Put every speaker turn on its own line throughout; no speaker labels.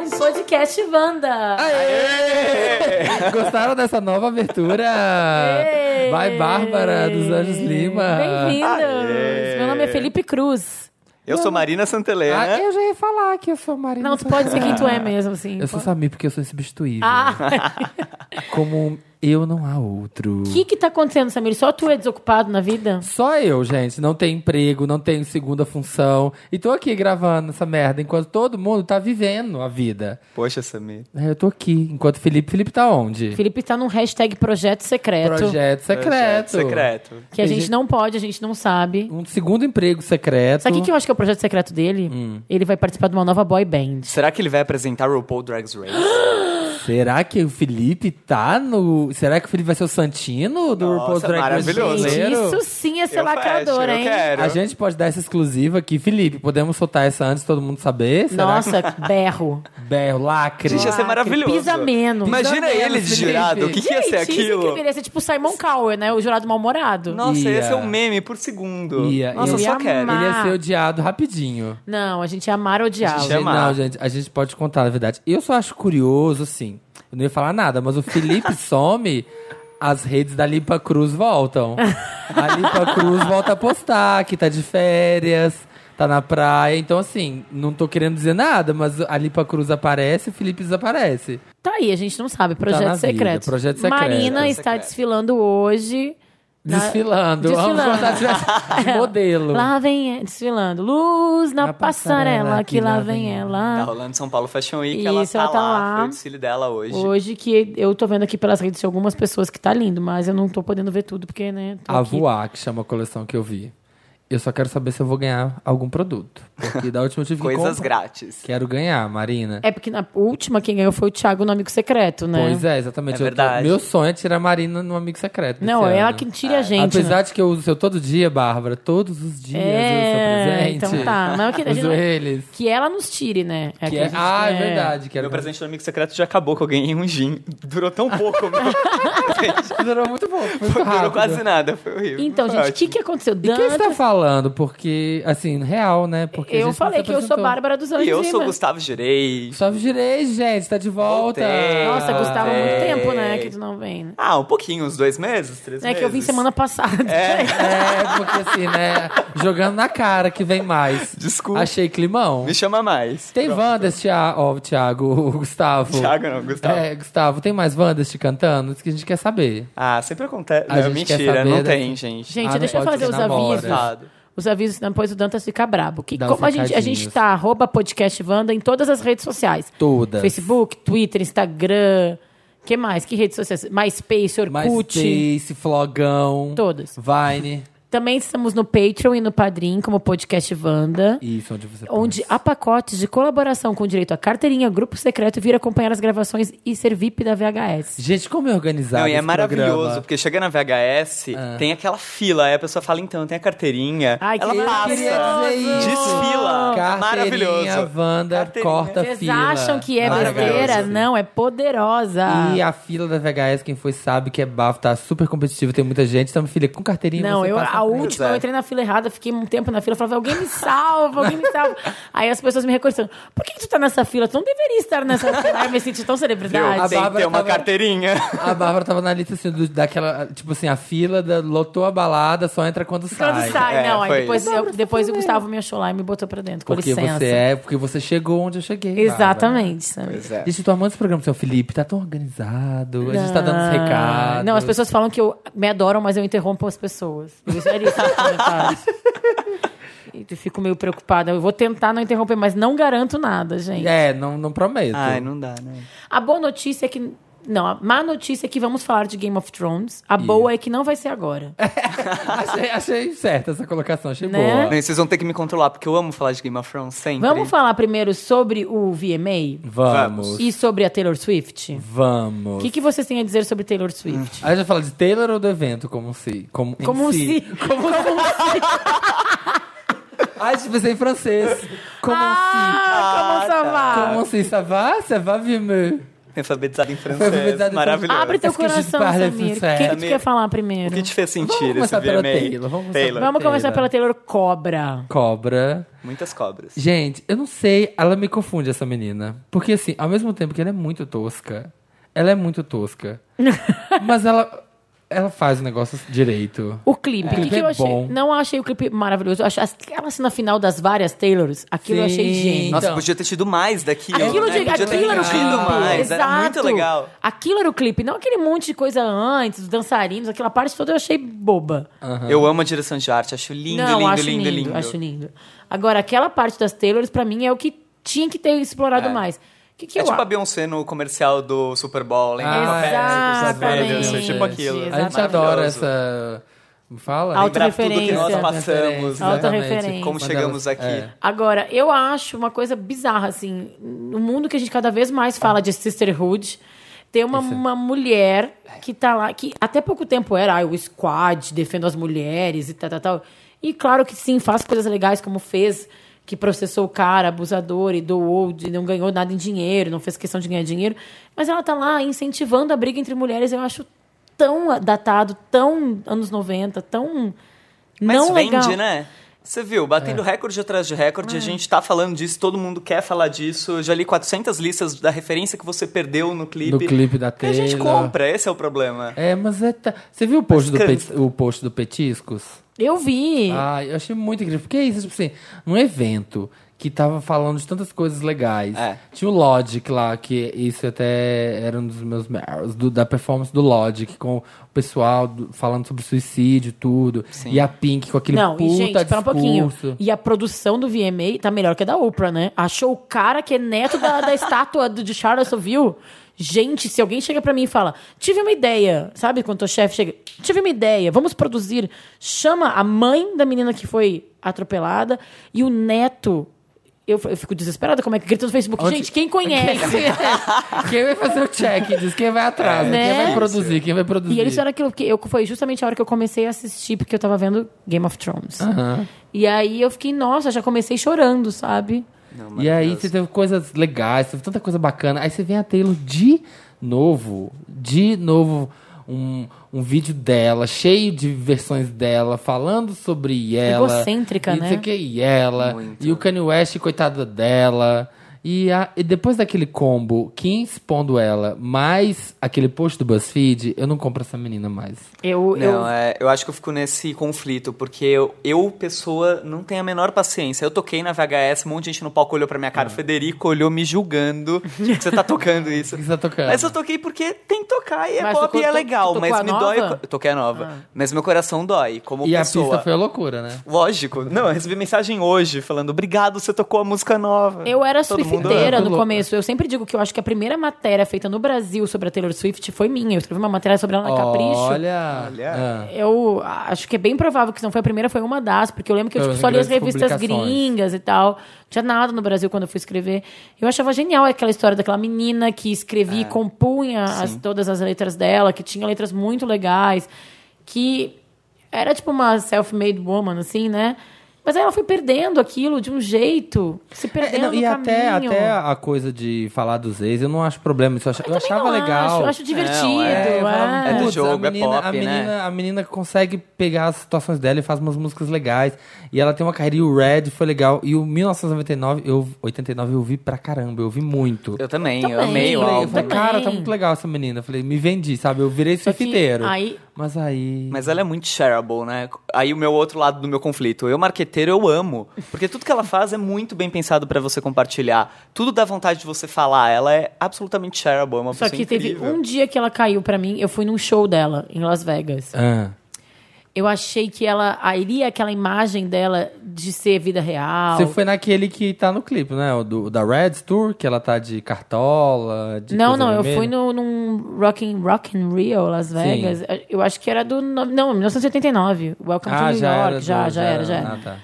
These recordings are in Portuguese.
um podcast Wanda.
Aê! Gostaram dessa nova abertura?
Aê!
Vai, Bárbara dos Anjos Lima.
Bem-vindos.
Aê!
Meu nome é Felipe Cruz.
Eu sou Marina Santelena.
Ah, eu já ia falar que eu sou Marina.
Não, tu pode dizer quem tu é mesmo, assim.
Eu sou Samir porque eu sou insubstituível.
Ah,
Como eu não há outro.
o que que tá acontecendo, Samir? Só tu é desocupado na vida?
Só eu, gente. Não tenho emprego, não tenho segunda função. E tô aqui gravando essa merda enquanto todo mundo tá vivendo a vida.
Poxa, Samir.
É, Eu tô aqui. Enquanto Felipe, Felipe tá onde?
Felipe tá num hashtag projeto secreto.
Projeto secreto.
Secreto.
Que a gente não pode, a gente não sabe.
Um segundo emprego secreto.
Sabe o que que eu acho que é o projeto secreto dele?
Hum.
Ele vai participar de uma nova boy band.
Será que ele vai apresentar RuPaul Drag Race?
Será que o Felipe tá no. Será que o Felipe vai ser o Santino do
Nossa,
RuPaul's Drag Race
maravilhoso, hein?
brasileiro?
Isso sim é ser
Eu
lacrador,
fecho, eu
hein?
quero.
A gente pode dar essa exclusiva aqui, Felipe. Podemos soltar essa antes de todo mundo saber? Será
Nossa, berro.
que berro, lacre?
Gente, ia ser
Lacre,
maravilhoso.
pisa menos.
Imagina
Pisa
ele
menos,
de jurado. O que, que ia ser
Gente, isso é
aquilo?
incrível. Ia ser tipo Simon Cowell, né? O jurado mal-humorado.
Nossa, ia
Ia.
ser um meme por segundo.
Ia,
Nossa, eu
ia.
só quero.
Amar.
Ele ia ser odiado rapidinho.
Não, a gente é amar ou odiar.
Gente, Chamar.
Não, gente, a gente pode contar, na verdade. Eu só acho curioso, assim. Eu não ia falar nada, mas o Felipe some, as redes da Lipa Cruz voltam. A Lipa Cruz volta a postar que tá de férias, tá na praia. Então, assim, não tô querendo dizer nada, mas a Lipa Cruz aparece e o Felipe desaparece.
Tá aí, a gente não sabe. Projeto
na vida,
secreto.
projeto secreto.
Marina está
Secreto.
desfilando hoje. Na-
Desfilando.
Desfilando.
Vamos contar de- de modelo.
Lá vem é- desfilando. Luz na,
Na
passarela,
passarela,
que lá vem ela.
Tá rolando São Paulo Fashion Week, ela
Isso,
tá
ela tá
lá.
lá.
Foi o desfile dela um hoje.
Hoje que eu tô vendo aqui pelas redes de algumas pessoas que tá lindo, mas eu não tô podendo ver tudo, porque, né? tô
A
aqui.
Voar, que chama a coleção que eu vi. Eu só quero saber se eu vou ganhar algum produto. Porque da última eu tive que
Coisas
comprar.
grátis.
Quero ganhar, Marina.
É porque na última quem ganhou foi o Thiago no Amigo Secreto, né?
Pois é, exatamente. Eu
É
tô-
verdade.
meu sonho é tirar a Marina no Amigo Secreto. desse
Não, é ela
ano.
que tira a gente.
Apesar
né?
de que eu uso seu todo dia, Bárbara. Todos os dias
É,
eu sou presente.
então tá. Mas o que a gente
Uso
não-
eles.
Que ela nos tire, né? É
Que
que a
é-
gente-
Ah, é verdade. Quero...
Meu presente do Amigo Secreto já acabou, que eu ganhei um gin. Durou tão pouco, meu. Gente,
Durou muito pouco, muito
Durou
rápido.
quase nada, foi horrível.
Então,
Foi
gente, o que,
ótimo.
que aconteceu?
E quem
Dantas,
está falando? Porque, assim, real, né? Porque a gente
eu
não
falei
se
que eu sou
apresentou.
Bárbara dos Anjos
E eu sou
Lima.
Gustavo Girei.
Gustavo Girei, gente, tá de volta.
Voltei.
Nossa, Gustavo, há muito
Voltei.
tempo, né, que tu não vem. né?
Ah, um pouquinho, uns dois meses, três
É
meses.
que eu vim semana passada.
É, porque assim, né? Jogando na cara que vem mais.
Desculpa.
Achei climão.
Me chama mais.
Tem Wandas, Thiago. Ó, o Thiago, o Gustavo.
Thiago não, Gustavo.
É, Gustavo, tem mais Wandas te cantando? Isso que a gente quer saber.
Ah, sempre acontece.
A
Não,
gente quer
mentira,
saber
não
dessa-
tem, gente. Tá
Gente,
Ah, não
deixa eu
pode
fazer
ser
os
namoro.
avisos.
Engraçado.
Os avisos, depois o Dantas fica brabo. Que,
Dá
como
uns
a gente, a gente
recadinhos.
tá arroba podcast Wanda em todas as redes sociais.
Todas.
Facebook, Twitter, Instagram. que mais? Que redes sociais? MySpace, Orkut.
MySpace, Flogão.
Todas.
Vine.
Também estamos no Patreon e no Padrim como podcast Wanda.
Isso, onde você tá
Onde
pode.
há pacotes de colaboração com direito à carteirinha, grupo secreto, vir acompanhar as gravações e ser VIP da VHS.
Gente, como é organizado
Não, e é
esse
maravilhoso,
programa. É.
porque chega na VHS, tem aquela fila, aí a pessoa fala, então, tem a carteirinha.
Ai, que
ela
legal. Eu
passa.
queria
isso.
Desfila.
Carteirinha,
maravilhoso.
Wanda,
Carteirinha.
corta
Vocês
fila.
acham que é
Maravilhoso.
besteira? Não, é poderosa.
E a fila da VHS, quem foi sabe que é bafo, tá super competitivo, tem muita gente. Então, filha, com carteirinha
Não,
você
eu
passa
a
na frente.
última,
é.
eu entrei na fila errada, fiquei um tempo na fila, falava, alguém me salva, alguém me salva. Aí as pessoas me reconheceram, por que, que tu tá nessa fila? Tu não deveria estar nessa fila. Aí eu me senti tão
Viu?
celebridade.
Tem que ter
Bárbara
uma
tava-
carteirinha.
A Bárbara tava na lista, assim, do- daquela... Tipo assim, a fila da- lotou a balada, só entra quando sai.
Quando sai,
É,
não, aí
foi
depois,
isso.
eu- depois o Gustavo me achou lá e me botou pra dentro, com
Porque
licença.
você é, né? porque você chegou onde eu cheguei. Bárbara.
Exatamente. sabe?
é.
Gente, eu tô amando esse programa, seu Felipe. Tá tão organizado. A gente tá dando os recados.
Ah, Não, as pessoas falam que eu me adoram, mas eu interrompo as pessoas. Isso é isso. E eu fico meio preocupada. Eu vou tentar não interromper, mas não garanto nada, gente.
É, não, não prometo.
Ai, não dá, né?
A boa notícia é que. Não, a má notícia é que vamos falar de Game of Thrones. A boa é que não vai ser agora.
achei, achei certa essa colocação, achei
Né?
boa.
Não, e vocês vão ter que me controlar, porque eu amo falar de Game of Thrones sempre.
Vamos falar primeiro sobre o VMA
Vamos.
e sobre a Taylor Swift? O
Vamos. Ah,
que, que vocês têm a dizer sobre Taylor Swift?
A gente vai falar de Taylor ou do evento como se... Como, em
Como
si.
se. Como se.
Ai, a gente pensei em francês. Como se...
Ah, como ça va?
Comment c'est ça va? Ça va, vieux meu?
alfabetizado em francês.
alfabetizado em
Maravilhoso.
Abre teu
Acho que a gente
coração,
parla
Samir.
sincero.
Quem que tu
Samir,
quer falar
O
primeiro?
que te fez
Vamos
sentir esse
começar pela
VMA?
Taylor, vamos começar pela-
Vamos começar
Taylor.
pela Taylor Cobra.
Cobra.
Muitas cobras.
Gente, eu não sei, ela me confunde essa menina. Porque assim, ao mesmo tempo que ela é muito tosca, ela é muito tosca. mas ela ela faz o negócio direito.
O clipe, o que,
clipe
que eu
é
achei?
bom.
Não achei o clipe maravilhoso. Eu Acho, aquela cena final das várias Taylors, aquilo eu achei
Sim.
gênio.
Nossa,
Então.
podia ter tido mais daquilo.
Aquilo, de,
né? podia
aquilo
ter
era o
tido
clipe.
mais.
Exato.
Era muito legal.
Aquilo era o clipe, não aquele monte de coisa antes, os dançarinos, aquela parte toda eu achei boba.
Eu amo a direção de arte. Acho Ah, lindo,
não,
lindo,
acho
lindo,
lindo,
lindo.
acho lindo. Agora, aquela parte das Taylors, pra mim, é o que tinha que ter explorado
É.
mais. O que, que
É
eu
tipo a
acho?
Beyoncé no comercial do Super Bowl, lembra?
Ah,
Com a Pepsi, com os
exatamente.
velhos, é tipo aquilo.
A gente
Exatamente.
adora essa. me Fala?
Auto-
Lembrar tudo que nós
Autorreferência.
passamos, né?
Autorreferência.
Como
Quando
chegamos
elas-
aqui.
é.
Agora, eu acho uma coisa bizarra, assim, no mundo que a gente cada vez mais fala de sisterhood, tem uma, uma mulher que tá lá, que até pouco tempo era, ai, o squad, defendo as mulheres e tal, tal, tal. E claro que sim, faz coisas legais, como fez, que processou o cara, abusador, e doou, e não ganhou nada em dinheiro, não fez questão de ganhar dinheiro. Mas ela tá lá incentivando a briga entre mulheres, eu acho tão datado, tão anos 90, tão
Mas
não
vende,
legal.
né? Você viu,
É.
batendo recorde atrás de recorde, a gente tá falando disso, todo mundo quer falar disso. Eu já li 400 listas da referência que você perdeu no clipe.
No clipe da
Porque a gente
Taylor.
compra, esse é o problema.
É, mas é. ta- Você viu o post, do,
Mas
pet- o post do Petiscos?
Eu vi.
Ai, eu achei muito incrível. Porque é isso, tipo assim, num evento que tava falando de tantas coisas legais.
É.
Tinha o Logic lá, que isso até era um dos meus meros, do- da performance do Logic, com o pessoal do- falando sobre suicídio e tudo. E a Pink com aquele
Não,
puta
e gente, espera um pouquinho.
discurso.
E a produção do VMA tá melhor que a da Oprah, né? Achou o cara que é neto da, da estátua do, de Charlottesville. Gente, se alguém chega pra mim e fala, tive uma ideia, sabe? Quando o chefe chega, tive uma ideia, vamos produzir. Chama a mãe da menina que foi atropelada e o neto. Eu, eu fico desesperada, como é que grita no Facebook?
Onde-
Gente, quem conhece?
Quem vai fazer o check? Diz quem vai atrás, né?
Né?
quem vai produzir, quem vai produzir.
E eles fizeram aquilo que eu foi justamente a hora que eu comecei a assistir, porque eu tava vendo Game of Thrones.
Aham.
E aí eu fiquei, nossa, já comecei chorando, sabe?
Não,
E aí
maravilhoso.
você teve coisas legais, teve tanta coisa bacana. Aí você vem a Taylor de novo, de novo, um, um vídeo dela, cheio de versões dela, falando sobre ela.
Egocêntrica,
e não sei
né?
o que, e ela.
Muito.
E o Kanye West, coitada dela. E, a- e depois daquele combo, que expondo ela, mais aquele post do BuzzFeed, eu não compro essa menina mais.
Eu, eu
Não, é, eu acho que eu fico nesse conflito, porque eu, eu, pessoa, não tenho a menor paciência. Eu toquei na VHS, um monte de gente no palco olhou pra minha
É.
cara, o Federico olhou me julgando que você tá tocando isso.
O que você tá tocando?
Mas eu toquei porque tem que tocar e é
Mas
pop
tocou-
e é
to-
legal,
tocou
mas
a
me
nova?
dói. Eu toquei a nova. Mas meu coração dói, como
Ah. E
pessoa.
a pista foi a loucura, né?
Lógico. Não, eu recebi mensagem hoje falando: obrigado, você tocou a música nova.
Eu era
Todo mundo
swifteira
ama.
no
Louca.
começo. Eu sempre digo que eu acho que a primeira matéria feita no Brasil sobre a Taylor Swift foi minha. Eu escrevi uma matéria sobre ela na Capricho.
Olha.
Olha.
Ah.
Eu acho que é bem provável que se não foi a primeira, foi uma das, porque eu lembro que eu
Foi
tipo,
uma
só li as
das grandes
revistas
publicações.
gringas e tal. Não tinha nada no Brasil quando eu fui escrever. Eu achava genial aquela história daquela menina que escrevia e
É.
compunha as- todas as letras dela, que tinha letras muito legais, que era tipo uma self-made woman, assim, né? Mas aí ela foi perdendo aquilo de um jeito, se
É,
perdendo
não,
no
e até,
caminho.
até a coisa de falar dos ex, eu não acho problema. isso Eu, acha- eu
Também
achava
não
legal.
Acho, eu acho divertido.
Não, é,
Eu falava,
é.
É do
"Putz,
jogo,
a
é
menina,
pop,
a menina,
né?"
A menina consegue pegar as situações dela e faz umas músicas legais. E ela tem uma carreira, e o Red foi legal. E o 1999, eu, 89 eu vi pra caramba, eu vi muito.
Eu também, eu
Também.
amei o
falei,
álbum.
falei, cara, tá
Também.
muito legal essa menina. Eu falei, me vendi, sabe? Eu virei
Só que
surfiteiro.
aí-
Mas aí.
Mas ela é muito shareable, né? Aí o meu outro lado do meu conflito. Eu, marqueteiro, eu amo. Porque tudo que ela faz é muito bem pensado pra você compartilhar. Tudo dá vontade de você falar. Ela é absolutamente shareable, é uma
Só
pessoa
que teve
incrível.
um dia que ela caiu pra mim. Eu fui num show dela em Las Vegas.
Ah,
Eu achei que ela. Aí aquela imagem dela de ser vida real.
Você foi naquele que tá no clipe, né? O do, da Reds Tour, que ela tá de cartola. De
Não,
coisa
não, eu
vermelha.
fui no, num Rock in, Rock in Rio, Las Vegas. Eu acho que era do. no- Não, 1989. Welcome to
Ah,
New
já
York.
era,
já,
do-
já era, já era.
Ah, tá.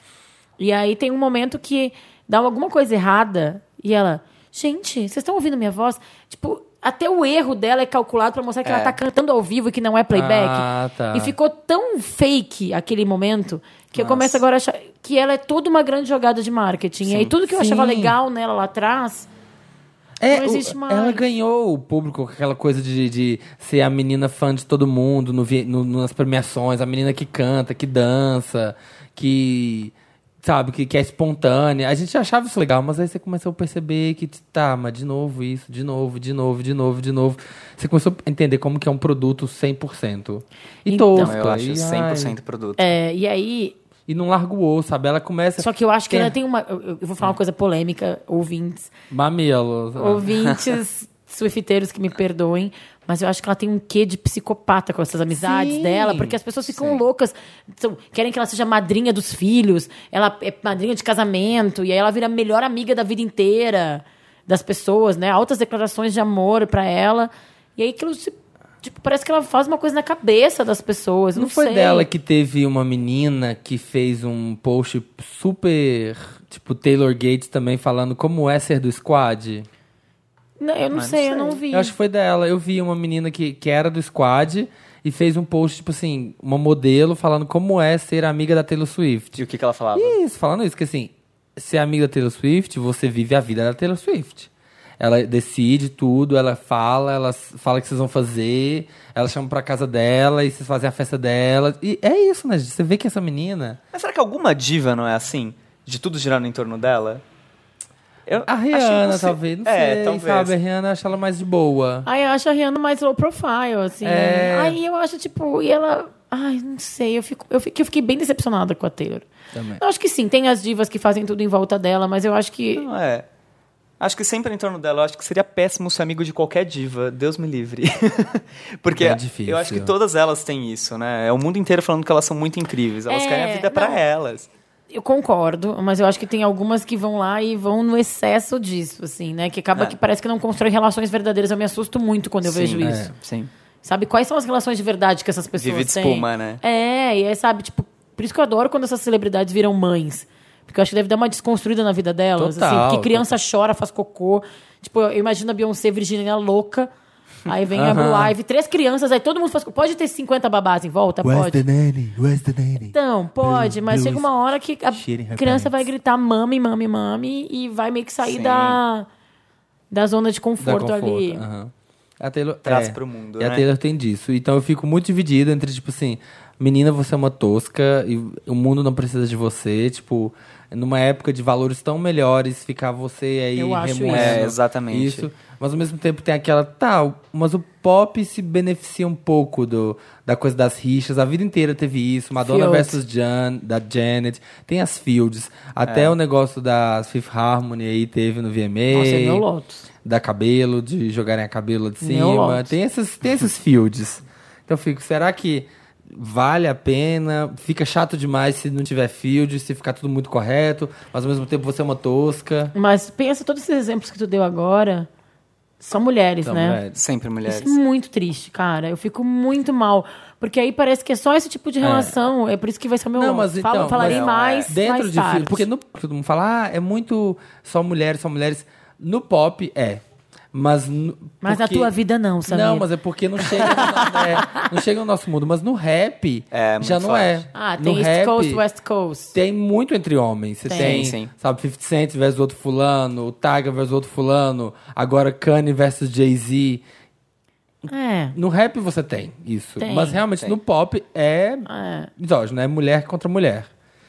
E aí tem um momento que dá alguma coisa errada e ela, gente, vocês estão ouvindo minha voz? Tipo, até o erro dela é calculado pra mostrar que ela tá cantando ao vivo e que não é playback.
Ah, tá.
E ficou tão fake aquele momento que eu começo agora a achar que ela é toda uma grande jogada de marketing. E aí tudo que eu
Sim.
achava legal nela lá atrás
É, o-
Não existe mais.
Ela ganhou o público com aquela coisa de, de ser a menina fã de todo mundo no vi- no- nas premiações, a menina que canta, que dança, que. Sabe, que, que é espontânea. A gente achava isso legal, mas aí você começou a perceber que, tá, mas de novo isso, de novo, de novo, de novo, de novo. Você começou a entender como que é um produto 100%. E
Então,
tosco.
Não, eu acho
e, ai,
100% produto.
É, e aí,
E não larga o osso, sabe? Ela começa.
só que eu acho que
Tem-
ainda tem uma. Eu eu vou falar uma coisa polêmica, ouvintes.
Mamilos.
Ouvintes swifteiros que me perdoem, mas eu acho que ela tem um quê de psicopata com essas amizades
Sim,
dela, porque as pessoas ficam
sim.
loucas, são- querem que ela seja madrinha dos filhos, ela é madrinha de casamento, e aí ela vira a melhor amiga da vida inteira das pessoas, né? Altas declarações de amor pra ela, e aí aquilo se- Tipo, parece que ela faz uma coisa na cabeça das pessoas. Não,
Não foi
sei.
dela que teve uma menina que fez um post super, tipo, Taylor Gates também falando como é ser do squad?
Não, eu não
Mas não
sei, eu
sei.
não vi.
Ah, Eu acho que foi dela. Eu vi uma menina que, que era do squad e fez um post, tipo assim, uma modelo falando como é ser amiga da Taylor Swift.
E o que, que ela falava?
Isso, falando isso, que assim, ser amiga da Taylor Swift, você vive a vida da Taylor Swift. Ela decide tudo, ela fala, ela s- fala o que vocês vão fazer, ela chama pra casa dela e vocês fazem a festa dela. E é isso, né? gente? Você vê que essa menina.
Mas será que alguma diva não é assim? De tudo girando em torno dela? Eu
A
acho
Rihanna,
impossi-
talvez. Não
é,
sei,
talvez.
sabe? A Rihanna acha ela mais de boa.
Ai, eu acho a Rihanna mais low profile, assim.
É.
Aí eu acho, tipo, e ela. Ai, não sei, eu, fico, eu, fico, eu fiquei bem decepcionada com a Taylor.
Também.
Eu acho que sim, tem as divas que fazem tudo em volta dela, mas eu acho que.
Não é. Acho que sempre em torno dela, eu acho que seria péssimo ser amigo de qualquer diva, Deus me livre. Porque
É difícil.
eu acho que todas elas têm isso, né? É o mundo inteiro falando que elas são muito incríveis, elas
É,
querem a vida pra
não.
elas.
Eu concordo, mas eu acho que tem algumas que vão lá e vão no excesso disso, assim, né? Que acaba
É.
que parece que não constrói relações verdadeiras. Eu me assusto muito quando eu vejo
sim,
isso.
é, Sim.
Sabe? Quais são as relações de verdade que essas pessoas
Vive de
têm?
espuma, né?
É, e é, sabe, tipo, por isso que eu adoro quando essas celebridades viram mães. Porque eu acho que deve dar uma desconstruída na vida delas.
Total,
assim, porque criança chora, faz cocô. Tipo, eu imagino a Beyoncé Virginia louca. Aí vem a
Aham.
Blue Live, três crianças, aí todo mundo faz cocô. Pode ter 50 babás em volta? Pode.
nanny? Where's the nanny?
Então, pode, mas
Blue
chega
is
uma hora que a
shitting her
criança
pants.
vai gritar mami, mami, mami e vai meio que sair
Sim.
da, da zona de
Dá
conforto,
conforto, ah.
ali.
aham. A Taylor,
Traz
é,
pro mundo,
E a
né?
Taylor tem disso. Então eu fico muito dividido entre, tipo assim, menina, você é uma tosca e o mundo não precisa de você. Tipo, numa época de valores tão melhores, ficar você aí
Eu acho
remoendo
isso.
É, exatamente.
Isso. Mas ao mesmo tempo tem aquela, tá, mas o pop se beneficia um pouco do, da coisa das rixas. A vida inteira teve isso. Madonna
Field.
versus Jan, da Janet. Tem as Fields.
É.
Até o negócio da Fifth Harmony aí teve no VMA
Nossa, é meu lotus.
da cabelo, de jogarem a cabelo de
Meu
cima.
Lord.
Tem esses, tem esses fields. Então eu fico, será que vale a pena? Fica chato demais se não tiver field, se ficar tudo muito correto, mas ao mesmo tempo você é uma tosca.
Mas pensa, todos esses exemplos que tu deu agora são mulheres,
Então,
né?
velho,
Sempre mulheres.
Isso é muito triste, cara. Eu fico muito mal. Porque aí parece que é só esse tipo de relação. É, por isso que vai ser o meu.
Não,
ódio.
mas
Falo-
então,
falarei
mas-
mais.
Dentro
mais
de
tarde.
field, porque no, todo mundo fala, ah, é muito só mulheres, só mulheres. No pop, é. Mas, no-
Mas na
porque-
tua vida não, Samir.
Não, mas é porque não chega, no, é, não chega no nosso mundo. Mas no rap,
É,
já
muito
não
forte.
é.
Ah, tem
no
East
rap,
Coast, West Coast.
Tem muito entre homens. Você tem,
Tem.
Sim, sim.
sabe, 50 Cent versus outro fulano, o Tiger versus outro fulano, agora Kanye versus Jay-Z.
É.
No rap você tem isso.
Tem.
mas realmente
Tem.
no pop é
é.
misógino, é mulher contra mulher.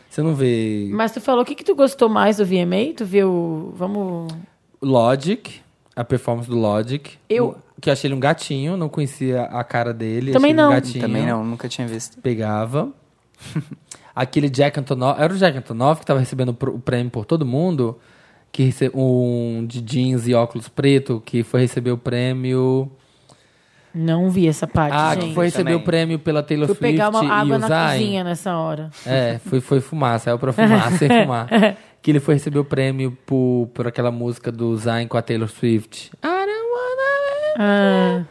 Você não vê
Mas tu falou, o que, que tu gostou mais do VMA? Tu viu. Vamos.
Logic, a performance do Logic.
Eu-
Que eu achei ele um gatinho, não conhecia a cara dele. achei
Também
ele um
não.
gatinho.
Também não, nunca tinha visto.
pegava. Aquele Jack Antonoff, era o Jack Antonoff que tava recebendo o pr- o prêmio por todo mundo, que rece- um de jeans e óculos preto, que foi receber o prêmio.
Não vi essa parte.
ah,
gente.
que foi receber
também.
o prêmio pela Taylor
Fui
Swift
pegar uma água
e
na
usar.
cozinha nessa hora.
É, foi, foi fumar, saiu pra fumar, sem fumar. Que ele foi receber o prêmio por, por aquela música do Zayn com a Taylor Swift. I don't wanna...
Ah.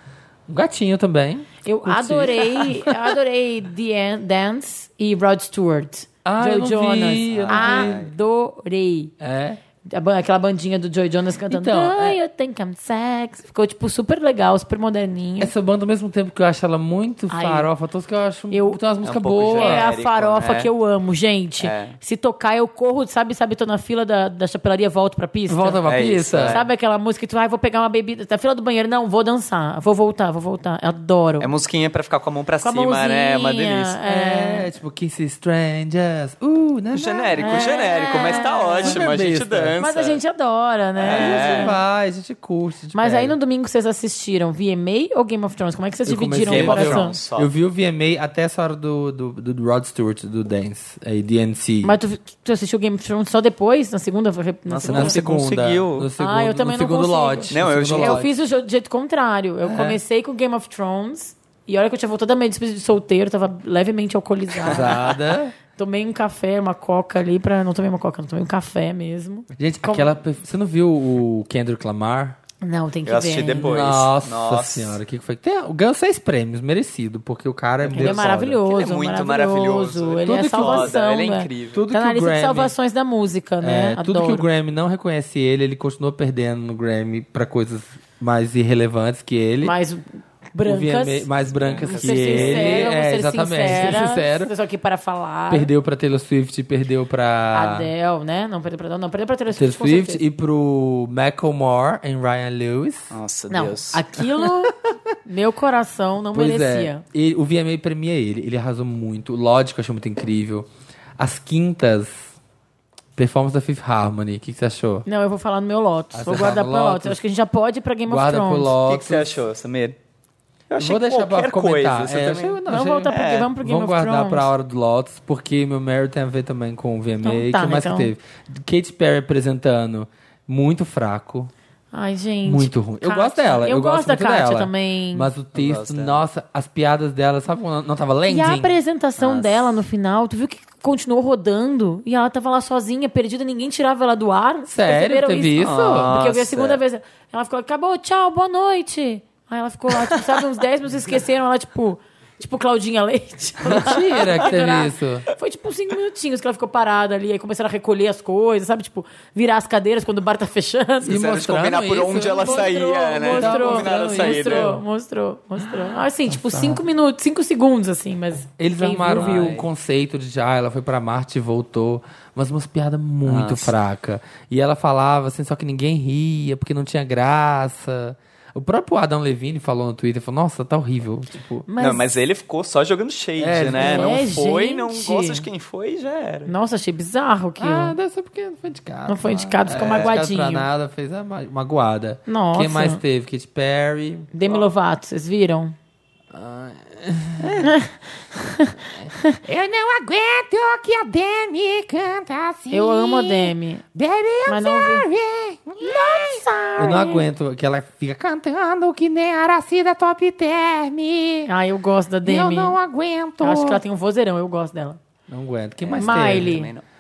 Um gatinho também.
Eu
Curti.
adorei, eu adorei The An- Dance e Rod Stewart.
Ah,
Joe
eu não vi,
Jonas.
eu não
adorei.
É.
A ba- Aquela bandinha do Joy Jonas cantando
Então,
então,
é-
I think I'm sexy. Ficou, tipo, super legal, super moderninha.
Essa banda, ao mesmo tempo que eu acho ela muito
Ai,
farofa, todos que eu acho
eu-
tem umas músicas
um pouco
boas.
É a
genérico,
farofa
né?
que eu amo, gente.
É.
Se tocar, eu corro, sabe? Sabe, tô na fila da, da chapelaria, volto pra pista.
Volta pra
É isso,
pista.
é.
Sabe aquela música que tu, ah, vou pegar uma bebida, tá na fila do banheiro. Não, vou dançar, vou voltar, vou voltar. Eu adoro.
É musiquinha pra ficar com a mão pra
Com a
cima, né? É uma
mãozinha,
delícia.
É, tipo, Kiss Strangers. Uh, né?
Genérico, genérico, mas tá ótimo, a gente
Super é besta.
dança.
é. Mas a gente adora,
É.
né?
A gente vai, a gente curte. a gente
Mas aí
pega.
no domingo vocês assistiram VMA ou Game of Thrones? Como é que vocês
Eu comecei
dividiram
a
o
ver um
Game of
coração?
Thrones só.
Eu vi o VMA até essa hora do, do, do Rod Stewart, do Dance, aí, DNC.
Mas tu, tu assistiu Game of Thrones só depois? Na segunda? Na
Nossa,
segunda?
na
Você
segunda,
conseguiu.
No segundo,
Ah, eu também
no
não
segundo
consigo.
lote.
Não,
no
eu
segundo
já-
Eu
lote.
fiz o jo- do jeito contrário.
É.
Eu comecei com Game of Thrones. E olha que eu tinha voltado da minha despedida de solteiro, tava levemente alcoolizada.
Casada.
tomei um café, uma coca ali pra. Não tomei uma coca, não tomei um café mesmo.
Gente, aquela... pe- Você não viu o Kendrick Lamar?
Não, tem que
Eu
ver.
assisti
ainda.
depois. Pois.
Nossa,
Nossa.
senhora, o que que foi? Tem, ganhou seis prêmios, merecido, porque o cara é
Ele é
muito foda.
maravilhoso.
Ele é muito maravilhoso.
Ele
Tudo
é
que
salvação.
Foda, ele é
né?
incrível.
Tudo
Tá
que
na
o
lista
Grammy,
de salvações da música, né?
é, tudo que o
Adoro.
Grammy não reconhece ele, ele continua perdendo no Grammy pra coisas mais irrelevantes que ele.
Mais brancas.
O VMA mais brancas
Vou
que
ser
ele.
sincera, vou
é,
ser
exatamente.
Sincera,
sincero.
Só aqui para falar.
Perdeu pra Taylor Swift, perdeu pra
Adele, né? Não perdeu pra Adele, não perdeu pra Taylor
Taylor
Swift. com
Swift
certeza. Ah,
e pro Macklemore em Ryan Lewis.
Nossa,
Não,
Deus.
aquilo meu coração não
Pois é.
merecia.
E o VMA premia ele. Ele arrasou muito. Lógico, eu achei muito incrível. As quintas, performance da Fifth Harmony. O que, que você achou?
Não, eu vou falar no meu Lotus.
Ah,
vou
você fala
guardar
no
pra Lotus.
Lotus.
Eu acho que a gente já pode ir pra Game
Guarda
of
pro
Thrones.
O que, que
Lotus.
você achou, Samir? Eu achei
Vou deixar pra
qualquer
comentar.
coisa.
É,
Você também-
achei- não,
Vamos
achei-
voltar pro,
É,
vamos pro Game
Vamos
of Thrones.
guardar pra hora do Lotus, porque meu Mary tem a ver também com o VMA.
Então tá,
que mais
então.
que teve? Katy Perry apresentando. Muito fraco.
Ai, gente.
Muito ruim. Eu
Kátia.
gosto dela.
Eu, gosto da
muito
Kátia
dela.
também.
Mas o texto,
gosto dela.
nossa, as piadas dela, sabe quando não tava
E
landing?
a apresentação
Nossa.
dela no final, tu viu que continuou rodando e ela tava lá sozinha, perdida, ninguém tirava ela do ar? Vocês
Sério?
perceberam
Teve isso?
Porque eu vi a
Nossa.
segunda vez. Ela ficou, acabou, tchau, boa noite. Aí ela ficou lá, tipo, sabe, uns 10 minutos esqueceram ela, tipo, tipo Claudinha Leite.
Mentira que teve isso.
Foi tipo uns 5 minutinhos que ela ficou parada ali, aí começaram a recolher as coisas, sabe? Tipo, virar as cadeiras quando o bar tá fechando.
E
Precisaram de
mostrando
combinar por
isso,
onde ela
mostrou,
saía, né?
Mostrou,
Combinaram a
mostrou,
saída.
mostrou, mostrou, mostrou. Assim, tipo, 5 minutos, 5 segundos, assim, mas.
Eles
quem
armaram
viu, viu.
o conceito de ah, ela foi pra Marte e voltou, mas umas piadas muito fraca. E ela falava assim, só que ninguém ria, porque não tinha graça. O próprio Adam Levine falou no Twitter, falou, nossa, tá horrível. Tipo,
Não, mas ele ficou só jogando shade,
É,
né?
é,
não foi, não
gente.
gosta de quem foi, já era.
Nossa, achei bizarro aquilo.
ah, deve ser porque não foi indicado.
Não
sei
foi
lá.
indicado, ficou
É,
magoadinho.
Não foi indicado pra nada, fez a ma- magoada.
Nossa.
Quem mais teve? Katy Perry.
Demi Lovato, vocês viram?
Eu não aguento que a Demi canta assim.
Eu amo a Demi,
Baby, I'm
mas não vi.
sorry. Not sorry.
Eu não aguento que ela fica cantando.
Ando que nem a Aracida Top Term.
Ah, eu gosto da
Eu
Demi.
não aguento.
Eu acho que ela tem um vozeirão, eu gosto dela.
Não aguento. Quem mais
Miley.
Também não.
teve?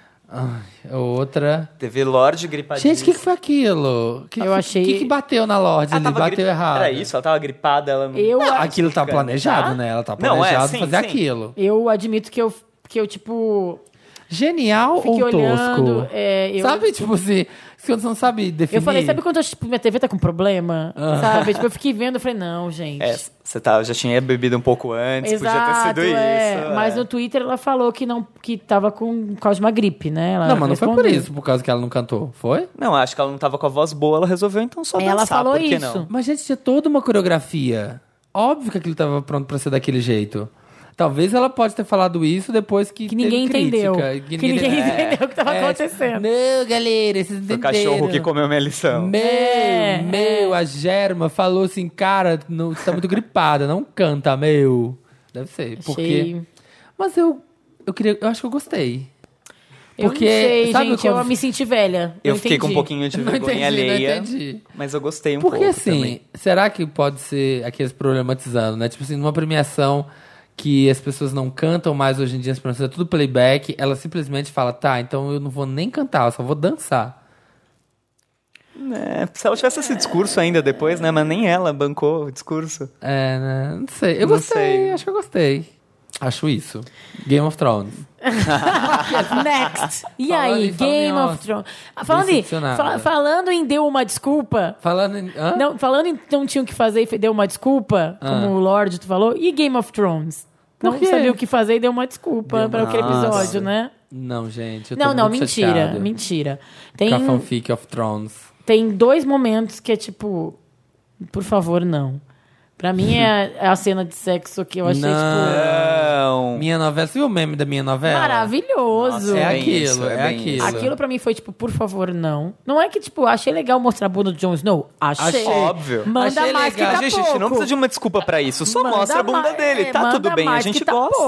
Outra.
Teve Lorde gripadinho.
Gente, o que, que foi aquilo? Que,
Eu achei-
O que, que bateu na Lorde? Ele bateu errado.
Ah, Era isso? Ela tava gripada, ela não...
Eu,
Não, aquilo tá planejado, né? Ela tá
Não, é,
planejado
sim,
fazer
sim.
aquilo.
eu admito que eu, que eu tipo.
Genial
Fiquei
ou tosco?
olhando, é, eu-
Sabe, tipo assim, se você não sabe definir.
Eu falei, sabe quando eu, tipo, minha TV tá com problema? Sabe? Tipo, eu fiquei vendo, eu falei, não, gente.
É, você tava, já tinha bebido um pouco antes, podia
Exato,
ter sido
é.
isso.
Mas
é.
no Twitter ela falou que não que tava com por causa de uma gripe, né? Ela
Não, mas não foi por
respondeu.
isso, por causa que ela não cantou. Foi?
Não, acho que ela não tava com a voz boa, ela resolveu então só
Ela
dançar,
falou
por que
isso.
não?
Mas, gente, tinha toda uma coreografia. Óbvio que aquilo tava pronto pra ser daquele jeito. Talvez ela pode ter falado isso depois que.
Que ninguém
teve
entendeu.
crítica,
Que ninguém entendeu o que tava
tipo,
acontecendo.
não, galera, vocês
Foi
entenderam.
o cachorro que comeu minha lição.
Meu,
É,
meu, a Germa falou assim, cara, não, você tá muito gripada, não canta, meu. Deve ser, porque...
Achei.
Mas eu, eu queria, eu acho que eu gostei.
Eu
Porque,
não sei,
sabe
gente,
quando-
eu me senti velha.
Eu
Não
fiquei com um
entendi.
pouquinho de
Não
vergonha
entendi, não
alheia.
entendi.
Mas eu gostei um
Porque
pouco
assim,
também.
será que pode ser aqueles problematizando, né? Tipo assim, numa premiação que as pessoas não cantam mais hoje em dia, as premiações é tudo playback, ela simplesmente fala, tá, então eu não vou nem cantar, eu só vou dançar.
É, se ela tivesse esse discurso ainda depois, né? Mas nem ela bancou o discurso.
É, né? Não sei. Eu
Não
gostei,
sei.
acho que eu gostei. Acho isso. Game of Thrones.
Next. E
Falando
aí,
em- falando em
Game
ó,
of Thrones. Ah, Falando em,
decepcionada.
fa- falando em deu uma desculpa.
Falando em. Hã?
Não, falando em não tinha o que fazer e fe- deu uma desculpa,
Ah.
como o Lorde tu falou, e Game of Thrones?
Por
Não
quê?
sabia o que fazer e deu uma desculpa para aquele
Nossa.
episódio, né?
Não, gente. Eu tô
Não, não,
muito
mentira,
chateado
mentira.
Com
Tem,
a fanfic of Thrones.
tem dois momentos que é tipo, por favor, não. Pra mim é, é a cena de sexo que eu achei,
Não.
tipo,
Não.
Minha novela. Você viu o meme da minha novela?
maravilhoso.
Nossa,
É
Bem
aquilo,
isso, é
é,
bem
aquilo.
isso.
Aquilo pra mim foi tipo, por favor, não. Não é que, tipo, achei legal mostrar a bunda do Jon Snow. Achei.
Achei.
Óbvio.
Manda
Achei
mais
legal.
que tá
Mas,
gente,
pouco.
a gente não precisa de uma desculpa pra isso. Só
Manda
mostra a bunda
mais,
dele.
é,
Tá
manda
tudo bem, a
mais, que
gente
tá
gosta.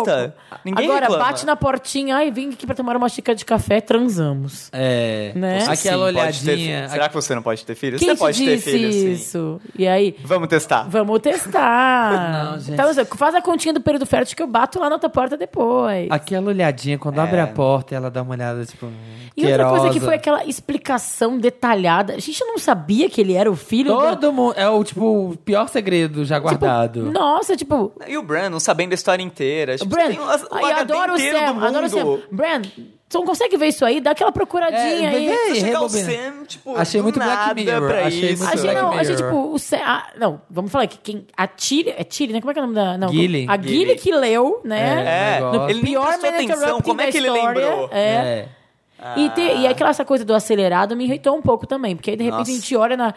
pouco.
Ninguém
Agora,
reclama.
bate na portinha. Ai, vim aqui pra tomar uma xícara de café, transamos.
É.
Né?
Aquela
Sim, pode
olhadinha.
ter- Será que você não pode ter filho?
Quem
você
te
pode ter
disse
filho, assim. sim.
isso? E aí,
Vamos testar.
vamos testar.
Não, gente.
Tá, você faz a continha do período fértil que eu bato lá na tua porta depois.
Aquela olhadinha, quando abre a porta, ela dá uma olhada, tipo. hum,
É. E outra coisa que
queirosa.
foi aquela explicação detalhada. A gente eu não sabia que ele era o filho do... Tipo,
Todo mundo. É o, tipo, o pior segredo já guardado.
Nossa, tipo,
E o Bran não sabendo a história inteira. Tipo,
Brand,
tem o, o
eu
HD
adoro o
inteiro do
Sam,
mundo.
adoro o Sam. Brand, tu não consegue ver isso aí? Dá aquela procuradinha
É,
aí.
vê-
Você chegar o
rebobina.
Sam, tipo,
Achei
do
muito Black
nada
Mirror,
pra
achei
isso.
A
muito
gente,
Black
não, a gente,
Mirror.
tipo, o Sam, ah, não, vamos falar que quem, a Tilly, é Tilly, né? Como é que é o nome da... Não,
Gilly.
A Gilly
Gilly.
que leu, né?
É,
No
ele nem
Pior
prestou
Man
atenção.
Interrupting
Como é que
da
ele
história.
lembrou?
É.
É.
E, te- e aquela essa coisa do acelerado me irritou um pouco também, porque aí de repente
Nossa.
a gente olha na.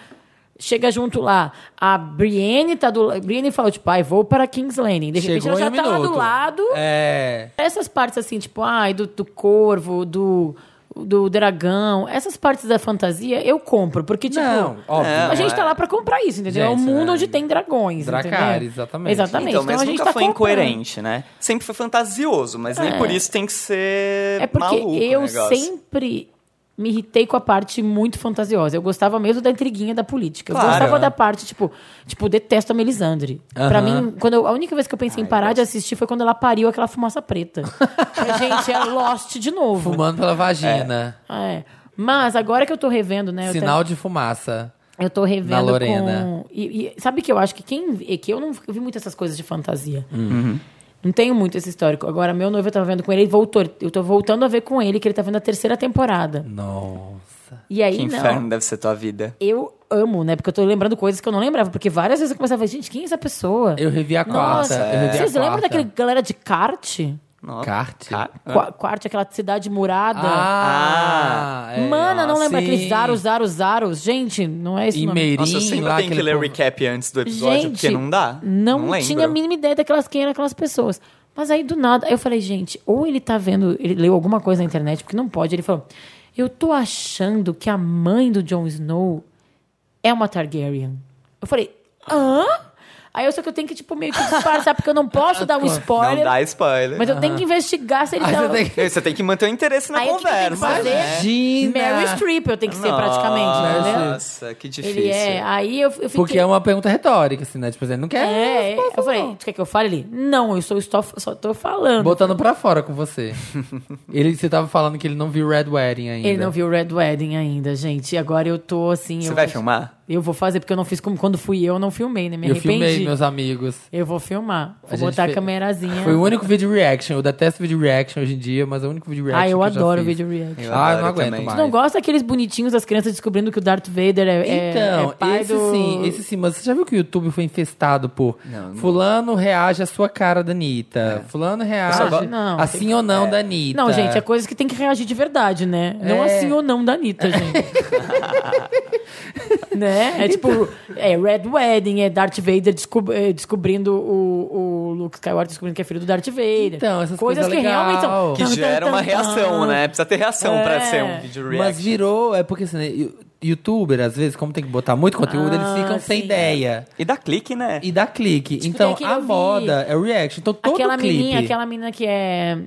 Chega junto lá, a Brienne tá do la- Brienne falou, tipo, ai, vou para King's Landing. De repente
Chegou
ela já
em um
tá lá do
minuto.
lado.
É.
Essas partes assim, tipo, ai, do, do corvo, do, do dragão, essas partes da fantasia eu compro, porque, tipo.
Não, óbvio.
É,
A gente
é.
tá lá pra comprar isso, entendeu? é um
Gente,
mundo
né?
onde tem dragões.
Dracarys,
entendeu?
exatamente.
Exatamente.
Então,
Então,
mas
a gente
nunca
tá
foi
comprando.
incoerente, né? Sempre foi fantasioso, mas nem por isso tem que ser
É porque
maluco o
eu
negócio.
sempre me irritei com a parte muito fantasiosa. Eu gostava mesmo da intriguinha da política.
Claro.
Eu gostava da parte, tipo, tipo, detesto a Melisandre.
Aham.
Pra mim, quando eu- a única vez que eu pensei em parar de assistir foi quando ela pariu aquela fumaça preta. Falei, Gente, é Lost de novo.
Fumando pela vagina.
É. Mas agora que eu tô revendo, né? eu te-
Sinal de fumaça.
eu tô revendo
Na Lorena.
com... E, e sabe que eu acho que quem... é que eu não eu vi muito essas coisas de fantasia.
Uhum.
Não tenho muito esse histórico. Agora, meu noivo eu tava vendo com ele, ele voltou. Eu tô voltando a ver com ele, que ele tá vendo a terceira temporada.
Nossa.
E aí,
Que
não.
inferno deve ser tua vida.
Eu amo, né? Porque eu tô lembrando coisas que eu não lembrava. Porque várias vezes eu começava a falar, gente, quem é essa pessoa?
Eu revi a quarta.
Nossa,
eu revi a
vocês lembram
quarta.
daquele galera de kart?
Nossa.
Kart?
Ca-
Qua- Kart, aquela cidade murada.
Ah, é.
Mana, não lembra
Sim.
aqueles zaros, zaros, zaros. Gente, não é isso.
E Meirinho
Nossa, eu sempre
lá.
tenho que
aquele
ler
povo-
recap antes do episódio,
Gente,
porque não dá.
Não,
lembro.
tinha a mínima ideia daquelas quem eram aquelas pessoas. Mas aí do nada, eu falei, gente, ou ele tá vendo, ele leu alguma coisa na internet, porque não pode. Ele falou: Eu tô achando que a mãe do Jon Snow é uma Targaryen. Eu falei, hã? Aí eu só que eu tenho que, tipo, meio que disfarçar, porque eu não posso dar um
Não
spoiler.
dá spoiler.
Mas eu tenho que investigar se ele
Ah,
tá.
você tem que-
Você tem que manter o interesse na
Aí o que que eu tenho que
conversa.
fazer?
né?
Imagina!
Mary Streep eu tenho que ser praticamente, entendeu?
Nossa, que difícil.
Ele é. Aí eu, eu fiquei.
Porque é uma pergunta retórica, assim, né? Tipo, ele não quer.
É, eu falei, tu quer que eu fale ali? Não, eu sou, só, só tô falando.
Botando pra fora com você. ele, você tava falando que ele não viu Red Wedding ainda.
Ele não viu o Red Wedding ainda, gente. E agora eu tô assim.
Você
eu
vai
vou-
filmar?
Eu vou fazer, porque eu não fiz como quando fui eu, eu não filmei, né? Me
Eu
arrependi. É.
filmei, meus amigos.
Eu vou filmar.
A
Vou
gente
botar
fe-
a camerazinha.
Foi o único vídeo reaction. Eu detesto vídeo reaction hoje em dia, mas é o único vídeo reaction.
Ah, eu
que já
adoro
fiz.
vídeo reaction.
Eu
Ah, eu
adoro
não aguento
também.
mais.
Tu não gosta daqueles bonitinhos das crianças descobrindo que o Darth Vader é, é-
Então,
é pai
esse
do...
sim, esse sim, mas você já viu que o YouTube foi infestado por
não. É.
fulano reage à sua cara da Anitta. Fulano reage
só gosto- não,
assim ou não da Anitta.
Não, gente, é coisas que tem que reagir de verdade, né? Não
É.
assim ou não da Anitta, gente. né? É tipo,
Então.
é Red Wedding, é Darth Vader descob- eh, descobrindo o, o Luke Skywalker descobrindo que é filho do Darth Vader.
Então, essas coisas legal.
Que
Tan, tan,
gera uma
tan,
reação,
tan.
né? Precisa ter reação pra
É.
ser um vídeo react.
Mas virou, é porque assim, né, yo- youtuber, às vezes, como tem que botar muito conteúdo,
Ah,
eles ficam sem
sim.
ideia.
E dá clique, né?
E dá clique.
Tipo,
então,
tem aquele
a
eu vi.
moda é o reaction. Então, todo
aquela
clipe.
menina, aquela menina que é.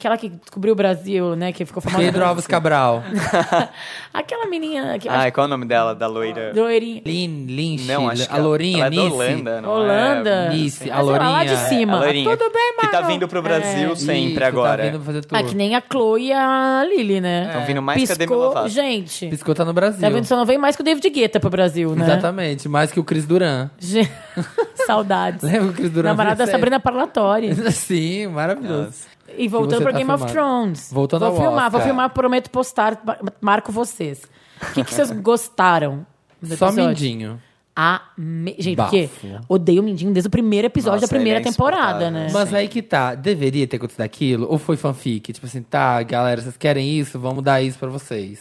Aquela que descobriu o Brasil, né? Que ficou famosa.
Pedro Alves Cabral.
Aquela menina que é
Ai, é qual é o nome dela, da loira?
doirinha.
Lin, Lynch,
Não, acho que
a
ela-
Lourinha,
ela é da
Nice.
Holanda, não é?
Holanda.
Nice, a
Ah, sei lá, lá
Lourinha.
de cima.
A loirinha.
Tudo bem, É, mano?
Que tá vindo pro Brasil
Isso,
sempre
tá
agora.
vindo fazer tour.
Ah, que nem a Chloe e a Lily, né?
Tão vindo É. Então, mais que a Demi
Piscou-
Lovato.
Gente,
Piscou tá no Brasil.
tá vendo? Só não vem mais que o David Guetta pro Brasil, né?
Exatamente, mais que o Cris Duran.
Gente, Saudades.
Lembra que o Cris Duran
Namorada da
fez série?
Sabrina Parlatori.
Sim, maravilhoso.
E
Que
voltando
você
pra
tá
Game of
filmando.
Thrones.
Voltando
vou
ao
filmar,
Oscar.
vou filmar, prometo postar, mar- marco vocês. O que, que vocês gostaram? do
Só
episódio?
mindinho.
Ame... Gente,
Bafo.
porque odeio o Mindinho desde o primeiro episódio
Nossa,
da primeira
ele é
temporada,
insuportável.
né?
Mas aí que tá, deveria ter acontecido aquilo? Ou foi fanfic? Tipo assim, tá, galera, vocês querem isso? Vamos dar isso pra vocês.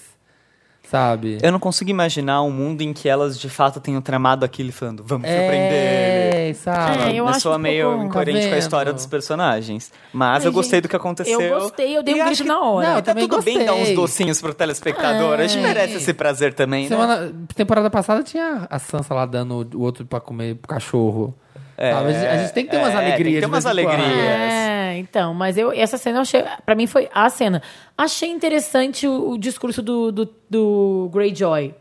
Sabe?
Eu não consigo imaginar um mundo em que elas de fato tenham tramado aquilo e falando, vamos surpreender ele.
É, sabe?
É, eu acho
sou
um
meio
pouco-
incoerente
Tá
com a história
vendo?
dos personagens. Mas
Ai,
eu gostei
gente,
do que aconteceu.
eu gostei, eu É. dei um
E
grito
acho que-
na hora.
Não, eu
tá
também
tudo bem dar uns
gostei.
docinhos pro telespectador. A gente merece esse prazer também, né?
Semana, temporada passada tinha a Sansa lá dando o outro pra comer pro cachorro.
É,
Sabe? A gente- a gente tem que ter umas
é,
alegrias.
tem que ter
de
umas
vez em quando.
alegrias.
É, então, mas eu essa cena eu achei, para mim foi a cena. Achei interessante o, o discurso do, do, do Greyjoy,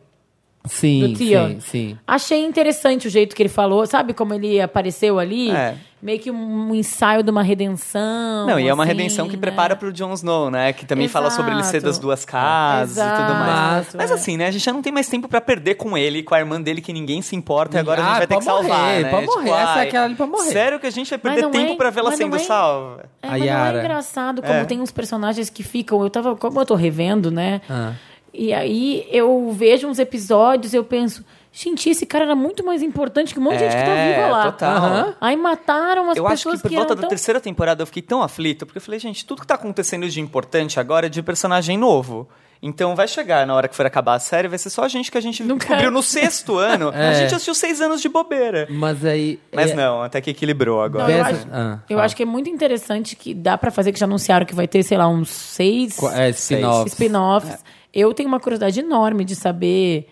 Sim,
do Theon.
sim, sim.
Achei interessante o jeito que ele falou, sabe como ele apareceu ali?
É.
Meio que um ensaio de uma redenção.
Não, e é uma
assim,
redenção que
né?
prepara pro Jon Snow, né? Que também fala sobre ele ser
Exato.
das duas casas e tudo mais.
Exato,
Mas
é.
assim, né? A gente já não tem mais tempo pra perder com ele, e com a irmã dele que ninguém se importa e agora a
Ah,
gente vai ter que
pra morrer,
salvar, né?
pra morrer. Essa é
ai,
aquela ali pra morrer.
Sério que a gente vai
Mas
perder
não
tempo
é-
pra vê-la
mas não
sendo
é-
salva?
É,
A
mas não
Yara.
é engraçado como
É.
tem uns personagens que ficam. Eu tava, como eu tô revendo, né?
Ah.
E aí eu vejo uns episódios eu penso, gente, esse cara era muito mais importante que um monte de gente que tá
É,
viva lá.
total.
Aham.
Aí mataram as
eu acho
pessoas
que por volta
eram
da
tão-
terceira temporada eu fiquei tão aflito, porque eu falei, gente, tudo que tá acontecendo de importante agora é de personagem novo. Então vai chegar na hora que for acabar a série, vai ser só a gente que a gente
Nunca-
descobriu no sexto ano.
É.
A gente assistiu seis anos de bobeira.
Mas aí.
Mas
é-
não, até que equilibrou agora.
Não, eu
Dessa-
acho,
Ah,
eu
fala.
acho que é muito interessante que dá pra fazer, que já anunciaram que vai ter, sei lá, uns seis
Qu- É, spin-off.
spin-offs. Eu tenho uma curiosidade enorme de saber.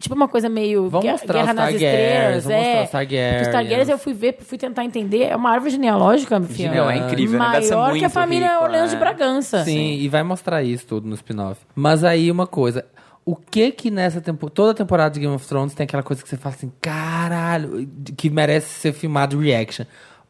Tipo uma coisa meio
Vamos
guer-
mostrar
Guerra
os
nas
Targaryens, vamos
Estrelas.
mostrar
é.
os Targaryens.
Porque os Targaryens eu fui ver, fui tentar entender. É uma árvore genealógica, meu filho.
Não, é incrível, né? Deve ser
Maior que a
muito
família
rico,
Orleans
né?
de Bragança.
Sim, e vai mostrar isso tudo no spin-off. Mas aí uma coisa. O que que nessa temporada. Toda temporada de Game of Thrones tem aquela coisa que você fala assim, caralho, que merece ser filmado reaction.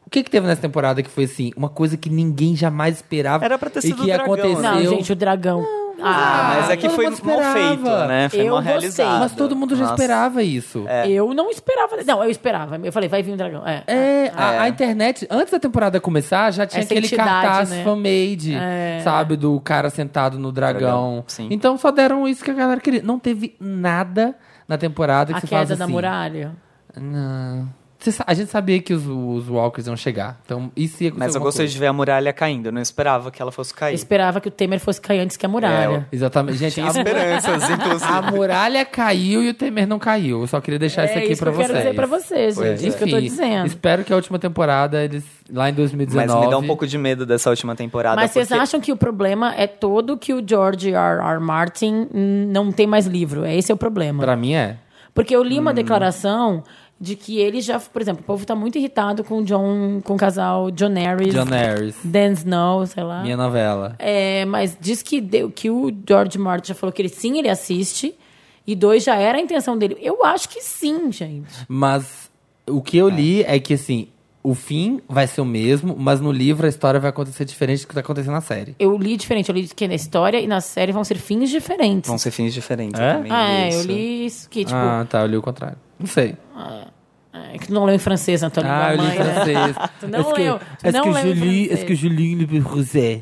O que que teve nessa temporada que foi assim, uma coisa que ninguém jamais esperava
Era pra ter
e
sido
que
o dragão,
aconteceu.
né?
Não, gente, o dragão.
Ah,
Ah,
mas é que
todo
foi
mundo
mal
esperava.
feito, né? Foi
Eu
mal
gostei.
realizado.
Mas todo mundo já
Nossa.
esperava isso. É.
Eu não esperava. Não, eu esperava. Eu falei, vai vir um dragão. É.
a, a internet, antes da temporada começar, já tinha
Essa
aquele
entidade,
cartaz
né? É.
fan-made, sabe? Do cara sentado no dragão.
Dragão, sim.
Então só deram isso que a galera queria. Não teve nada na temporada que
A
você
queda
faz assim.
da muralha.
Não. Você sa- a gente sabia que os, os walkers iam chegar. Então, isso ia acontecer
Mas eu
alguma
gostei
coisa.
de ver a muralha caindo. Eu não esperava que ela fosse
Eu
cair.
esperava que o Temer fosse cair antes que a muralha.
É. Exatamente. Gente,
Tinha
a, mu-
esperanças, inclusive.
a muralha caiu e o Temer não caiu. Eu só queria deixar isso
É
aqui
isso
pra
que eu
vocês.
quero dizer pra vocês, gente.
Pois
É isso que eu tô
Enfim,
dizendo.
Espero que a última temporada, eles lá em 2019.
Mas me dá um pouco de medo dessa última temporada.
Mas vocês
porque-
acham que o problema é todo que o George R. R. Martin hum, não tem mais livro? É Esse é o problema.
Pra mim é.
Porque eu li uma declaração de que ele já, por exemplo, o povo tá muito irritado com o John, com o casal John Harris,
John Harris.
Dan Snow, sei lá.
Minha novela.
É, mas diz que, deu- que o George Martin já falou que ele sim, ele assiste. E dois, já era a intenção dele. Eu acho que sim, gente.
Mas o que eu li é que, assim, o fim vai ser o mesmo, mas no livro a história vai acontecer diferente do que tá acontecendo na série.
Eu li diferente. Eu li que na história e na série vão ser fins diferentes.
Vão ser fins diferentes.
É?
eu também
ah, é,
isso.
eu li isso que, tipo,
ah, tá. Eu li o contrário. Não sei.
É que tu não leu em francês, Antônio.
Ah, eu
igual a
li
mãe,
em
né?
francês. É
Tu não leu, tu não leu em francês.
Julinho le Rosé.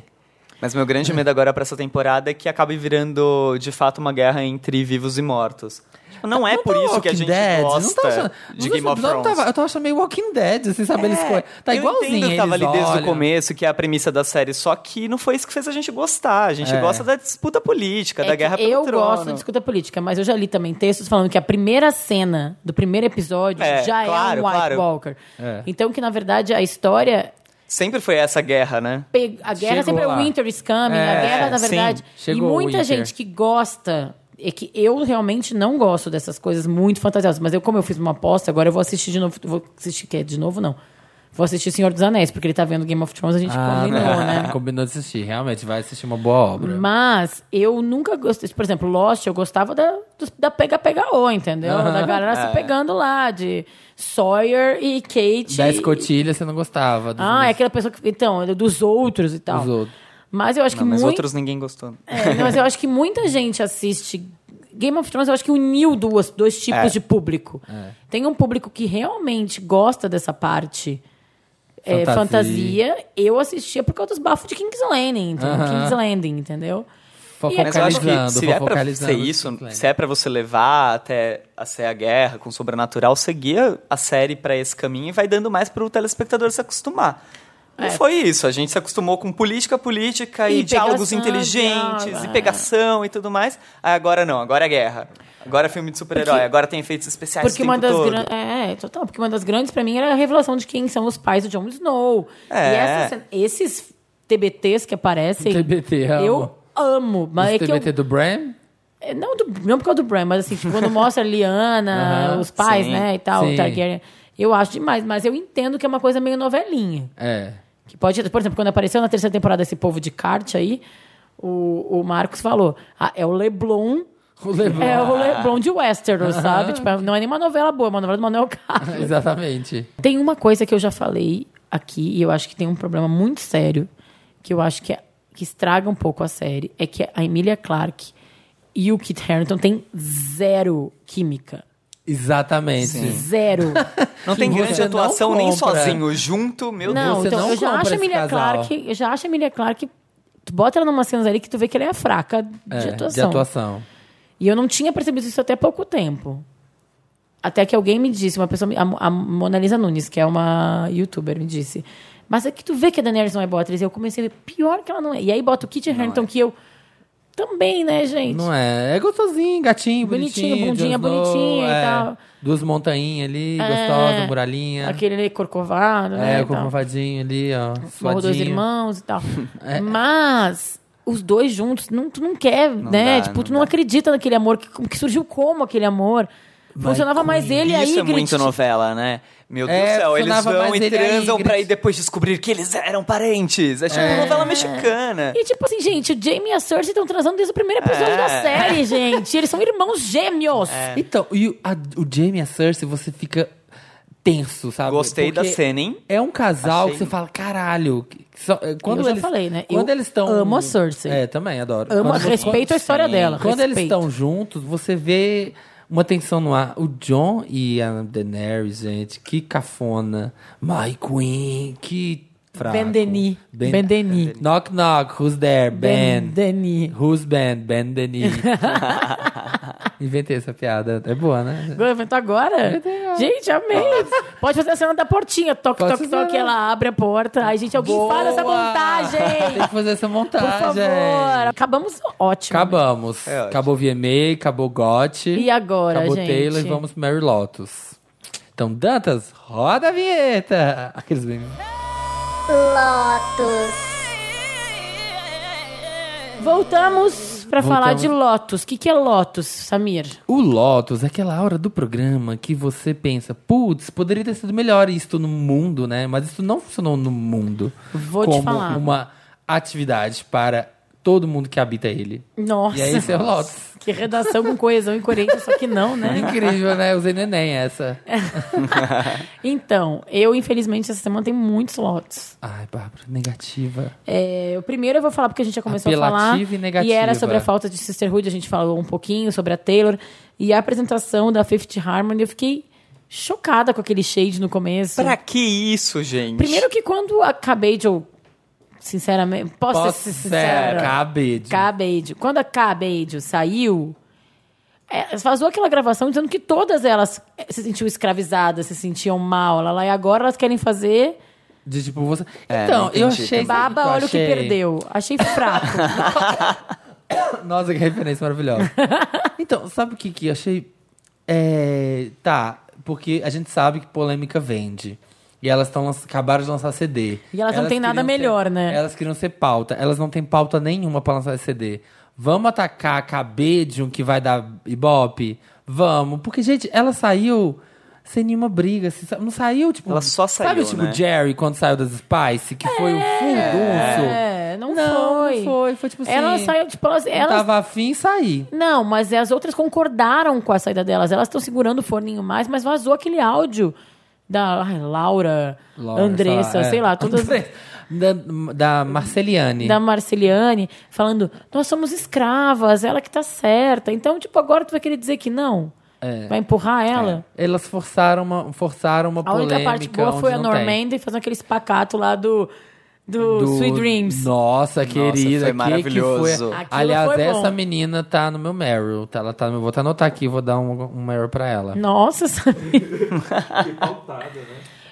Mas meu grande medo agora pra essa temporada é que acabe virando, de fato, uma guerra entre vivos e mortos. Tipo, Não
Tá
é por isso que a gente gosta de Game of Thrones. É,
eu tava achando meio Walking Dead, assim, sabe? Eles co- tá
eu
igualzinho.
entendo que
eles
tava ali desde
olham.
o começo, que é a premissa da série, só que não foi isso que fez a gente gostar. A gente
É.
gosta da disputa política, da
É que
guerra pelo
eu
trono.
gosto de escuta política, mas eu já li também textos falando que a primeira cena do primeiro episódio
É,
já é
claro,
um White
claro.
Walker.
É.
Então que, na verdade, a história...
Sempre foi essa guerra, né?
pe- A guerra
Chegou
sempre
lá.
é Winter is Coming.
É,
a guerra, na
sim,
verdade... e
chegou o
muita
winter.
gente que gosta... É que eu realmente não gosto dessas coisas muito fantasiosas. Mas eu, como eu fiz uma aposta, agora eu vou assistir de novo. Vou assistir, que é de novo, não. Vou assistir Senhor dos Anéis, porque ele tá vendo Game of Thrones, a gente
Ah,
combinou,
não,
né?
Combinou de assistir. Realmente, vai assistir uma boa obra.
Mas eu nunca gostei. Por exemplo, Lost, eu gostava da, dos- da pega-pega-o, entendeu?
Aham. É.
Da galera se pegando lá, de Sawyer e Kate.
da
e-
escotilha, você não gostava. dos
Ah, é
meus-
aquela pessoa que. Então, dos outros e
é
tal.
Dos outros.
Mas eu acho
Não,
que
mas
muito.
outros ninguém gostou.
É, não, mas eu acho que muita gente assiste Game of Thrones eu acho que uniu duas, dois tipos
É.
de público. Tem um público que realmente gosta dessa parte é,
Fantasia.
fantasia. Eu assistia por causa dos bafos de King's Landing, entendeu?
Aham.
King's Landing, entendeu?
Mas eu acho que
Fofocalizando,
se é pra
fofocalizando.
ser isso, se é pra você levar até a ser a guerra com o sobrenatural, você guia a série pra esse caminho e vai dando mais pro telespectador se acostumar. Não
É.
foi isso. A gente se acostumou com política, política e,
E
diálogos
pegação,
inteligentes
diálogo,
e
é.
pegação e tudo mais. Aí agora não, agora é guerra. Agora é filme de super-herói,
Porque-
agora tem efeitos especiais
Porque
o
uma
Tá tempo
das
todo.
grandes. É, total. Porque uma das grandes pra mim era a revelação de quem são os pais do Jon Snow.
É.
E essas- esses TBTs que aparecem.
TBT, amo.
Eu amo. Mas
Os
é que eu-
TBT do Bram?
é, Não, do, não por causa do Bran, mas assim, tipo, quando mostra a Liana,
Aham,
os pais,
sim,
né, e tal,
sim.
o Targaryen. Eu acho demais, mas eu entendo que é uma coisa meio novelinha.
É.
Que pode, por exemplo, quando apareceu na terceira temporada esse povo de kart aí, o, o Marcos falou: "Ah, é o Leblon.
O Lebron.
É o Leblon de Westeros, sabe? Tipo, não é nenhuma novela boa, é uma novela do Manuel Carlos.
Exatamente.
Tem uma coisa que eu já falei aqui, e eu acho que tem um problema muito sério, que eu acho que, é- que estraga um pouco a série, é que a Emilia Clarke e o Kit Harington têm zero química.
Exatamente.
Zero.
Não tem
que
grande
você não
atuação nem
compra.
sozinho, junto, meu Deus.
Não,
Você
então
não
eu já
compra
acho a
esse
Emilia
casal.
Clarke, eu já acho a Emilia Clarke, tu bota ela numa cena ali que tu vê que ela é fraca de,
É,
atuação. E eu não tinha percebido isso até pouco tempo. Até que alguém me disse, uma pessoa, me- a, Mo- a Mona Lisa Nunes, que é uma youtuber, me disse. Mas é que tu vê que a Daenerys não é boa atriz. Eu comecei a ver, pior que ela não é. E aí bota o Kit Harington, que eu... Também, né, gente?
Não é? É gostosinho, gatinho, bonitinho.
Bonitinho, bundinha
Jon Snow,
bonitinha e
é.
tal.
Duas montanhinhas ali,
É.
gostosa, muralhinha.
Aquele ali corcovado, né?
é,
e
com
tal.
um vadinho ali, ó.
Morro
suadinho.
Dois Irmãos e tal. Mas os dois juntos, não, tu não quer, né?
dá,
tipo,
não
tu não
dá.
acredita naquele amor. Que, que surgiu como aquele amor? Funcionava mais ele aí,
Isso é muito
Ingrid.
novela, né? Meu Deus
É,
do céu, eles
funcionava
vão
mais
e
ele aí,
transam
Ingrid.
pra aí depois descobrir que eles eram parentes. É tipo novela mexicana.
E tipo assim, gente, o Jamie e a Cersei estão transando desde o primeiro episódio
É.
da série, gente. Eles são irmãos gêmeos.
Então, e o, a- o Jamie e a Cersei, você fica tenso, sabe?
Gostei da
Porque
cena, hein?
É um casal
Achei-
que você fala, caralho. que- que só- é, quando
Eu já
eles,
falei, né?
Quando
Eu
eles estão.
amo a Cersei.
É, também, adoro.
Amo,
Quando-
respeito a história
sim.
dela.
Quando eles
respeito.
estão juntos, você vê uma tensão no ar. O John e a Daenerys, gente, que cafona. My Queen, que fraco.
Ben Denis.
Ben-
Ben Denis.
Knock, knock, who's there? Ben.
Ben Denis.
Who's Ben? Ben Denis. Inventei essa piada. É boa, né?
Vou inventar agora? Gente, amei. Pode fazer a cena da portinha. Toque,
Pode
toque,
fazer.
toque. Ela abre a porta. Ai, gente, alguém
Boa!
para essa
Tem
montagem.
que fazer essa montagem.
Por favor. Acabamos ótimo.
Acabamos.
É ótimo.
acabou VMA, acabou GOT.
E agora,
Acabou
gente?
Taylor e vamos pro Mary Lotus. Então, Dantas, roda a vinheta! Aqueles bem...
Voltamos pra falar
Voltamos.
de Lotus. O que, que é Lotus, Samir?
O Lotus é aquela hora do programa que você pensa, putz, poderia ter sido melhor isto no mundo, né? Mas isso não funcionou no mundo.
Vou te
como
falar.
uma atividade para todo mundo que habita ele.
Nossa.
E aí, esse é o Lotus.
Que redação com coesão e coerência, só que não, né?
Incrível, né? Usei neném essa.
É. Então, eu, infelizmente, essa semana tem muitos lotes.
Ai, Bárbara, negativa.
É, o primeiro eu vou falar porque a gente já começou a falar.
Apelativa e negativa.
era sobre a falta de sisterhood, a gente falou um pouquinho sobre a Taylor. E a apresentação da Fifth Harmony, eu fiquei chocada com aquele shade no começo.
Pra que isso, gente?
Primeiro que quando a Cabage, sinceramente, posso, ser sincera.
Cabe.
Cabade. Quando a Cabade saiu, é, vazou aquela gravação dizendo que todas elas é, se sentiam escravizadas, se sentiam mal, lá, lá, e agora elas querem fazer
De tipo, você.
É,
então,
não
eu
entendi
achei.
também.
baba,
eu
olha o que
achei-
perdeu. Achei fraco.
Nossa, que referência maravilhosa. então, sabe o que, que eu achei? É, tá, porque a gente sabe que polêmica vende. E elas tão, lanç- acabaram de lançar CD.
E elas não têm nada
queriam
melhor,
ter-
né?
Elas queriam ser pauta. Elas não têm pauta nenhuma pra lançar esse CD. Vamos atacar a Cabedium que vai dar ibope? Vamos. Porque, gente, ela saiu sem nenhuma briga. assim, sa- não saiu, tipo...
Ela só
Sabe,
saiu,
tipo,
né?
Jerry quando saiu das Spice? Que foi um furdunço.
É, não,
Não,
foi.
não foi. Foi, tipo assim,
Ela saiu, tipo, elas.
Não
elas-
tava afim, saí.
Não, mas as outras concordaram com a saída delas. Elas estão segurando o forninho mais, mas vazou aquele áudio da ai, Laura,
Laura, é.
Andressa, sei lá, todas.
Andressa. da, da Marceliane.
da Marceliane, falando, nós somos escravas, ela que tá certa. Então, tipo, agora tu vai querer dizer que não?
É.
Vai empurrar ela?
Elas forçaram uma, forçaram uma
A
polêmica.
única parte boa foi a
onde não tem.
Normanda fazendo aquele espacato lá do, do, Sweet Dreams.
Nossa, querida,
foi
que- Que
maravilhoso.
foi...
Aquilo
Aliás,
foi bom.
essa menina tá no meu Meryl. Tá, ela tá, eu vou até anotar aqui, vou dar um, um Meryl pra ela.
Nossa, sabe?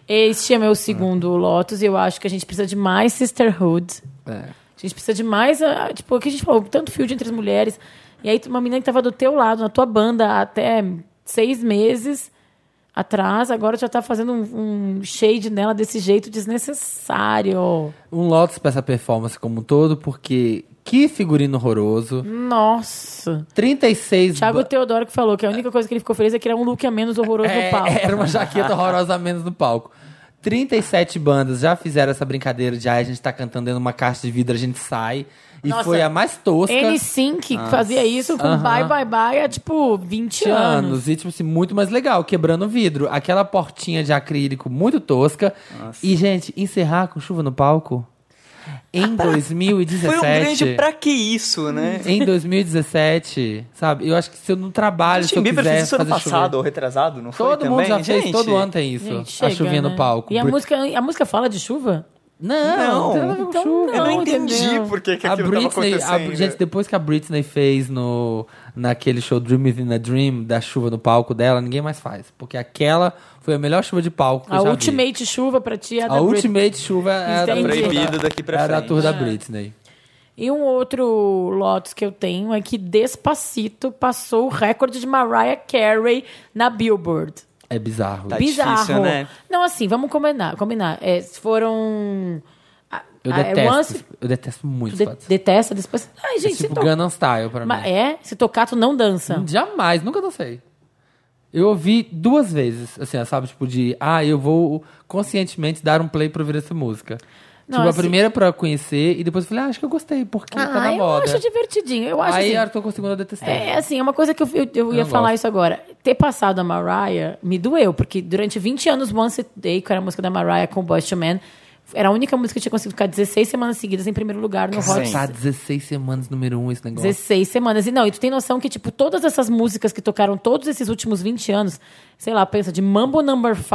Este é meu segundo Lotus e eu acho que a gente precisa de mais sisterhood.
É.
A gente precisa de mais, ah, tipo, o que a gente falou, tanto field entre as mulheres. E aí, uma menina que tava do teu lado, na tua banda, até seis meses atrás, agora já tá fazendo um, um shade nela desse jeito desnecessário.
Um Lotus pra essa performance como um todo, porque que figurino horroroso.
Nossa.
36
Thiago
ba-
Teodoro que falou que a única coisa que ele ficou feliz é que era um look a menos horroroso
É,
no palco.
Era uma jaqueta horrorosa a menos no palco. 37 bandas já fizeram essa brincadeira de ai, a gente tá cantando dentro de uma caixa de vidro, a gente sai. E
Nossa.
foi a mais tosca.
N-Sync
Ah.
que fazia isso com
Aham.
Bye Bye Bye há, tipo, 20
20
anos.
anos. E, tipo assim, muito mais legal, quebrando vidro. Aquela portinha de acrílico muito tosca. E, gente, encerrar com chuva no palco em 2017.
Ah, Foi um grande pra que isso, né?
Em 2017, sabe? Eu acho que se eu não trabalho, se
Justin
eu
Bieber
quiser
fez isso ano
fazer
passado,
chover-
ou retrasado, não foi
Todo mundo
também?
já fez,
Gente,
todo ano tem isso.
Gente,
a
chega,
chuvinha
né?
no palco.
E a
é
Bri-
música, a música fala de chuva?
Não, não, tem nada a ver com
então
chuva.
Eu não,
Não,
entendi
entendeu?
por que, que
a
aquilo tava
Britney, a,
acontecendo. né? Tá
gente, depois que a Britney fez no, naquele show Dream Within a Dream, da chuva no palco dela, ninguém mais faz. Porque aquela foi a melhor chuva de palco que
A
eu já vi.
Ultimate Chuva pra ti é a
A
da Britney.
Ultimate Chuva é a da
Entendi.
tour da-
Proibido daqui pra
é a da
frente.
tour da Britney.
E um outro Lotus que eu tenho é que Despacito passou o recorde de Mariah Carey na Billboard.
É bizarro.
Tá
Bizarro.
difícil, né?
Não, assim, vamos combinar. combinar. É, foram... a-
Eu
a- é,
detesto.
Once-
Eu detesto muito
tu
esse
de-
fato.
detesta Despacito? Ai,
É
gente, então- se,
tipo
to...
Gangnam Style pra
Ma-
mim.
é, se tocar, tu não dança.
Jamais, nunca dancei. Eu ouvi duas vezes, assim, sabe? Tipo de, ah, eu vou conscientemente dar um play pra ouvir essa música.
Não,
tipo,
assim-
a primeira pra eu conhecer, e depois eu falei, ah, acho que eu gostei, porque tá
Ah,
na
eu
moda.
acho divertidinho. Eu acho
Aí
assim,
eu tô com a segunda detestei.
É assim, é uma coisa que eu, eu, eu ia
não
falar
gosto.
isso agora. Ter passado a Mariah me doeu, porque durante 20 anos Once a Day, que era a música da Mariah com Bush Man, era a única música que tinha conseguido ficar 16 semanas seguidas em primeiro lugar no Hot
Tá 16 semanas número 1 um, esse negócio.
16 semanas. E não, e tu tem noção que, tipo, todas essas músicas que tocaram todos esses últimos 20 anos, sei lá, pensa de Mambo Number 5,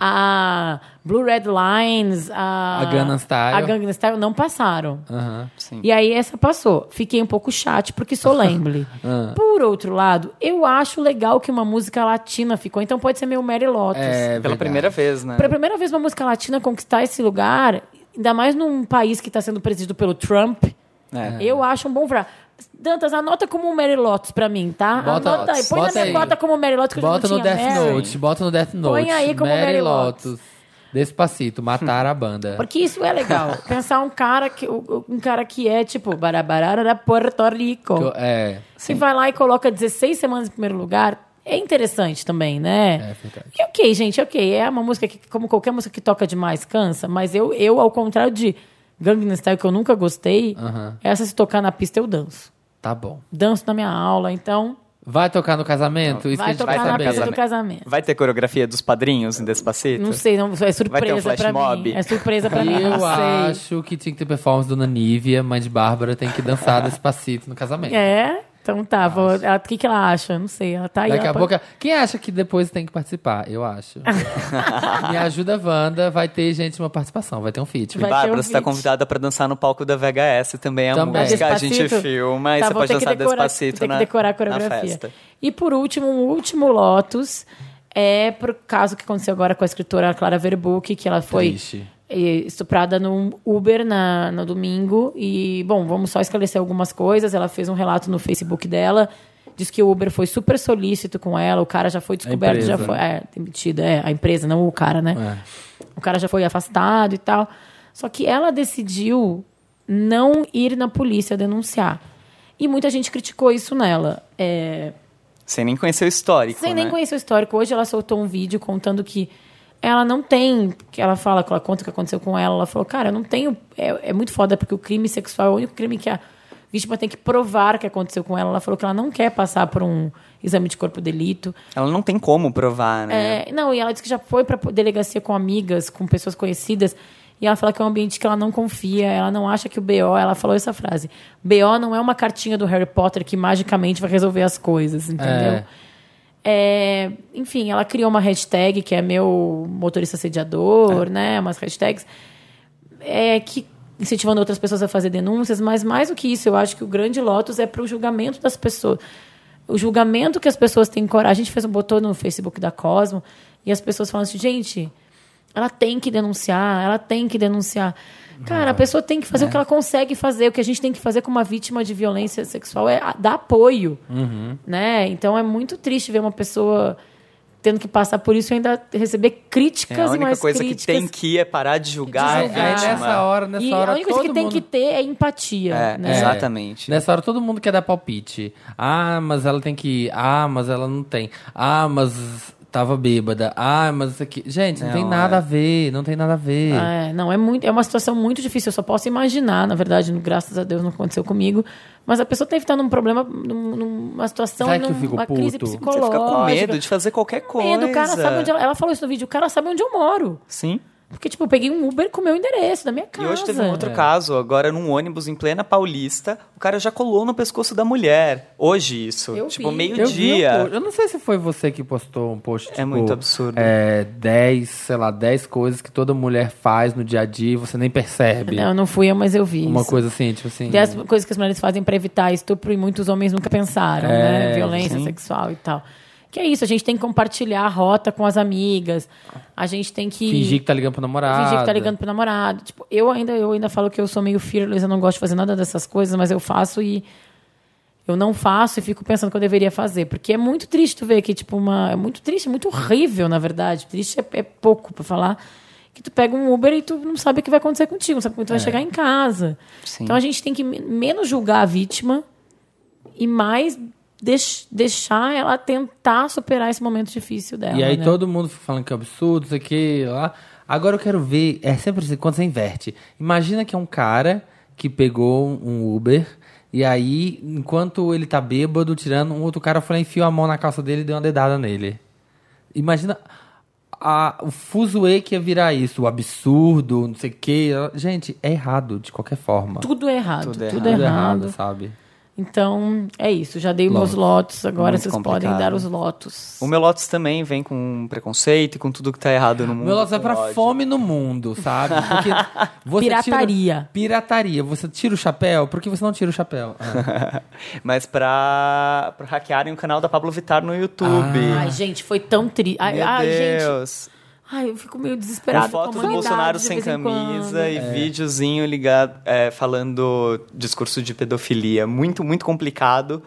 a Blue Red Lines, a.
A Gangnam Style.
A Gangnam Style não passaram.
Aham.
Sim.
E aí essa passou. Fiquei um pouco chate porque sou lembre.
Ah.
Por outro lado, eu acho legal que uma música latina ficou. Então pode ser meio Mary Lotus.
É
Pela
verdade.
primeira vez, né?
Pela primeira vez uma música latina conquistar esse lugar, ainda mais num país que está sendo presidido pelo Trump,
É.
eu acho um bom pra... Dantas, anota como um Mary Lotus pra mim, tá?
Bota-
anota aí. Põe
bota
na minha
aí.
cota como Mary Lotus que
Bota
eu já
no
não tinha
Death
Mary.
Note, bota no Death Note.
aí como Mary Lotus.
Despacito, matar a banda.
Porque isso é legal. Pensar um cara que, um cara que é, tipo, barabarara Puerto Rico.
Eu- É,
Se vai lá e coloca 16 semanas em primeiro lugar, é interessante também, né?
É verdade.
E ok, gente, ok. É uma música que, como qualquer música que toca demais, cansa, mas eu, eu ao contrário de Gangnam Style, que eu nunca gostei,
Aham.
essa se tocar na pista eu danço.
tá bom.
Danço na minha aula, então
Vai tocar no casamento? Isso que a
vai
gente
tocar
vai
na
saber.
pista do casamento.
Vai ter coreografia dos padrinhos em Despacito?
Não sei, não, é surpresa
flash
pra
mob?
mim. É surpresa pra mim, não
um Eu
sei.
acho que tinha que ter performance do Nanívia, mãe de Bárbara, tem que dançar despacito no casamento.
É? Então tá, vou- ela- o que, que ela acha? Não sei, ela tá aí.
Daqui
ela
a
pode-
pouco. Quem acha que depois tem que participar? Eu acho. Me ajuda, Wanda. Vai ter, gente, uma participação. Vai ter um feat.
Vai ter
Bárbara,
um
você tá
vídeo.
convidada pra dançar no palco da VHS também. A
Também.
música a gente
Despacito?
filma e
Tá,
você
vou
pode
ter que
dançar
decorar-
Despacito
vou ter
na,
que decorar a
na
coreografia.
festa.
E por último, um último Lotus é pro caso que aconteceu agora com a escritora Clara Verbuck, que ela foi
Triste.
eh, estuprada num Uber na, no domingo. E, bom, vamos só esclarecer algumas coisas. Ela fez um relato no Facebook dela. Diz que o Uber foi super solícito com ela, o cara já foi descoberto, já
empresa.
foi. É, demitido, é, a empresa, não o cara, né? O cara já foi afastado e tal. Só que ela decidiu não ir na polícia denunciar. E muita gente criticou isso nela. É,
Sem nem conhecer o histórico,
sem
né?
nem conhecer o histórico. Hoje ela soltou um vídeo contando que ela não tem. Que ela fala, que ela conta o que aconteceu com ela. Ela falou, cara, eu não tenho. É, é muito foda, porque o crime sexual é o único crime que a vítima tem que provar que aconteceu com ela. Ela falou que ela não quer passar por um exame de corpo de delito.
Ela não tem como provar, né?
É, não, e ela disse que já foi pra delegacia com amigas, com pessoas conhecidas. E ela fala que é um ambiente que ela não confia, ela não acha que o BO, ela falou essa frase. BO não é uma cartinha do Harry Potter que magicamente vai resolver as coisas, entendeu?
É.
É, enfim, ela criou uma hashtag que é meu motorista sediador, né? Umas hashtags é, que incentivando outras pessoas a fazer denúncias, mas mais do que isso, eu acho que o grande lotus é para o julgamento das pessoas. O julgamento que as pessoas têm coragem. A gente fez um botou no Facebook da Cosmo e as pessoas falam assim, gente, ela tem que denunciar, ela tem que denunciar. Cara, a pessoa tem que fazer o
É.
que ela consegue fazer. O que a gente tem que fazer com uma vítima de violência sexual é a- dar apoio.
Uhum.
Né? Então é muito triste ver uma pessoa tendo que passar por isso e ainda receber críticas
É, a
e
única
mais
coisa
críticas.
que tem que ir é parar de julgar,
De julgar. né?
a
Aí
Exato.
nessa
vítima.
hora, nessa
e
hora.
a única coisa que
todo
tem
mundo...
que ter é empatia.
É,
né?
Exatamente.
Nessa hora todo mundo quer dar palpite. Ah, mas ela tem que ir. Ah, mas ela não tem. Ah, mas tava bêbada. Ah, mas isso aqui. Gente, não,
Não,
tem nada
é.
a ver, não tem nada a ver.
É, não, é, muito, é uma situação muito difícil. Eu só posso imaginar, na verdade, graças a Deus não aconteceu comigo. Mas a pessoa deve estar num problema, num- numa situação,
Será que eu
numa
fico
crise
puto? Você
psicológica.
Você fica com medo de fazer qualquer
Com
coisa.
medo, o cara sabe onde ela, ela falou isso no vídeo, o cara sabe onde eu moro.
Sim.
Porque, tipo, eu peguei um Uber com o meu endereço, da minha casa.
E hoje teve um outro
É.
caso, agora num ônibus em plena Paulista, o cara já colou no pescoço da mulher. Hoje isso.
Eu
tipo,
Eu, vi
vi.
um
meio-dia.
post- eu não sei se foi você que postou um post.
É
tipo,
muito absurdo.
É, 10, sei lá, 10 coisas que toda mulher faz no dia a dia e você nem percebe.
Não, não fui eu, mas eu vi
Uma
isso.
coisa assim, tipo assim.
E as coisas que as mulheres fazem para evitar estupro e muitos homens nunca pensaram,
É,
né? Violência
sim.
sexual e tal. Que é isso, a gente tem que compartilhar a rota com as amigas. A gente tem que
Fingir que tá ligando pro namorado.
fingir que tá ligando pro namorado. Tipo, eu ainda, eu ainda falo que eu sou meio fearless, eu não gosto de fazer nada dessas coisas, mas eu faço e eu não faço e fico pensando que eu deveria fazer. Porque é muito triste tu ver que, tipo, uma. É muito triste, muito horrível, na verdade. Triste é, é pouco pra falar. Que tu pega um Uber e tu não sabe o que vai acontecer contigo, não sabe quando tu vai chegar em casa.
Sim.
Então a gente tem que men- menos julgar a vítima e mais deix- deixar ela tentar superar esse momento difícil dela.
E aí
né?
todo mundo fica falando que é absurdo, isso aqui, lá. Agora eu quero ver, é sempre assim, quando você inverte. Imagina que é um cara que pegou um Uber e aí, enquanto ele tá bêbado, tirando, um outro cara foi lá, enfiou a mão na calça dele e deu uma dedada nele. Imagina a- o fuzuê que ia virar isso, o absurdo, não sei o quê. Gente, é errado de qualquer forma.
Tudo é errado.
Tudo é
Tudo,
tudo
é errado.
sabe?
Então, é isso. Já dei
Lotus.
meus lotos. Agora
Muito
vocês podem
complicado. Um
dar os lotos.
O meu Lotus também vem com um preconceito e com tudo que tá errado no mundo.
Meu Lotus é
com
pra
ódio.
fome no mundo, sabe? Porque você tira-
Pirataria.
pirataria. Você tira o chapéu? Por que você não tira o chapéu? Ah.
Mas pra, pra hackearem o canal da Pablo Vittar no YouTube.
Ai, gente, foi tão triste. Ai,
Meu
ai, gente.
Deus.
Ai, eu fico meio
Com
desesperada. Com
foto
a
do
humanidade
Bolsonaro
de
sem
vez em
camisa
quando. né? É.
e videozinho ligado é, falando discurso de pedofilia. Muito, muito complicado.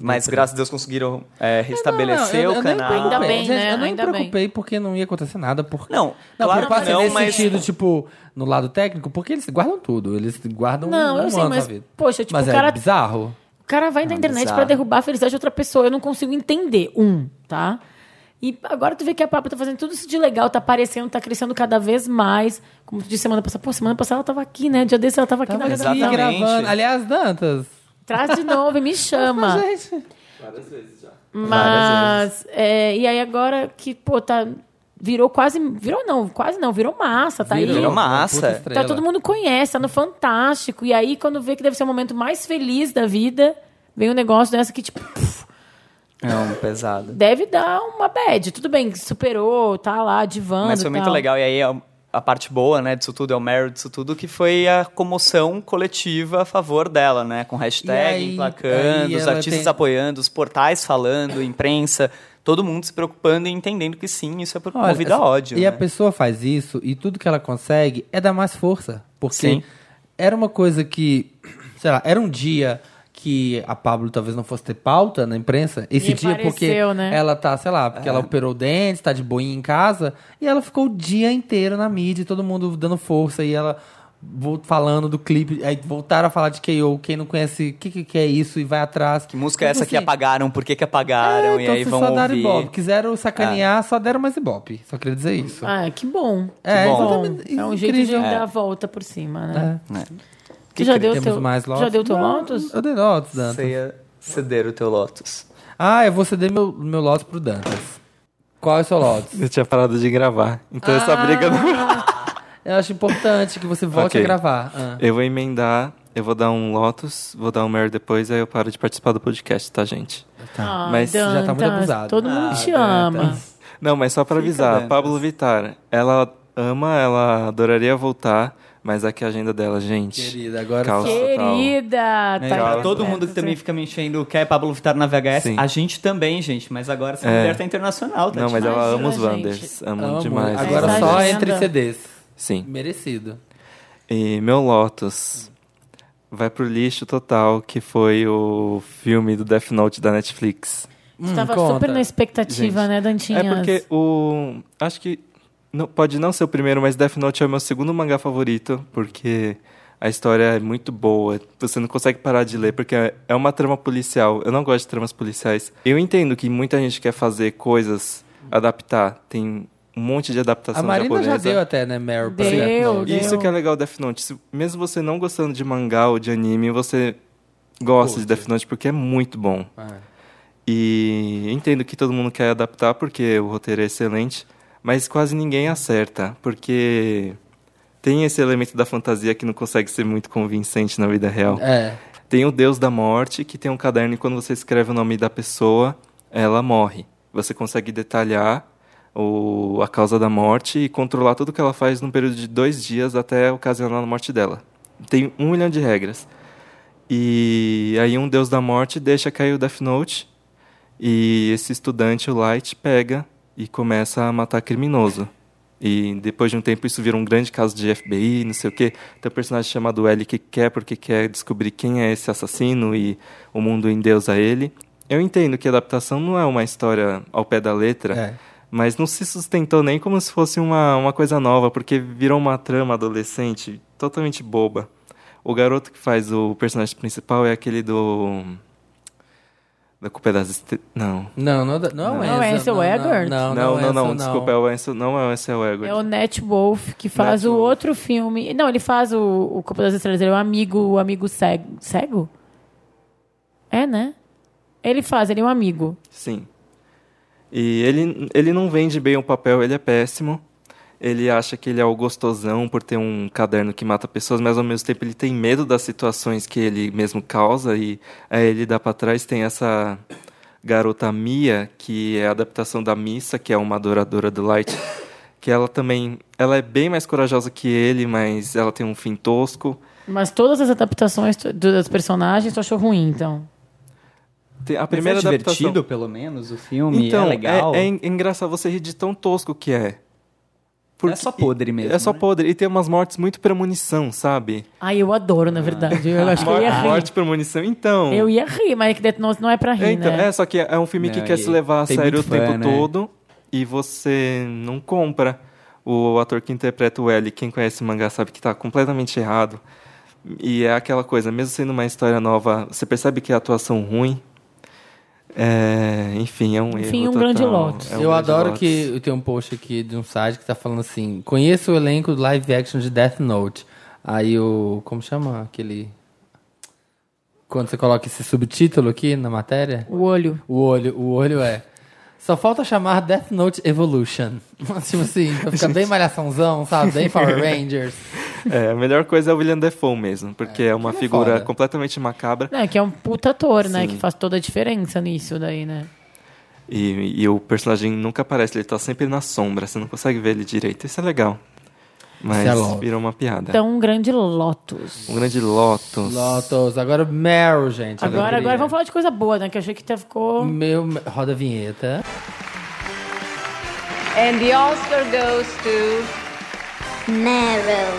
Mas graças a Deus conseguiram é, restabelecer
Não, não, eu-
o
eu nem me
canal.
Ainda
preocupei.
bem,
Gente,
né?
Eu nem
Ainda
me
bem.
preocupei porque não ia acontecer nada. Porque...
Não, claro
porque,
que não,
nesse
mas-
sentido, tipo, no lado técnico, porque eles guardam tudo. Eles guardam
Não,
um
eu sei,
ano
mas,
da vida.
poxa, tipo,
mas
o
é
cara-
bizarro.
O cara vai na internet
bizarro.
pra derrubar a felicidade de outra pessoa. Eu não consigo entender. Um, tá? E agora tu vê que a Pablo tá fazendo tudo isso de legal, tá aparecendo, tá crescendo cada vez mais. Como tu disse semana passada, pô, semana passada ela tava aqui, né? Dia desse ela tava aqui
Tava
na
aqui
gravação.
é
exatamente.
gravando. Aliás, Dantas.
Traz de novo e me chama.
Gente. Várias
Mas, é, e aí agora que, pô, tá, virou quase, virou não, quase não, virou massa, tá aí.
Virou massa.
Puta
Tá
Tá,
estrela.
todo mundo conhece, tá no Fantástico. E aí, quando vê que deve ser o momento mais feliz da vida, vem um negócio dessa que, tipo, pff,
Não, É um pesado.
deve dar uma bad. Tudo bem, superou, tá lá, divando
Mas foi
e
muito
tal.
legal. E aí a, a parte boa, né, disso tudo, é o mérito disso tudo, que foi a comoção coletiva a favor dela, né? Com
E
hashtag,
aí- aí
emplacando, os
ela
artistas
tem-
apoiando, os portais falando, imprensa, todo mundo se preocupando e entendendo que sim, isso é por
Olha,
movido a
essa-
ódio.
E
né?
a pessoa faz isso e tudo que ela consegue é dar mais força. Porque
Sim.
era uma coisa que, sei lá, era um dia que a Pablo talvez não fosse ter pauta na imprensa. Esse
E
dia
apareceu,
porque
né?
ela tá, sei lá, porque
É.
ela operou o dente, tá de boinha em casa, e ela ficou o dia inteiro na mídia, e todo mundo dando força e ela vol- falando do clipe, aí voltaram a falar de KO, quem não conhece, o que, que que é isso e vai atrás.
Que música é essa que
Assim,
apagaram? Por que, que apagaram?
é,
e
então
aí
vocês
vão
só deram
ouvir. É.
ibope. Quiseram sacanear, só deram mais ibope. Só queria dizer isso.
Ah, que bom.
É,
que bom.
exatamente.
É um jeito de
Incrível.
dar a volta por cima, né?
É.
Tu já
Que
deu
Temos
teu,
mais
tu
Lotus?
já deu teu
Não,
Lotus?
Eu dei Lotus, Dantas.
Você ia ceder o teu Lotus.
Ah, eu vou ceder meu, meu Lotus pro Dantas. Qual é o seu Lotus? Ah.
Eu tinha parado de gravar. Então essa briga não.
Eu acho importante que você volte
Ok.
a gravar. Ah.
Eu vou emendar, eu vou dar um Lotus, vou dar um Mary depois, aí eu paro de participar do podcast, tá, gente?
Ai,
Mas
tá
já
muito
Ah, Dantas,
abusado.
Todo mundo te ama.
Não, mas só pra avisar,
dentro.
Pablo Vittar, ela ama, ela adoraria voltar, mas aqui a agenda dela, gente.
Querida, agora
Calça.
só-
Querida,
É,
tá
pra
calma.
todo mundo que também fica me enchendo quer Pablo Vittar na VHS.
Sim.
A gente também, gente. Mas agora essa
É.
mulher tá internacional, tá
Não, mas
demais.
ela ama
Imagina, gente.
os Wanders. Ama
né, Amo.
demais.
Agora
Essa
só
agenda.
entre CDs.
Sim.
Merecido.
E meu Lotus vai pro lixo total, que foi o filme do Death Note da Netflix.
Você
Hum,
tava
conta.
super na expectativa,
Gente,
né, Dantinhas?
É porque o. Acho que. Não, pode não ser o primeiro, mas Death Note é o meu segundo mangá favorito, porque a história é muito boa. Você não consegue parar de ler, porque é- é uma trama policial. Eu não gosto de tramas policiais. Eu entendo que muita gente quer fazer coisas, adaptar. Tem um monte de adaptação
A Marina já
japonesa.
deu até, né, Meryl? pra
Deu,
Death Note.
deu.
E isso que é legal do Death Note. Se- mesmo você não gostando de mangá ou de anime, você gosta
Curte.
de Death Note porque é muito bom.
Ah.
E entendo que todo mundo quer adaptar porque o roteiro é excelente, mas quase ninguém acerta, porque tem esse elemento da fantasia que não consegue ser muito convincente na vida real.
É.
Tem o Deus da Morte, que tem um caderno e quando você escreve o nome da pessoa, ela morre. Você consegue detalhar o, a causa da morte e controlar tudo que ela faz num período de dois dias até ocasionar a morte dela. Tem um milhão de regras. E aí um Deus da Morte deixa cair o Death Note e esse estudante, o Light, pega e começa a matar criminoso. E depois de um tempo isso vira um grande caso de FBI, não sei o quê. Tem um personagem chamado L que quer porque quer descobrir quem é esse assassino e o mundo endeusa ele. Eu entendo que a adaptação não é uma história ao pé da letra,
É.
mas não se sustentou nem como se fosse uma, uma coisa nova, porque virou uma trama adolescente totalmente boba. O garoto que faz o personagem principal é aquele do. Da Culpa é das Estrelas. Não.
Não, não, não é o Ansel.
Não é Ansel
não,
Elgort?
Não,
Não, não, não,
Ansel,
desculpa, é o Ansel, não é o Ansel Elgort.
É o Net Wolf que faz
Nat
o
Wolff.
outro filme. Não, ele faz o, o Copa das Estrelas. Ele é um amigo, o amigo cego. Cego? É, né? Ele faz, ele é um amigo.
Sim. E ele, ele não vende bem o papel, ele é péssimo. Ele acha que ele é o gostosão por ter um caderno que mata pessoas, mas ao mesmo tempo ele tem medo das situações que ele mesmo causa e aí ele dá pra trás tem essa garota Mia, que é a adaptação da Missa, que é uma adoradora do Light, que ela também, ela é bem mais corajosa que ele, mas ela tem um fim tosco.
Mas todas as adaptações tu- do- dos personagens tu achou ruim, então.
Tem- A
Mas é
primeira adaptação
divertido, pelo menos, o filme. é legal.
É, é en- engraçado você rir de tão tosco que é. Porque-
É só podre mesmo,
É só
né?
podre. E tem umas mortes muito premonição, sabe?
Ai, eu adoro, na verdade. Eu acho que eu ia
Mor-
rir.
morte premonição. Então.
Eu ia rir, mas é que Death Note não é pra rir,
é, então,
né?
é, só que é um filme que
Não, e
quer se levar a
tem
sério o
muito
tempo
fã, né?
todo e você não compra. O ator que interpreta o L, quem conhece o mangá sabe que tá completamente errado. E é aquela coisa, mesmo sendo uma história nova, você percebe que é atuação ruim. É, enfim, é um erro.
Enfim, um grande
total.
Lotus.
É um
eu
grande
adoro
Lotus.
que eu tenho um post aqui de um site que tá falando assim: conheça o elenco do live action de Death Note. Aí o. Como chama aquele. Quando você coloca esse subtítulo aqui na matéria?
O olho.
O olho, o olho é. Só falta chamar Death Note Evolution. tipo assim, pra ficar bem malhaçãozão, sabe? Bem Power Rangers.
É, a melhor coisa é o William Defoe mesmo, porque é, uma
ele é
figura
foda.
completamente macabra.
Não, é que é um puta ator, né?
Sim.
Que faz toda a diferença nisso daí, né?
E, e o personagem nunca aparece, ele tá sempre na sombra, você não consegue ver ele direito. Isso é legal. Mas
Isso é louco.
virou uma piada.
Então, um grande Lotus.
um grande Lotus.
Lotus. Agora Meryl, gente.
Agora,
alegria.
agora vamos falar de coisa boa, né? Que eu achei que até ficou.
Meu, roda a vinheta.
And the Oscar goes to
Meryl.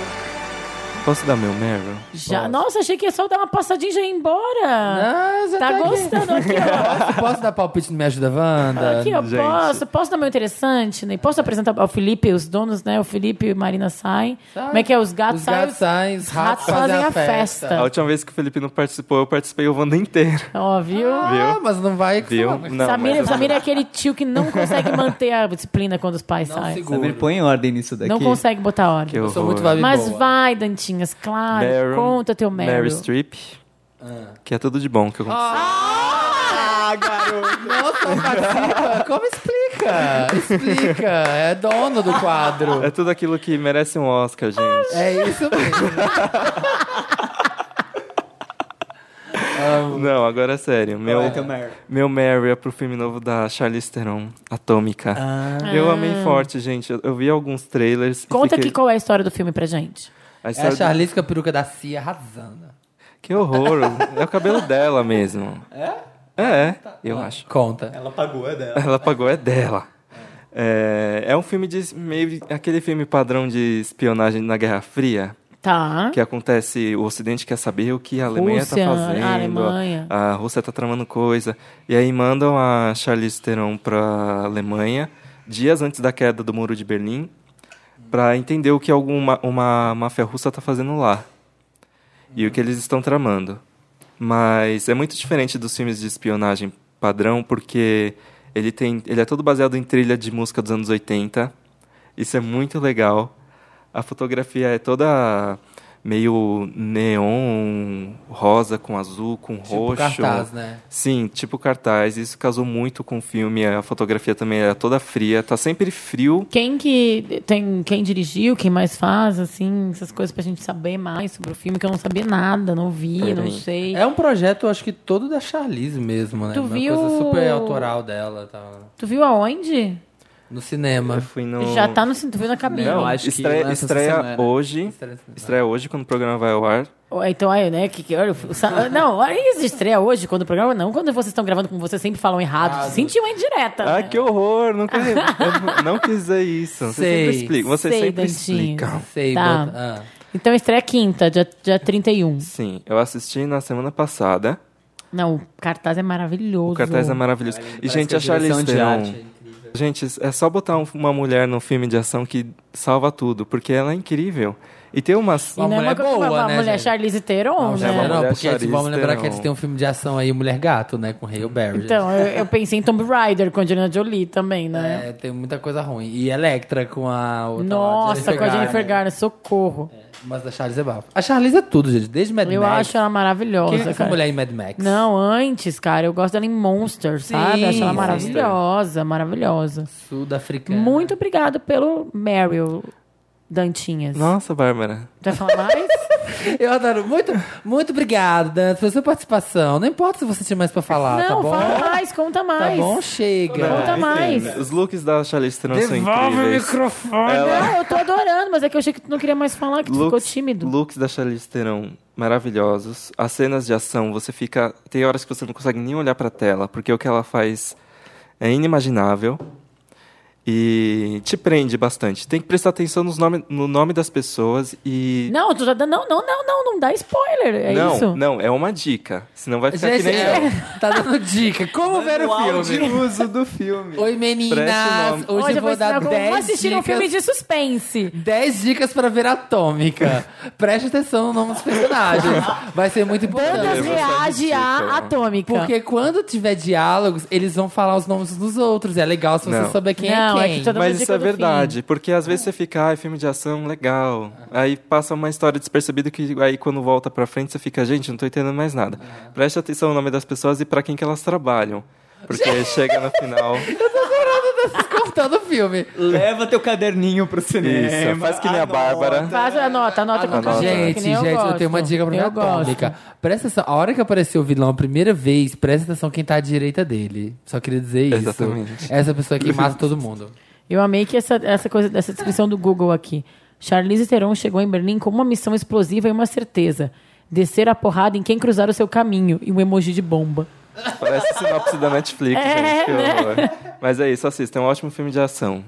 Posso dar meu Meryl?
Já... Nossa, achei que ia só dar uma passadinha e já ir embora.
Ah, já
tá
aqui.
gostando aqui, ó.
Posso, posso dar palpite no Me Ajuda Wanda?
Aqui, ó,
Gente.
posso, posso dar meu interessante, né? Posso apresentar ao Felipe, os donos, né? O Felipe e Marina saem. Como é que é? Os gatos
Os
saem.
gatos saem, os ratos fazem a festa.
Tá.
A última vez que o Felipe não participou, eu participei o Wanda inteiro.
Ó, viu?
Ah, mas não vai...
Viu? Não,
Samira,
mas eu-
Samira é aquele tio que não consegue manter a disciplina quando os pais
Não
saem.
segura.
Samir, põe em ordem nisso daqui.
Não consegue botar ordem.
É que
Eu sou
horror.
muito vibe
Mas
boa.
vai, Dantinhas, claro.
Meryl,
conta teu Meryl. Ah.
Meryl Streep. Que é tudo de bom que aconteceu.
Ah,
Ah, garoto.
Nossa, participa. Como explica? Explica. É dono do quadro.
É tudo aquilo que merece um Oscar, gente.
É isso mesmo.
Ah.
Amo.
Não, agora é sério. Meu,
Então
Like a Mary.
meu Mary é pro filme novo da Charlize Theron, Atômica.
Ah.
Eu amei forte, gente. Eu, eu vi alguns trailers. e
Conta
fiquei-
aqui qual é a história do filme pra gente.
É
A
a
história do-
Charlize com a peruca da Cia arrasando.
Que horror. é o cabelo dela mesmo. É? É,
Tá,
eu acho.
Conta.
Ela pagou, é dela.
Ela pagou, é dela. É, é um filme de meio aquele filme padrão de espionagem na Guerra Fria,
Tá.
que acontece, o Ocidente quer saber o que a Alemanha está
Rússia,
fazendo,
a Alemanha.
a Rússia está tramando coisa, e aí mandam a Charlize Theron para Alemanha dias antes da queda do Muro de Berlim para entender o que alguma uma máfia russa está fazendo lá e o que eles estão tramando. Mas é muito diferente dos filmes de espionagem padrão, porque ele, tem, ele é todo baseado em trilha de música dos anos 80. Isso é muito legal. A fotografia é toda meio neon, rosa com azul, com
Tipo
roxo.
cartaz, né?
Sim, tipo cartaz. Isso casou muito com o filme. A fotografia também é toda fria. Tá sempre frio.
Quem que tem quem dirigiu, quem mais faz, assim, essas coisas pra gente saber mais sobre o filme, que eu não sabia nada, não vi,
Peraí.
não sei.
É um projeto, acho que todo da Charlize mesmo, né?
Tu
Uma
viu-
coisa super autoral dela. Tá...
Tu viu aonde?
No
Eu
cinema.
fui no...
Já tá no cinto, tu viu na cabine.
Não, acho que
estreia,
nessa
estreia
semana.
hoje.
Estreia no cinema.
Estreia hoje, quando o programa vai ao ar.
Ó, Então aí, né? Que, que, olha, o sa- não, olha isso de estreia hoje, quando o programa. Não, quando vocês estão gravando, como vocês sempre falam errado.
Errado.
Sentiu uma indireta.
Ah,
né?
que horror! Nunca, eu não quis dizer isso. Vocês
Sei.
sempre explicam. Vocês
Sei,
sempre
Dantinho.
explicam.
Sei,
Tá.
bota- ah.
Então estreia quinta, dia, dia 31.
Sim, eu assisti na semana passada.
Não, o cartaz é maravilhoso.
O cartaz é maravilhoso. e, gente, a Charlize Theron... Gente, é só botar um- uma mulher num filme de ação que salva tudo, porque ela é incrível. E tem umas...
E não é
Uma
uma
mulher
coisa- uma,
boa,
uma
né,
mulher
gente?
Charlize Theron,
Não,
né?
é uma
não,
mulher
porque a gente- vamos
Charlize
lembrar que
Theron.
eles têm um filme de ação aí, Mulher Gato, né? Com Hale Berry.
Então, eu, eu pensei em Tomb Raider com a Angelina Jolie também, né?
É, tem muita coisa ruim. E Electra com a outra tá lá,
Nossa, com a Jennifer
Garner.
Garner, socorro.
Mas da Charlize é bafo. A Charlize é tudo, gente. Desde Mad
eu
Max.
acho ela maravilhosa,
Quem é essa
cara.
mulher em Mad Max?
Não, antes, cara, eu gosto dela em Monster, sabe? Eu Acho ela
sim.
maravilhosa, maravilhosa.
Sul-africana.
Muito obrigado pelo Meryl, Dantinhas.
Nossa, Bárbara.
Vai falar mais?
Eu adoro. Muito, muito obrigada, Dan, pela sua participação. Não importa se você tinha mais pra falar, tá
Não,
bom?
fala mais, conta
Tá
mais. tá-
bom? Chega.
Conta mais.
Os looks da Charlize Theron são incríveis.
microfone.
Ah, Não, eu tô adorando, mas é que eu achei que tu não queria mais falar, que tu ficou tímido.
looks da Charlize Theron maravilhosos. As cenas de ação, você fica... Tem horas que você não consegue nem olhar pra tela, porque o que ela faz é inimaginável. E te prende bastante. Tem que prestar atenção nos nome, no nome das pessoas e...
Não, tu tá dando. Não, não, não, não, não dá spoiler. É
não,
isso?
não, é uma dica. Senão vai ficar
Gente,
que nem
é,
eu. um
tá dando dica. Como ver o
de
filme?
uso do filme.
Oi,
Preste o
meninas.
nome.
Hoje, eu vou
ensinar
dar
como
10
assistir um
dicas.
filme de suspense.
10 dicas pra ver Atômica. Preste atenção no nome dos personagens. Vai ser muito
Bandas
Eu
importante.
vou
reage
assistir,
à
então.
atômica.
Porque quando tiver diálogos, eles vão falar os nomes dos outros. É legal se você
Não.
souber quem
Não,
é
é
quem.
que toda-
Mas
dica
isso é
do fim. É.
verdade, porque às vezes você fica, ah, filme de ação, legal. Aí passa uma história despercebida que aí quando volta pra frente você fica, gente, não tô entendendo mais nada.
É.
Preste atenção no nome das pessoas e pra quem que elas trabalham. Porque chega no final.
Cortando o filme.
Leva teu caderninho pro cinema.
Isso, faz que nem a
Anota.
Bárbara.
Faz a nota, anota com
Anota.
carinho,
Gente,
que nem
gente, eu,
gosto.
tenho uma dica pra ver
Eu gosto.
Atômica. Presta atenção, a hora que apareceu o vilão a primeira vez, presta atenção quem tá à direita dele. Só queria dizer isso.
Exatamente.
Essa pessoa que mata todo mundo.
Eu amei que essa, essa coisa, essa descrição do Google aqui. Charlize Theron chegou em Berlim com uma missão explosiva e uma certeza. Descer a porrada em quem cruzar o seu caminho. E um emoji de bomba.
Parece sinopse da Netflix,
É,
gente. Que
né?
horror. Mas é isso, assista. É um ótimo filme de ação.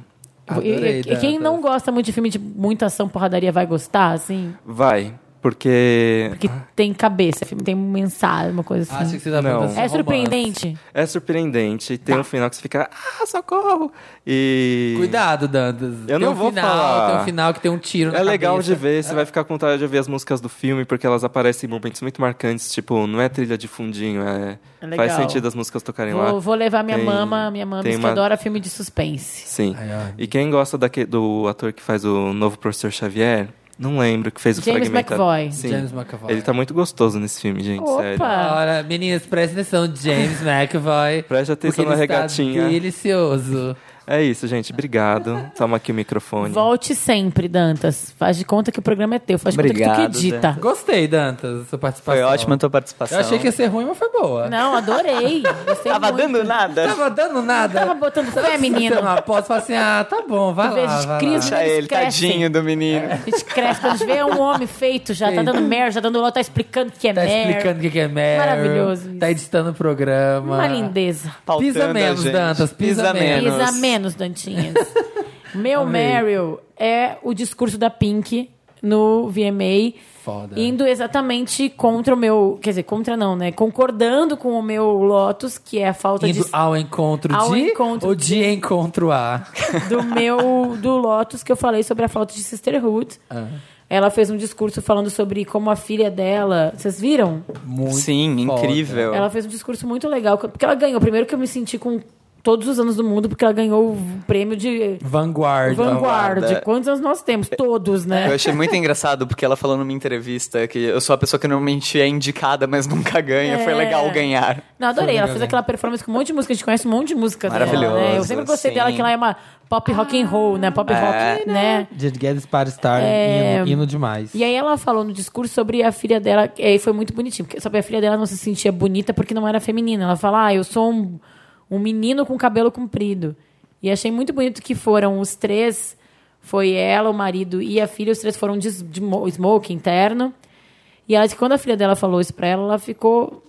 Adorei,
e, e- e quem
Dan.
não gosta muito de filme de muita ação, porradaria, vai gostar, assim?
Vai, porque
Porque
Ah.
tem cabeça, filme tem mensagem, uma coisa
Acho
assim.
que você tá
Não.
perguntando se
É
romance.
surpreendente.
é surpreendente. Tem
Tá.
um final que você fica, ah, socorro! E.
Cuidado, Dantas.
Eu
tem
não
um
vou
final,
falar.
Tem um final que tem um tiro na
É legal
cabeça.
de ver, você vai ficar com vontade de ver as músicas do filme, porque elas aparecem em momentos muito marcantes, tipo, não é trilha de fundinho, é...
É legal.
faz sentido as músicas tocarem lá.
Vou, vou levar minha
Tem-
mama, minha mama
tem
diz que
uma-
adora filme de suspense.
Sim.
Ai, ai.
E quem gosta daque- do ator que faz o novo Professor Xavier, Não lembro que fez o
James
fragmentado.
McAvoy.
Sim.
James McAvoy.
Ele tá muito gostoso nesse filme, gente,
Opa!
sério.
Ora, meninas, prestem atenção, James McAvoy.
Preste
porque
atenção na
ele está
regatinha.
delicioso.
É isso, gente. Obrigado. Toma aqui o microfone.
Volte sempre, Dantas. Faz de conta que o programa é teu. Faz de conta que
Obrigado,
tu que edita.
Gostei, Dantas, da sua
Foi
participação.
ótima a tua participação.
Eu achei que ia ser ruim, mas foi boa.
Não, adorei. Gostei
Tava
muito.
dando nada.
Tava dando nada.
Tava botando fé, menino.
Você não aposta, fala assim, ah, tá bom, vai
Tu
lá,
vês
vai
crises
lá.
Deixa ele,
Esquece.
tadinho do menino.
A gente cresce, quando a gente vê é um homem feito já, tá
Feito.
dando merda, já dando logo, tá explicando o que é
Tá
merda.
explicando o que que é Meryl.
Maravilhoso isso.
Tá editando o programa.
Uma lindeza.
Pautando
Pisa
a
menos,
gente.
Dantas, pisa menos.
Pisa menos, Dantinhas. Meu
Amei.
Meryl é o discurso da Pink no VMA.
Foda.
Indo exatamente contra o meu. Quer dizer, contra não, né? Concordando com o meu Lotus, que é a falta
Indo
de.
ao encontro
Ao
de...
encontro
ou
de-
de... encontro a.
do meu do Lotus que eu falei sobre a falta de sisterhood.
Ah.
Ela fez um discurso falando sobre como a filha dela. Vocês viram?
Muito
Sim,
foda.
incrível.
Ela fez um discurso muito legal. Porque ela ganhou. Primeiro que eu me senti com todos os anos do mundo, porque ela ganhou o prêmio de
Vanguarda.
Vanguard.
Vanguarda.
Quantos anos nós temos? Todos,
Eu
né?
achei muito engraçado porque ela falou numa entrevista que eu sou a pessoa que normalmente é indicada, mas nunca ganha. Foi
É.
legal ganhar.
Não, adorei. Ela fez
Maravilhoso.
aquela performance com um monte de música. A gente conhece um monte de música dela,
Maravilhoso,
né? Eu sempre gostei
sim. Ah. É,
dela, que ela é uma pop rock and roll, né? Pop rock, né?
Did get this party started,
É.
hino, hino demais.
E aí ela falou no discurso sobre a filha dela, e aí foi muito bonitinho, porque sobre a filha dela não se sentia bonita porque não era feminina. Ela fala, ah, eu sou um, um menino com cabelo comprido. E achei muito bonito que foram os três, foi ela, o marido e a filha, os três foram de, s- de mo- smoke interno. E ela, quando a filha dela falou isso pra ela, ela ficou,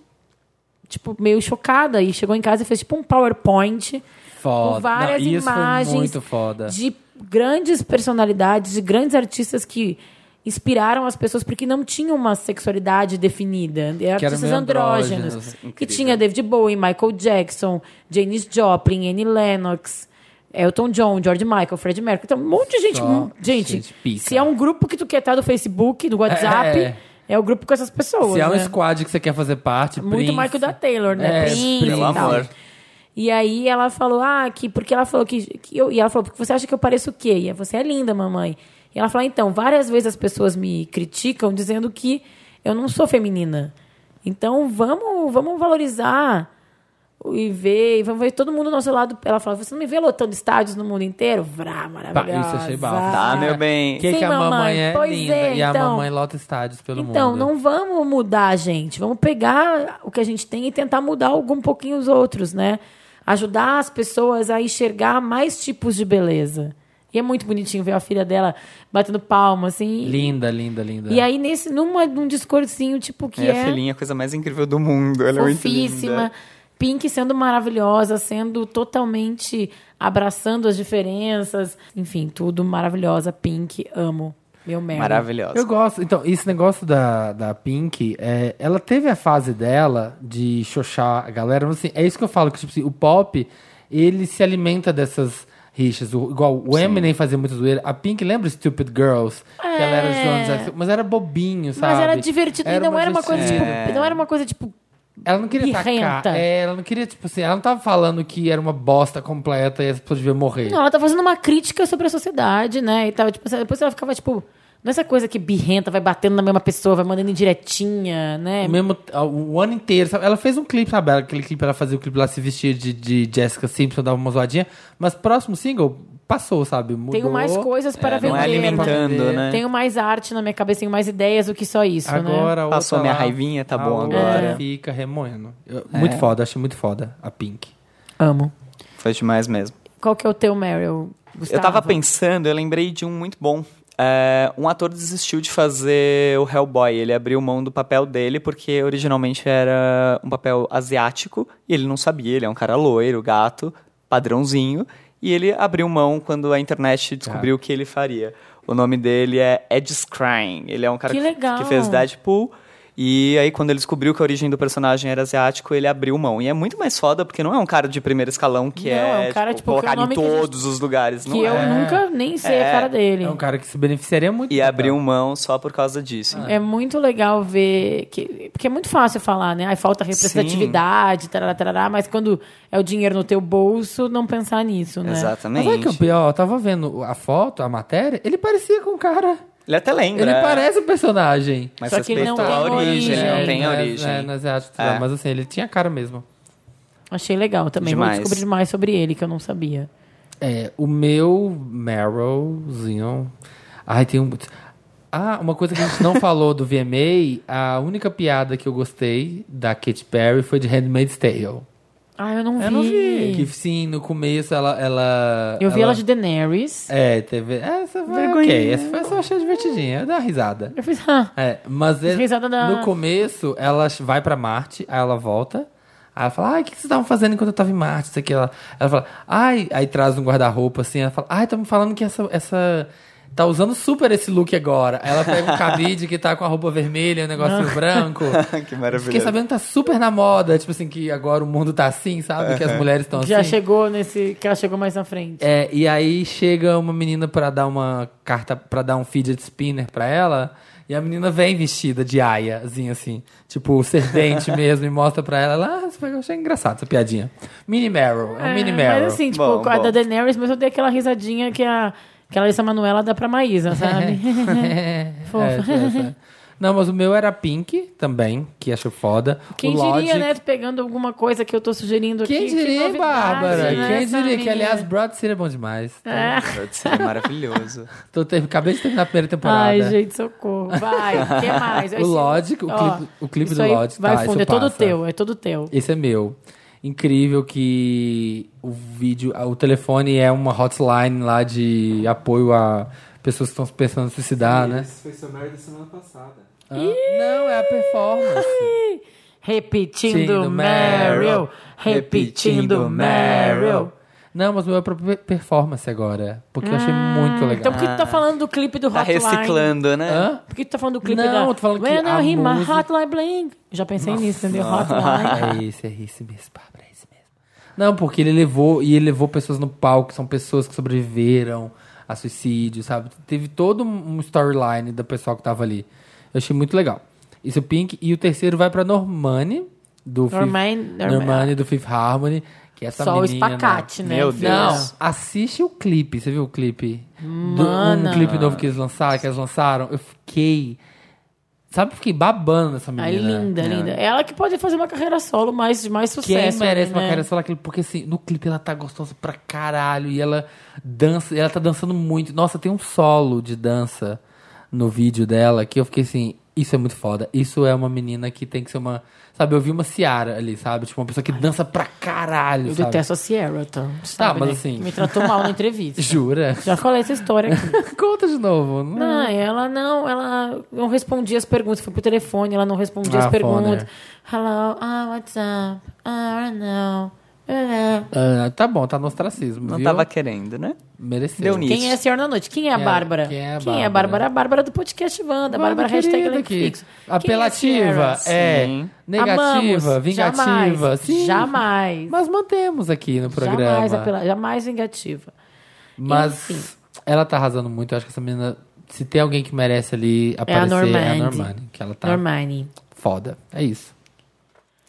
tipo, meio chocada. E chegou em casa e fez, tipo, um PowerPoint
Foda.
com várias
Não, isso
imagens
foi muito foda.
de grandes personalidades, de grandes artistas que inspiraram as pessoas porque não tinham uma sexualidade definida. Eram
Que eram
artistas
meio
andrógenos.
andrógenos.
Que tinha David Bowie, Michael Jackson, Janis Joplin, Annie Lennox, Elton John, George Michael, Fred Mercury. Então, um monte de gente.
Só
um- gente,
gente pica.
se é um grupo que tu quer estar do Facebook, do WhatsApp, é,
É.
o grupo com essas pessoas.
Se é um
né?
squad que você quer fazer parte,
Muito
Prince,
Michael da Taylor, né?
É,
Prince
pelo
e tal.
amor.
E aí ela falou, ah, que porque ela falou que, que eu, e ela falou, porque você acha que eu pareço o quê? E eu, você é linda, mamãe. E ela falou, então, várias vezes as pessoas me criticam dizendo que eu não sou feminina. Então, vamos, vamos valorizar e ver, e vamos ver todo mundo do nosso lado. Ela falou, você não me vê lotando estádios no mundo inteiro? Vrá,
Pá,
maravilhosa.
isso achei bafo.
Tá, meu bem.
Que,
Sim,
que a mamãe,
mamãe,
é
pois
linda.
é,
E a
então.
mamãe lota estádios pelo
Então,
mundo.
não vamos mudar, gente. Vamos pegar o que a gente tem e tentar mudar algum pouquinho os outros, né? Ajudar as pessoas a enxergar mais tipos de beleza. E é muito bonitinho ver a filha dela batendo palma, assim.
Linda, linda, linda.
E aí, nesse, numa, num discursinho, tipo, que
É,
é,
a filhinha é a coisa mais incrível do mundo. Ela é muito
fofíssima.
linda.
Pink sendo maravilhosa, sendo totalmente abraçando as diferenças. Enfim, tudo maravilhosa. Pink, amo. Meu merda.
Maravilhosa.
Eu gosto. Então, esse negócio da, da Pink, é, ela teve a fase dela de xoxar a galera. mas, Assim, é isso que eu falo, que tipo assim, o pop, ele se alimenta dessas rixas. O- igual o Eminem fazia muito zoeira. A Pink lembra Stupid Girls? Que ela era
É.
Jones, Jackson, mas era bobinho, sabe?
Mas era divertido e não era uma coisa,
divertida.
tipo, não era uma coisa, tipo,
É. Ela não queria
Birrenta.
atacar. É, ela não queria, tipo assim, ela não tava falando que era uma bosta completa e as pessoas deviam morrer.
não, ela tá fazendo uma crítica sobre a sociedade, né, e tal, tipo, assim, depois ela ficava, tipo, não é essa coisa que birrenta, vai batendo na mesma pessoa, vai mandando indiretinha, né,
O mesmo ah, o ano inteiro, sabe? Ela fez um clipe, sabe? Ela- Aquele clipe ela fazia o clipe lá se vestia de, de Jessica Simpson, dava uma zoadinha, mas próximo single passou, sabe? Mudou.
tenho mais coisas para
Não
vender,
é
Pra
alimentando,
vender.
né?
tenho mais arte na minha cabeça, tenho mais ideias do que só isso, né.
Agora, outra
Passou minha
lá,
raivinha, tá
a
bom
outra
agora. É.
Fica remoendo. Eu- Muito foda, achei muito foda a Pink.
Amo.
Foi demais mesmo.
Qual que é o teu Meryl, Gustavo?
Eu tava pensando, eu lembrei de um muito bom. É, um ator desistiu de fazer o Hellboy. Ele abriu mão do papel dele porque originalmente era um papel asiático e ele não sabia. Ele é um cara loiro, gato, padrãozinho. E ele abriu mão quando a internet
É.
descobriu o que ele faria. O nome dele é Ed Skrein. Ele é um cara
Que legal.
que fez Deadpool. E aí, quando ele descobriu que a origem do personagem era asiático, ele abriu mão. E é muito mais foda, porque não é um cara de primeiro escalão que
Não, é um
é,
cara, tipo, que é o
colocado
nome
em
que a gente-
todos os lugares.
Que
não
eu
é.
nunca nem sei a
É.
cara dele.
É um cara que se beneficiaria muito.
E
do
abriu
papel.
mão só por causa disso. né?
É muito legal ver que porque é muito fácil falar, né? Aí falta representatividade, tarará, tarará, mas quando é o dinheiro no teu bolso, não pensar nisso, né?
Exatamente.
Mas é que o pior, eu tava vendo a foto, a matéria, ele parecia com um cara.
Ele até lembra.
Ele
é.
parece um personagem.
Mas
Só
vocês
que ele não
perguntam
tem
a origem,
origem.
não tem
né,
origem.
É, nas asiáticas,
É.
não, mas assim, ele tinha cara mesmo.
Achei legal também.
Demais.
Vou descobrir mais sobre ele, que eu não sabia.
É, o meu Merylzinho... Ai, tem um... Ah, uma coisa que a gente não falou do VMA, a única piada que eu gostei da Katy Perry foi de Handmaid's Tale.
Ah, eu não vi.
Eu não vi. Que sim, no começo ela. ela
Eu vi ela de Daenerys.
É, teve. Essa foi. Ok, essa foi essa eu achei divertidinha. Eu dei uma risada.
Eu fiz... Ah,
É, mas é-
Risada da-
no começo ela vai pra Marte, aí ela volta. Aí ela fala, ai, o que que vocês estavam fazendo enquanto eu tava em Marte? Isso aqui, ela, ela fala, ai, aí traz um guarda-roupa assim, ela fala, ai, tá me falando que essa, essa. Tá usando super esse look agora. Aí ela pega um cabide que tá com a roupa vermelha, um negocinho branco.
que
Fiquei
maravilhoso.
sabendo que tá super na moda, tipo assim, que agora o mundo tá assim, sabe? Que as mulheres estão assim.
já chegou nesse... Que ela chegou mais na frente.
É, e aí chega uma menina pra dar uma carta, pra dar um fidget spinner pra ela, e a menina vem vestida de aiazinha, assim, tipo servente mesmo, e mostra pra ela, ela, ah, isso foi- eu achei engraçado essa piadinha. Mini Meryl, é um mini Meryl.
Mas assim, tipo,
Bom,
a
bom.
da Daenerys, mas eu dei aquela risadinha que a... Que a Larissa Manuela dá pra Maísa, sabe?
É,
Fofa.
tipo essa. Não, mas o meu era Pink também, que acho foda.
Quem
o
diria,
Logic-
né? Pegando alguma coisa que eu tô sugerindo aqui.
Quem
que
diria, hein,
novidade,
Bárbara?
né,
Quem
essa
diria que,
menina?
aliás, Broad City é bom demais.
É.
Seria maravilhoso.
Tô, ter- acabei de terminar a primeira temporada.
Ai, gente, socorro. Vai, o que mais?
O Logic, o
Ó,
clipe- o clipe
isso
do
aí
Logic,
Vai
tá,
fundo,
isso
é todo
passa.
teu, é todo teu.
Esse é meu. Incrível que o vídeo, o telefone é uma hotline lá de apoio a pessoas que estão pensando em se suicidar, né?
Esse foi seu merda semana passada.
Hã? Não, é a performance.
Repetindo Meryl, repetindo Meryl.
Não, mas o meu é pra per- performance agora. Porque eu achei muito legal.
Então por que tu tá falando do clipe do
Tá
Hotline?
reciclando, né?
Hã?
Por que tu tá falando do clipe
Não,
da...
eu tô falando que
When
a
I hear my
música-
Hotline Bling. Já pensei nisso, entendeu? Hotline.
É esse, é esse mesmo, Bárbara, é esse mesmo. Não, porque ele levou, e ele levou pessoas no palco, que são pessoas que sobreviveram a suicídio, sabe? Teve todo um um storyline do pessoal que tava ali. Eu achei muito legal. Isso é o Pink. E o terceiro vai pra Normani, do
Normani-
Fifth,
Norma-
Normani, do Fifth Harmony, que é essa
Só o
menina...
espacate, né?
Meu
filho?
Deus.
Não, assiste o clipe. Você viu o clipe? Do-
Mana.
um clipe novo que eles lançaram, que elas lançaram. Eu fiquei... Sabe, eu fiquei babando nessa menina.
Ai, linda, linda. É Ela que pode fazer uma carreira solo mais, de mais
Quem
sucesso.
merece uma
né?
carreira solo aquele porque assim, no clipe ela tá gostosa pra caralho e ela dança, e ela tá dançando muito. Nossa, tem um solo de dança no vídeo dela que eu fiquei assim, isso é muito foda. Isso é uma menina que tem que ser uma, sabe, eu vi uma Ciara ali, sabe? Tipo uma pessoa que dança pra caralho,
Eu
sabe?
detesto a Sierra, então. sabe,
mas
né?
assim-
Me tratou mal na entrevista.
Jura?
Já falei essa história aqui.
Conta de novo. Não.
Não, ela não, ela não respondia as perguntas. Foi pro telefone, ela não respondia
Ah, é.
as perguntas.
foner.
Hello, ah, what's up? Ah, não. Ah,
Ah, tá bom, tá no ostracismo,
Não
viu?
tava querendo, né?
Mereceu.
Deu nisso.
Quem é a senhora da noite? Quem é a
Quem é-
Bárbara?
quem é a
a
Bárbara?
Bárbara? A Bárbara do podcast Wanda. A Bárbara hashtag
querida
link fixo. Quem é a
Apelativa,
Sierra?
é.
Sim.
Negativa,
Amamos.
vingativa.
Jamais.
Sim.
Jamais.
Mas mantemos aqui no programa.
Jamais, apela- jamais vingativa.
Mas
Enfim.
ela tá arrasando muito. Eu acho que essa menina, se tem alguém que merece ali aparecer, é a
Normandi.
Normani. Que ela tá
Normani.
foda. É isso.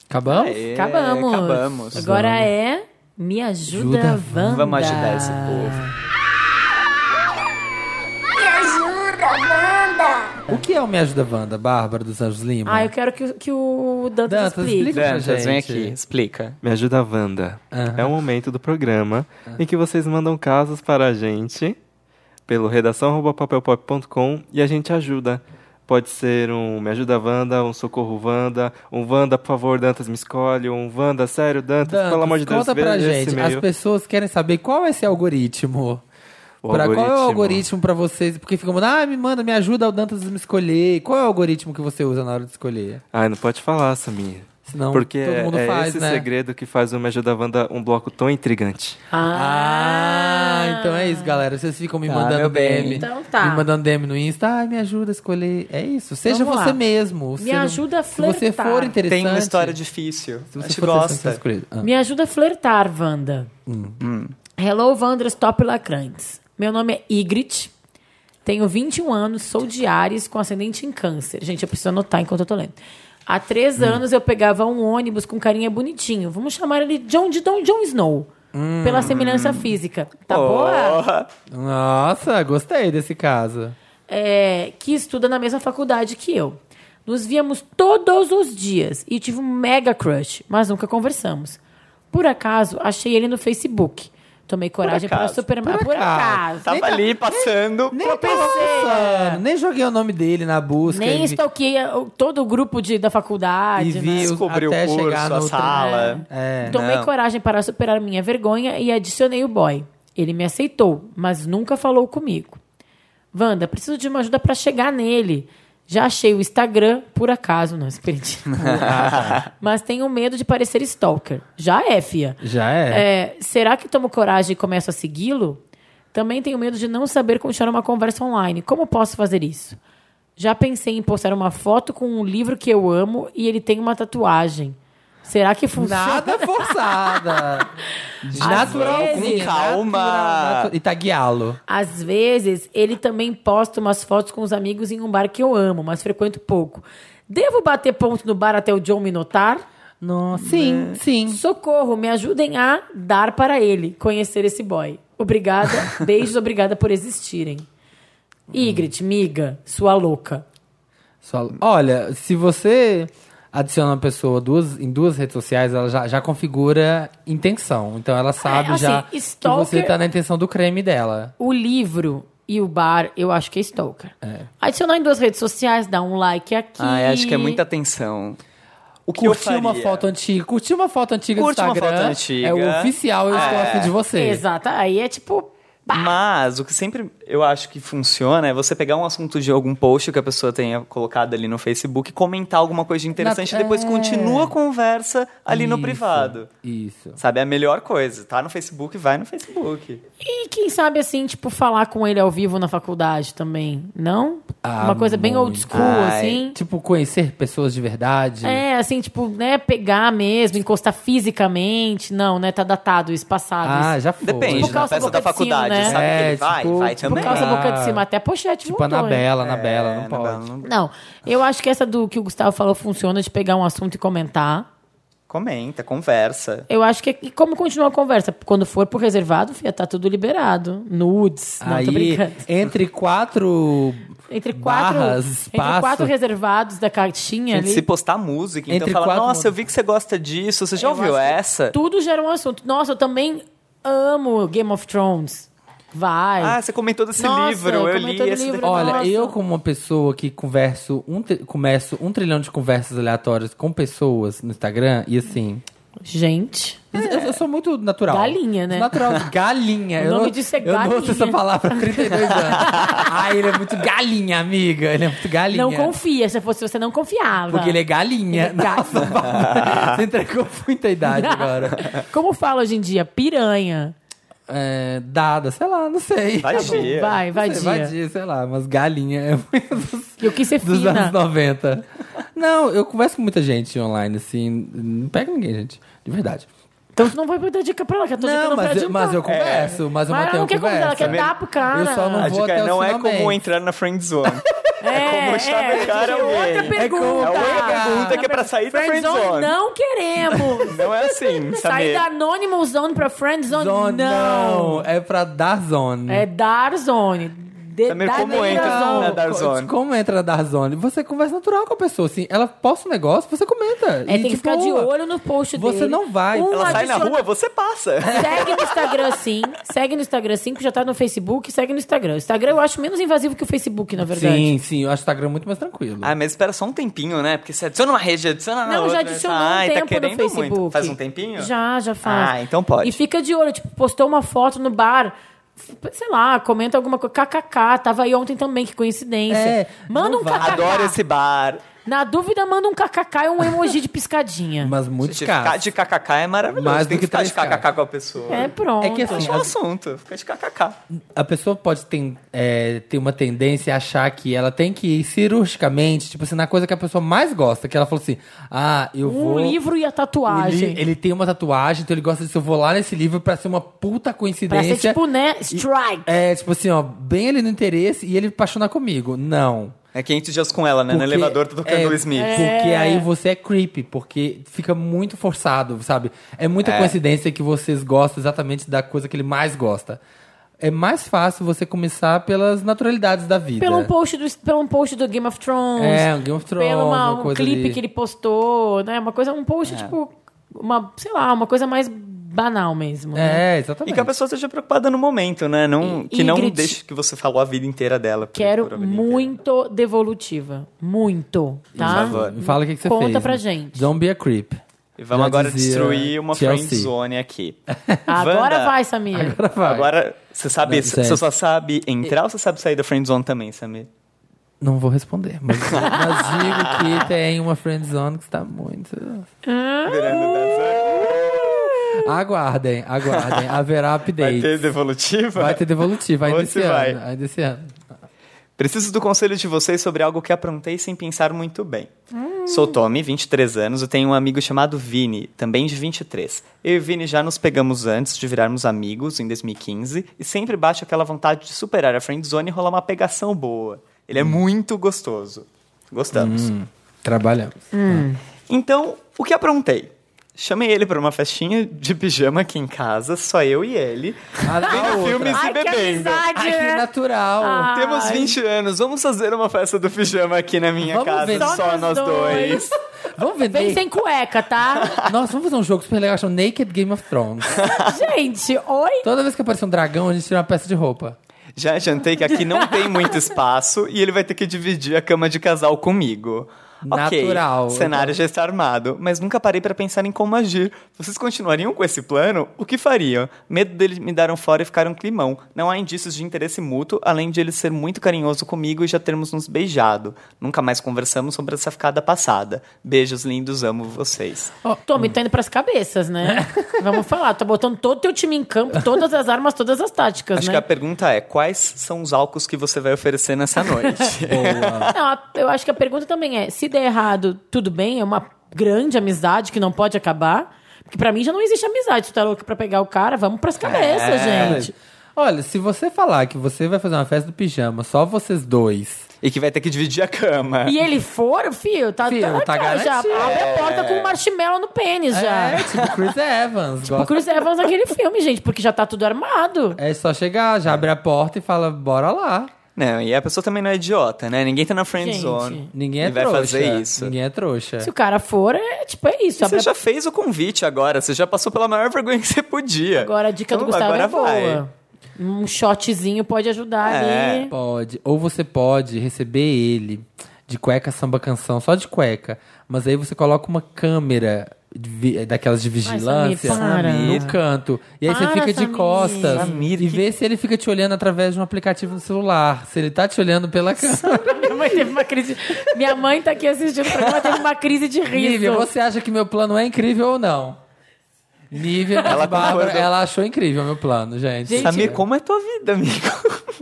Acabamos?
É,
Acabamos.
Acabamos.
Agora é Me Ajuda,
Ajuda,
Wanda.
Vamos ajudar esse povo.
Me ajuda, Wanda!
O que é o Me Ajuda Wanda, Bárbara dos Anjos Lima?
Ah, eu quero que, o- que o Dantas,
Dantas,
explique.
explica.
Dantas, vem
Gente.
aqui, explica.
Me ajuda a Wanda.
Aham. Ah.
É um momento do programa em que vocês mandam casos para a gente pelo redação@papelpop.com e a gente ajuda. Pode ser um Me Ajuda Wanda, um Socorro Wanda, um Wanda, por favor, Dantas, me escolhe, um Wanda, sério, Dantas,
Dantas,
pelo amor de Deus,
conta
vê
pra
esse
gente. As
e-mail.
pessoas querem saber qual é esse algoritmo.
O
Pra Qual é o
algoritmo.
algoritmo pra vocês? Porque ficam, ah, me manda, me ajuda o Dantas a me escolher. Qual é o algoritmo que você usa na hora de escolher?
Ai, não pode falar, Samir.
Senão
Porque
todo
é,
mundo
é
faz,
esse
né?
segredo que faz o Me Ajuda Wanda um bloco tão intrigante.
Ah, então é isso, galera. Vocês ficam me
Tá,
mandando
meu bem.
DM.
Então tá.
Me mandando DM no Insta. Ai, me ajuda a escolher. É isso. Seja
Vamos lá.
você mesmo.
Me ajuda a
Se você
flertar.
for interessante.
Tem uma história difícil.
Se
a
você
gente
for interessante, você
gosta.
escolhe. Ah.
Me ajuda a flertar, Wanda.
Hum.
Hello, Wanders Top Lacrantes. Meu nome é Igrit. Tenho 21 anos, sou de Ares, com ascendente em câncer. Gente, eu preciso anotar enquanto eu tô lendo. Há três
Hum.
anos eu pegava um ônibus com um carinha bonitinho. Vamos chamar ele John de Don John Snow.
Hum.
Pela semelhança física. Tá boa?
Oh,
Nossa, gostei Ah, desse caso.
é, que estuda na mesma faculdade que eu. Nos víamos todos os dias e tive um mega crush, mas nunca conversamos. Por acaso, achei ele no Facebook. Tomei coragem para
acaso.
supermercado. Por,
Tá
acaso.
Tava ali passando.
Nem tá tava pensando, nem joguei o nome dele na busca.
Nem
e vi-
stalkeei o- todo o grupo de, da faculdade.
e
né?
vi o-
Descobriu
até
o curso,
chegar
a
no
sala.
É.
Tomei
Não.
coragem para superar minha vergonha e adicionei o boy. Ele me aceitou, mas nunca falou comigo. Wanda, preciso de uma ajuda para chegar nele. Já achei o Instagram, por acaso, não, esperite. mas tenho medo de parecer stalker. Já é, fia.
Já é.
É, será que tomo coragem e começo a segui-lo? Também tenho medo de não saber continuar uma conversa online. Como posso fazer isso? Já pensei em postar uma foto com um livro que eu amo e ele tem uma tatuagem. Será que funciona?
Nada forçada. Natural.
vezes-
natural,
Calma.
natural. E tagueá-lo.
Às vezes, ele também posta umas fotos com os amigos em um bar que eu amo, mas frequento pouco. Devo bater ponto no bar até o John me notar?
Nossa. Sim, sim.
Socorro, me ajudem a dar para ele, conhecer esse boy. Obrigada, beijos, obrigada por existirem. Ygrit, miga, sua louca.
Só- olha, se você adiciona uma pessoa duas, em duas redes sociais, ela já, já configura intenção. Então ela sabe
assim,
já
stalker-
que você tá na intenção do creme dela.
O livro e o bar, eu acho que é stalker. Adicionar em duas redes sociais, dá um like aqui.
Ai, acho que é muita atenção. O que eu
Curtiu
faria?
uma foto antiga. Curtiu uma foto antiga
Curte
do
uma
Instagram.
foto antiga.
É o oficial, eu estou afim de você.
Exato, aí é tipo...
Mas o que sempre eu acho que funciona é você pegar um assunto de algum post que a pessoa tenha colocado ali no Facebook, comentar alguma coisa de interessante
Na-
e depois
é.
continua a conversa ali no
Isso,
privado.
Isso.
Sabe, é a melhor coisa. Tá no Facebook, vai no Facebook.
E quem sabe, assim, tipo, falar com ele ao vivo na faculdade também, não?
Ah,
Uma coisa bem old
muito.
school,
Ai,
assim.
Tipo, conhecer pessoas de verdade.
É, assim, tipo, né, pegar mesmo, encostar fisicamente. Não, né, tá datado isso, passado
Ah,
isso.
já foi.
Depende,
Tipo
na
calça
peça
boca
da
de sino,
faculdade,
né?
sabe?
É,
que ele vai,
tipo-
vai
tipo
também.
Calça
Ah.
boca de cima, até pochete
Tipo,
voltou, hein?
Anabela, Anabela,
É,
não pode.
não-
Não, eu acho que essa do que o Gustavo falou funciona, de pegar um assunto e comentar.
Comenta, conversa.
Eu acho que, é, e como continua a conversa? Quando for pro reservado, fia, tá tudo liberado. Nudes, não, tô
Aí,
brincando.
entre quatro.
Entre quatro,
barras,
entre
espaço,
quatro reservados da cartinha
Gente,
ali.
se postar música, então
Entre
fala,
quatro
nossa, eu
mundos.
vi que você gosta disso, você já
Eu
ouviu
acho que
essa?
Tudo gera um assunto. Nossa, eu também amo Game of Thrones. Vai.
Ah, você comentou desse
Nossa,
livro, eu li
comentou do
esse
livro,
daqui.
Olha,
Nossa.
eu, como uma pessoa que converso um, tri- começo um trilhão de conversas aleatórias com pessoas no Instagram, e assim.
Gente.
Eu, eu sou muito natural.
É. Galinha, né?
Natural, galinha.
O
eu
nome
não,
disso é
Eu não ouço
galinha.
essa palavra há 32 anos. Ai, ele é muito galinha, amiga. Ele é muito galinha.
Não confia. Se fosse você, não confiava.
Porque ele é galinha.
Ele é galinha.
Nossa, Bárbara, você entregou muita idade é agora.
Como fala hoje em dia? Piranha.
É, dada, sei lá, não sei.
Vai, Gia.
tá Vai, vai,
Sei,
dia.
vadia, sei lá, mas galinha é muito dos,
Eu quis ser
dos
fina.
anos 90. Não, eu converso com muita gente online, assim. Não pega ninguém, gente. De verdade.
Então tu não vai dar dica pra ela, que eu tô
Não,
tentando pra
mas eu,
adiantar.
mas eu converso, mas eu
Mas ela
mantenho
não quer convidar, ela
conversa.
quer dar pro cara.
Eu só não
A
vou
dica
até
é,
o
não é
finalmente.
como entrar na friend zone.
É,
como estabecar
é,
alguém.
outra
É
pergunta.
como-
É outra pergunta que é pra sair da friend
Friendzone,
zone.
não queremos.
Não é assim,
Sair
sabe?
da Anonymous Zone pra Friend Zone,
Zone,
não.
não. É pra dar zone.
É dar zone. De,
Samir,
dar
como entra
zone.
na dar
co-
zone?
Como entra na dar zone? Você conversa natural com a pessoa, assim. Ela posta um negócio, você comenta. tipo,
É, tem que ficar de olho no post dele.
Você não vai.
Um
Ela sai na
adiciona-
rua, você passa.
Segue no Instagram sim, segue no Instagram sim, que já tá no Facebook, segue no Instagram. O Instagram eu acho menos invasivo que o Facebook, na verdade.
Sim, sim. Eu acho o Instagram muito mais tranquilo.
Ah, mas espera só um tempinho, né? Porque você adiciona uma rede, adiciona na
Não,
outra.
já
né?
adicionou
Ai,
um
tá
tempo no
querendo
Facebook.
muito. Faz um tempinho?
Já, já faz.
Ah, então pode.
E fica de olho, tipo, postou uma foto no bar, f- sei lá, comenta alguma coisa, kkk, tava aí ontem também, que coincidência.
É,
manda
não
um
vai.
kkk.
Adoro esse bar.
Na dúvida, manda um kkk e um emoji de piscadinha.
Mas muito
Gente,
caro.
ficar de kkk é maravilhoso.
Mais
Tem
do
que
que
ficar de
3K.
kkk com a pessoa.
É pronto.
É que assim,
Acho um assunto. Ficar de kkk.
A pessoa pode ter, é, ter uma tendência a achar que ela tem que ir cirurgicamente, tipo assim, na coisa que a pessoa mais gosta, que ela falou assim: ah, eu
Um
vou.
livro e a
o li-
tatuagem.
ele tem uma tatuagem, então ele gosta disso. Eu vou lá nesse livro pra ser uma puta
Pra
coincidência.
ser tipo, né, strike.
É, tipo assim, ó, bem ali no interesse e ele apaixonar comigo. Não.
É 500 dias com ela, né? No
Porque-
elevador, tá tocando
é,
o Smith.
Porque aí você é creepy, porque fica muito
É.
forçado, sabe? É muita coincidência que vocês gostam exatamente da coisa que ele mais gosta. é mais fácil você começar pelas naturalidades da vida.
Pelo um post do, pelo um post do Game of Thrones.
É, um Game of Thrones,
Pelo uma-
uma
um
coisa É.
clipe
ali.
que ele postou, né? Uma coisa, um post, tipo, uma, sei lá, uma coisa mais banal mesmo. né?
É,
E
exatamente.
que a pessoa esteja preocupada no momento, né? Não,
E-
que não
Ingrid-
deixe que você falou a vida inteira dela. por- por
Quero
a vida inteira.
muito devolutiva. Muito, tá?
favor.
Me Fala o que, que você
Conta
fez.
pra
né?
gente.
Don't be a creep.
E vamos
Já
agora
dizia
destruir uma
Chelsea.
friend zone aqui.
Agora
Wanda,
vai, Samir.
Agora vai.
Agora, você sabe,
Não,
você
gente.
só sabe entrar ou você sabe sair da friend zone também, Samir?
Não vou responder, mas, mas digo que tem uma friend zone que está muito. Ah.
Virando
Aguardem, aguardem. Haverá
Vai
update.
ter devolutiva?
Vai ter devolutivo ainda
Onde
esse
você vai?
ano. Ainda esse ano.
Preciso do conselho de vocês sobre algo que aprontei sem pensar muito bem. Sou Tommy, 23 anos, e tenho um amigo chamado Vini, também de 23. Eu e Vini já nos pegamos antes de virarmos amigos, em 2015, e sempre bate aquela vontade de superar a friendzone e rolar uma pegação boa. Ele
Hum.
é muito gostoso. Gostamos.
Trabalhamos.
Então, o que aprontei? Chamei ele para uma festinha de pijama aqui em casa, só eu e ele.
Ah, a
Vendo
outra.
filmes e
Ai, que
bebendo.
amizade,
Ai, que
né?
natural.
Ah.
Temos
Ai.
20 anos, vamos fazer uma festa do pijama aqui na minha
Vamos
casa,
ver.
só,
Só nós
nós dois.
dois.
Vamos vender.
Vem sem cueca, tá?
Nossa, vamos fazer um jogo super legal, chama Naked Game of Thrones.
gente, oi?
Toda vez que aparece um dragão, a gente tira uma peça de roupa.
Já jantei que aqui não tem muito espaço e ele vai ter que dividir a cama de casal comigo. Ok,
Natural.
então.
cenário já está armado, mas nunca parei para pensar em como agir. Vocês continuariam com esse plano? O que fariam? Medo deles me deram fora e ficar um climão. Não há indícios de interesse mútuo, além de ele ser muito carinhoso comigo e já termos nos beijado. Nunca mais conversamos sobre essa ficada passada. Beijos lindos, amo vocês.
Tommy, tá indo pras cabeças, né? Vamos falar, tá botando todo o teu time em campo, todas as armas, todas as táticas,
Acho
né?
que a pergunta é: quais são os álcools que você vai oferecer nessa noite?
Não, a- eu acho que a pergunta também é: se der errado, tudo bem? É uma grande amizade que não pode acabar? Porque pra mim já não existe amizade. Tu tá louco pra pegar o cara, vamos pras cabeças, gente.
Olha, se você falar que você vai fazer uma festa do pijama, só vocês dois.
e que vai ter que dividir a cama.
E ele for, filho, tá,
Fio,
tá,
tá
tá- já
garantido.
abre a porta com um marshmallow no pênis já.
É, tipo Chris Evans.
O
gosta-
Chris Evans naquele filme, gente, porque já tá tudo armado.
É só chegar, já abre a porta e fala, bora lá.
Não, e a pessoa também não é idiota, né? Ninguém tá na friend
Gente,
zone.
Ninguém é
e vai
trouxa.
fazer isso.
Ninguém é trouxa.
Se o cara for, é tipo, é isso. abre
Você
a
já fez o convite agora, você já passou pela maior vergonha que você podia.
Agora a dica do
Então,
Gustavo
agora
é boa.
vai.
Um shotzinho pode ajudar
É.
ali.
Pode. Ou você pode receber ele de cueca samba canção, só de cueca. Mas aí você coloca uma câmera de vi- daquelas de vigilância
Samir, para.
no canto. E aí
Para,
você fica de
Samir.
costas
Samir,
e
que-
vê se ele fica te olhando através de um aplicativo no celular. Se ele tá te olhando pela câmera.
Minha mãe teve uma crise. Minha mãe tá aqui assistindo o programa, teve uma crise de riso.
Nívia, você acha que meu plano é incrível ou não? Nívia, ela, Bárbara,
concordou.
ela achou incrível meu plano, gente.
Samir, como é tua vida, amigo?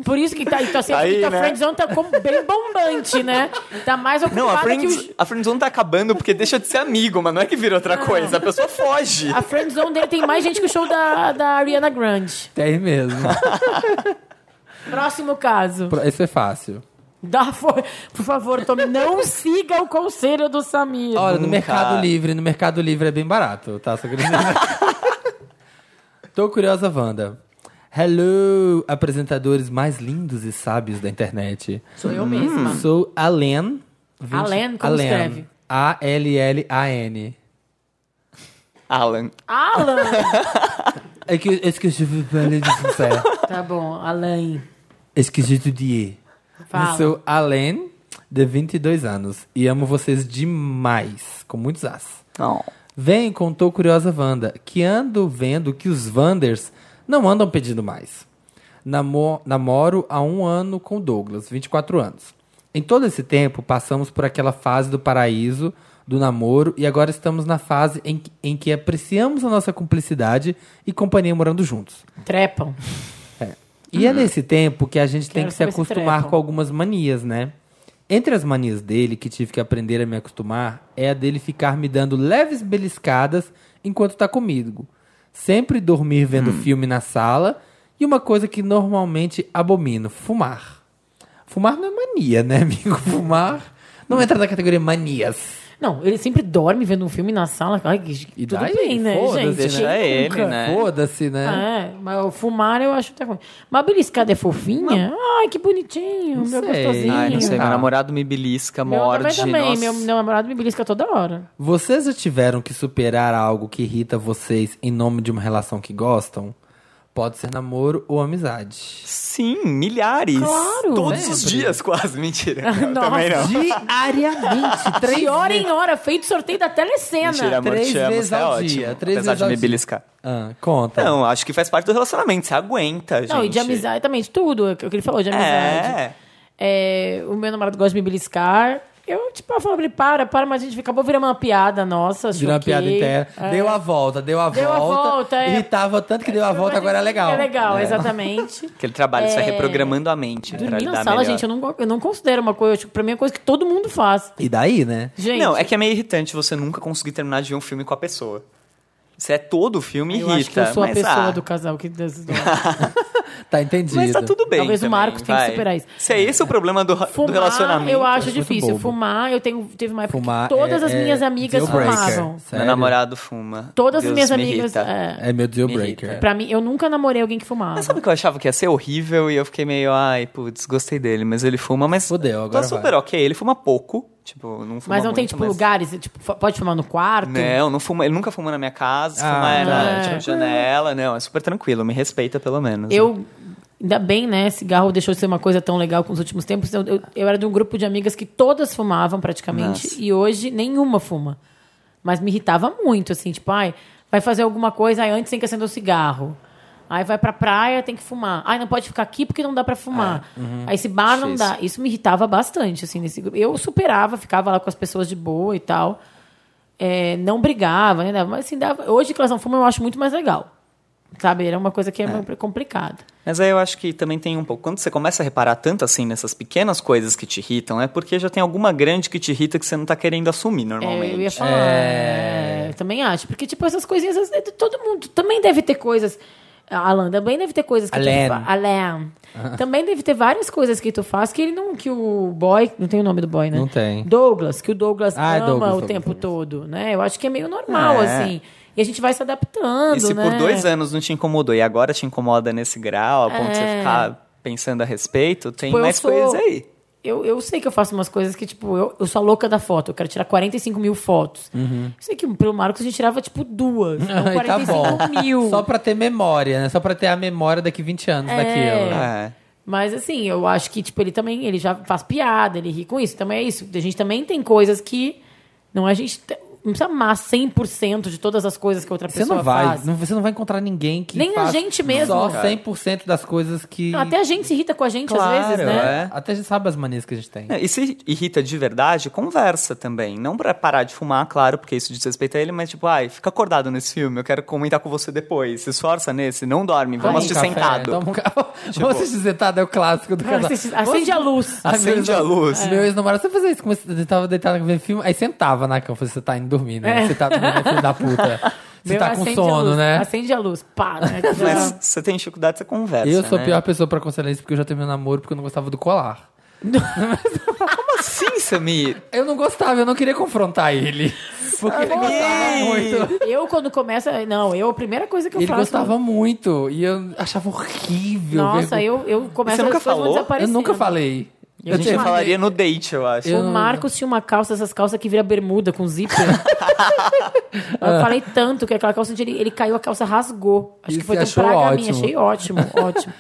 Por isso que tá, então, sempre
Aí,
que a
né?
friendzone tá como bem bombante, né? Tá mais ocupada
Não, a
que
friends,
o...
a friend zone tá acabando porque deixa de ser amigo, mas não é que vira outra coisa. A pessoa foge.
A friendzone dele tem mais gente que o show da, da Ariana Grande.
Tem mesmo.
Próximo caso.
Isso é fácil.
Dá for... Por favor, Tommy, não siga o conselho do Samir.
Olha, no
Nunca.
Mercado Livre, no Mercado Livre é bem barato, tá? Só queria dizer. Tô curiosa, Wanda. Hello, apresentadores mais lindos e sábios da internet.
Sou
Hum.
eu mesma.
Sou a Len. 20
Alen, como
Alen.
escreve?
A-L-L-A-N.
Alan.
Alan!
É que eu esqueci de falar disso, sério.
Tá bom, Alan.
Esqueci de dizer.
Fala.
Eu sou a Len, de 22 anos. E amo vocês demais. Com muitos as.
Não.
Vem, contou Curiosa Wanda, que ando vendo que os Wanders não andam pedindo mais. Namo- namoro há um ano com o Douglas, 24 anos. Em todo esse tempo, passamos por aquela fase do paraíso, do namoro, e agora estamos na fase em, que- em que apreciamos a nossa cumplicidade e companhia morando juntos.
Trepam.
E é nesse tempo que a gente tem
Uhum. Quero
que se
saber se
acostumar
trepam.
com algumas manias, né? Entre as manias dele, que tive que aprender a me acostumar, é a dele ficar me dando leves beliscadas enquanto tá comigo. Sempre dormir vendo filme na sala e uma coisa que normalmente abomino, fumar. Fumar não é mania, né, amigo? Fumar não entra na categoria manias.
Não, ele sempre dorme vendo um filme na sala. Ai, que-
E
tudo
daí?
bem, né,
Foda-se,
gente?
deixa
Quem
ele,
nunca?
né? É.
Foda-se, né?
É, mas o fumar eu acho que tá ruim. Mas a beliscada é fofinha? Ai, que bonitinho,
Não
meu
sei.
gostosinho.
Ai, não sei,
Tá.
meu namorado me belisca,
Meu
morde.
também, também.
nossa.
Meu, meu namorado me belisca toda hora.
Vocês já tiveram que superar algo que irrita vocês em nome de uma relação que gostam? Pode ser namoro ou amizade.
Sim, milhares.
Claro.
Todos os
Sempre.
dias, quase. Mentira. Não,
Nossa.
Também não.
Diariamente,
De
três
hora em hora, feito sorteio da telecena.
Mentira, amor,
Três
te amo,
vezes
você é
ao
ótimo.
dia, três
apesar
vezes
de
ao
me
dia.
beliscar.
Ah, conta.
Não, acho que faz parte do relacionamento. Você aguenta, gente.
Então. Não, e de amizade também, de tudo. É o que ele falou, de amizade.
É.
É, o meu namorado gosta de me beliscar. Eu, tipo, eu falo pra ele, para, para, mas a gente acabou virando uma piada nossa.
Virou uma
choquei.
piada interna.
É.
Deu a volta, deu a
Deu a
volta.
volta, é.
Irritava tanto que deu a volta, agora é legal.
É legal, exatamente.
Aquele trabalho, você vai
É.
reprogramando a mente. pra
Dormir na
lidar
sala,
melhor.
gente, eu não, go- eu não considero uma coisa. Tipo, pra mim é coisa que todo mundo faz.
E daí, né?
Gente,
Não, é que é meio irritante você nunca conseguir terminar de ver um filme com a pessoa. Você é todo o filme
eu
irrita.
acho que eu sou a
mas,
pessoa
ah,
do casal que des-
Tá entendido.
Mas tá tudo bem.
Talvez o
também,
Marcos tenha que
vai.
superar isso.
Se é esse o problema do, do
Fumar,
relacionamento. é
eu acho
acho muito
difícil.
bobo.
Fumar, eu tenho, teve uma época
Fumar
que todas
é-
as minhas
é
amigas
deal breaker.
fumavam.
Sério?
Meu namorado fuma.
Todas
Deus,
as minhas
me
amigas.
irrita.
É,
É meu deal
Me
breaker.
irrita.
pra mim, eu nunca namorei alguém que fumava.
Mas sabe o que eu achava que ia ser horrível e eu fiquei meio, ai, putz, gostei dele, mas ele fuma, mas.
Fudeu, agora
Tá super
vai.
ok. Ele fuma pouco, tipo, não fuma.
Mas não tem,
muito,
tipo,
mas- Né,
lugares, tipo, f- pode fumar no quarto?
Não, não fuma, ele nunca fuma na minha casa,
Ah,
fuma era,
é.
tipo, janela, não, é super tranquilo, me respeita pelo menos. né.
Eu, ainda bem, né, cigarro deixou de ser uma coisa tão legal com os últimos tempos. Eu, eu, eu era de um grupo de amigas que todas fumavam praticamente
Nossa.
e hoje nenhuma fuma. Mas me irritava muito, assim, tipo, ai, vai fazer alguma coisa, aí antes tem que acender o cigarro. Aí vai pra praia, tem que fumar. Ai, não pode ficar aqui porque não dá pra fumar. Aí esse bar Ah, não dá. Isso me irritava bastante, assim, nesse grupo. Eu superava, ficava lá com as pessoas de boa e tal. É, não brigava, né? dava- Mas assim, dava... hoje que elas não fumam, eu acho muito mais legal. Sabe? Era uma coisa que é, meio complicada.
Mas aí eu acho que também tem um pouco. Quando você começa a reparar tanto assim nessas pequenas coisas que te irritam, é porque já tem alguma grande que te irrita que você não tá querendo assumir
É,
normalmente.
eu ia falar. é, eu também acho. Porque, tipo, essas coisinhas, às vezes, todo mundo também deve ter coisas. Alan também deve ter coisas que
Alan.
tu faz. Alan. Também deve ter várias coisas que tu faz que ele não. Que o boy. Não tem o nome do boy, né?
Não tem.
Douglas, que o Douglas
Ah, é
ama
Douglas,
o
Douglas,
tempo todo, né? Eu acho que é meio normal,
É.
assim. E a gente vai se adaptando.
E se
né?
por dois anos não te incomodou e agora te incomoda nesse grau, a ponto de
É.
você ficar pensando a respeito, tem
Tipo, eu
mais
sou-
coisas aí.
Eu, eu sei que eu faço umas coisas que, tipo, eu, eu sou a louca da foto. Eu quero tirar 45 mil fotos. Eu sei que pelo Marcos a gente tirava, tipo, duas. Então,
Ai,
45
Uhum. tá bom.
mil.
Só pra ter memória, né? Só pra ter a memória daqui 20 anos daquilo.
É.
Mas assim, eu acho que, tipo, ele também, ele já faz piada, ele ri com isso. Então é isso. A gente também tem coisas que. Não é a gente. te- Não precisa amar 100% de todas as coisas que outra
Você
pessoa
não vai,
faz.
não- você não vai encontrar ninguém que
Nem a
faça
gente mesmo.
só
Cara.
100% das coisas que
Até a gente se irrita com a gente às vezes, né?
é.
Até a gente sabe as manias que a gente tem.
É, E se irrita de verdade, conversa também. Não pra parar de fumar, claro, porque isso desrespeita ele, mas tipo, ai, fica acordado nesse filme, eu quero comentar com você depois. Se esforça nesse, não dorme,
Toma um
vamos
café,
assistir sentado. Tipo,
toma um ca- Vamos assistir sentado, é o clássico do casal.
Acende- Acende a luz.
Ai,
Acende
meu-
a luz.
Meu ex-namorado sempre fazia isso. Como você tava deitado vendo filme, aí sentava na cama. Falei, você tá indo dormir, né?
É.
Você tá dormindo, né, filho da puta. Você
Meu,
tá com
acende a
sono,
luz,
né?
Acende a luz. Pá, né?
Mas se você tem dificuldade, você conversa.
Eu sou a
né?
pior pessoa pra aconselhar isso porque eu já terminei o namoro porque eu não gostava do colar.
Como assim, Samir?
Eu não gostava, eu não queria confrontar ele. Porque ele gostava muito.
Eu, quando começa. Não, eu, a primeira coisa que eu
Ele
faço.
gostava muito e eu achava horrível.
Nossa,
vergonha.
eu, eu começo
Você nunca
as coisas vão
falou?
eu
desaparecendo.
nunca falei.
Eu
A gente
tinha-
falaria no date, eu acho.
O Marcos tinha uma calça, essas calças que vira bermuda com zíper. eu falei tanto que aquela calça, ele, ele caiu, a calça rasgou. Acho
Ah. E
que foi
você achou
tão praga
ótimo?
minha. Achei ótimo, ótimo.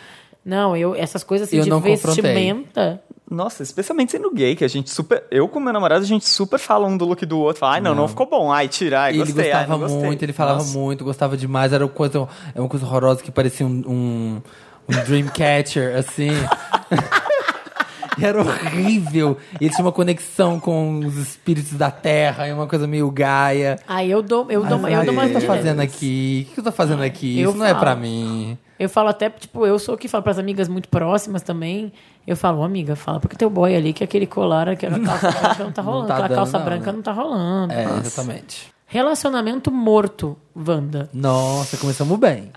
Não, eu, essas coisas assim,
Eu
de
não confrontei.
vestimenta.
Nossa, especialmente sendo gay, que a gente super. Eu com meu namorado, a gente super fala um do look do outro. Fala, Ai, não, não, ficou bom. Ai, tira, ai,
Ele
É, gostei. ai,
gostava
não gostei.
muito, ele falava
Nossa.
muito, gostava demais. Era uma coisa, era uma coisa horrorosa que parecia um, um, um Dreamcatcher, assim. era horrível. Ele tinha uma conexão com os espíritos da terra, é uma coisa meio gaia.
Aí eu dou, eu dou, eu dou
o que
mais
eu tô fazendo aqui? O que eu tô fazendo aqui?
Eu
Isso não é
falo.
pra mim.
Eu falo até, tipo, eu sou que falo pras amigas muito próximas também. Eu falo, "Ô, amiga, fala porque teu boy ali, que aquele colar, aquela calça branca não tá rolando.
tá
aquela
dando,
calça
não,
branca
né?
não tá rolando.
É, exatamente.
Relacionamento morto, Wanda.
Nossa, começamos bem.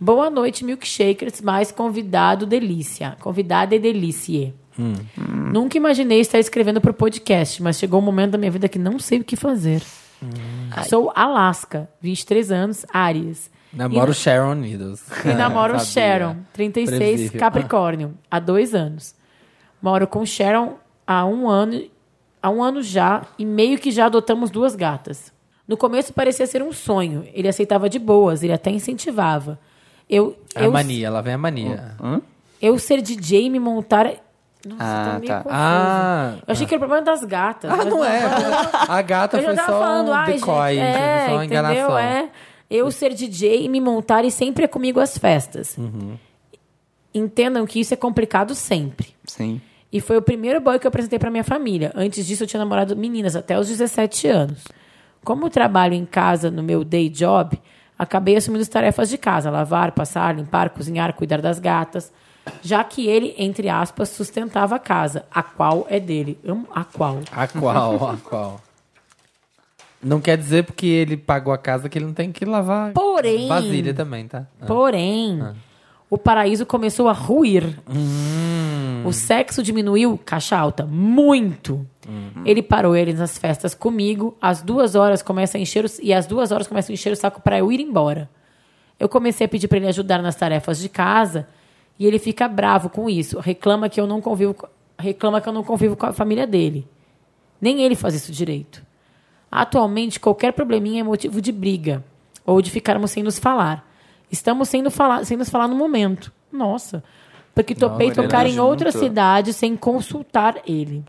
Boa
Hum.
noite, milkshakers, mais convidado delícia. Convidada e delícia. é Nunca imaginei estar escrevendo para o podcast, mas chegou um momento da minha vida que não sei o que fazer.
Hum.
Sou Alaska, 23 anos, Áries.
Namoro Sharon Needles.
E namoro
Sabia.
Sharon, 36,
Previsível.
Capricórnio, há dois anos. Moro com Sharon há um ano, há um ano já e meio que já adotamos duas gatas. No começo parecia ser um sonho. Ele aceitava de boas, ele até incentivava. Eu,
É a
eu,
mania, lá vem a mania.
eu ser DJ e me montar. Nossa,
Ah,
tá meio
tá.
confuso.
Ah,
Eu achei que era o problema das gatas.
ah,
mas
não é. A gata
eu já
foi
tava
só
falando,
um
ai,
decoy,
gente,
entendeu?
é,
só uma
entendeu?
enganação.
É, eu ser DJ e me montar e sempre é comigo às festas.
Uhum.
Entendam que isso é complicado sempre.
Sim.
E foi o primeiro boy que eu apresentei pra minha família. Antes disso, eu tinha namorado meninas até os 17 anos. Como eu trabalho em casa no meu day job, acabei assumindo as tarefas de casa: lavar, passar, limpar, cozinhar, cuidar das gatas. Já que ele, entre aspas, sustentava a casa, a qual é dele. Amo a qual.
A qual, a qual. Não quer dizer porque ele pagou a casa que ele não tem que lavar.
Porém-
Vasilha também, tá?
Porém, o paraíso começou a ruir. O sexo diminuiu, caixa alta, muito. Ele parou ele nas festas comigo. Às duas horas começa a encher o, e às duas horas começa a encher o saco pra eu ir embora. Eu comecei a pedir pra ele ajudar nas tarefas de casa e ele fica bravo com isso. Reclama que eu não convivo, co- reclama que eu não convivo com a família dele. Nem ele faz isso direito. Atualmente, qualquer probleminha é motivo de briga ou de ficarmos sem nos falar. Estamos sem, no falar, sem nos falar no momento. Nossa. Porque topei
olha,
tocar em
junto.
outra cidade sem consultar ele.